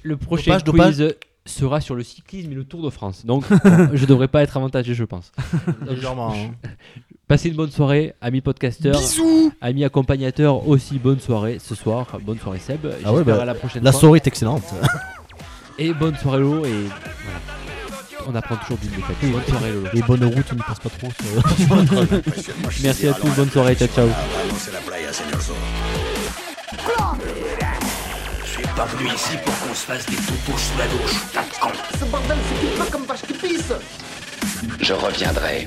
Speaker 6: le prochain
Speaker 7: Dopage,
Speaker 6: quiz
Speaker 7: dopage.
Speaker 6: sera sur le cyclisme et le Tour de France. Donc, bon, je devrais pas être avantagé, je pense.
Speaker 7: Légèrement. hein.
Speaker 6: Passez une bonne soirée, amis podcasteurs. Bisous Amis accompagnateurs, aussi bonne soirée ce soir. Bonne soirée Seb. J'espère
Speaker 7: ouais, bah,
Speaker 6: à la prochaine
Speaker 7: La
Speaker 6: fois.
Speaker 7: soirée est excellente.
Speaker 6: Et bonne soirée Lolo. Et voilà. On apprend toujours d'une défaite. Bonne soirée Lolo.
Speaker 7: Les bonnes routes, on ne passe pas trop. euh. ça.
Speaker 6: Merci à tous, bonne soirée, ciao ciao.
Speaker 5: Vamos a la playa, señor Zorro. pas venu ici pour qu'on se fasse des toutous sous la douche, t'as de con
Speaker 8: Ce bordel, c'est pas comme vache qui pisse
Speaker 5: Je reviendrai.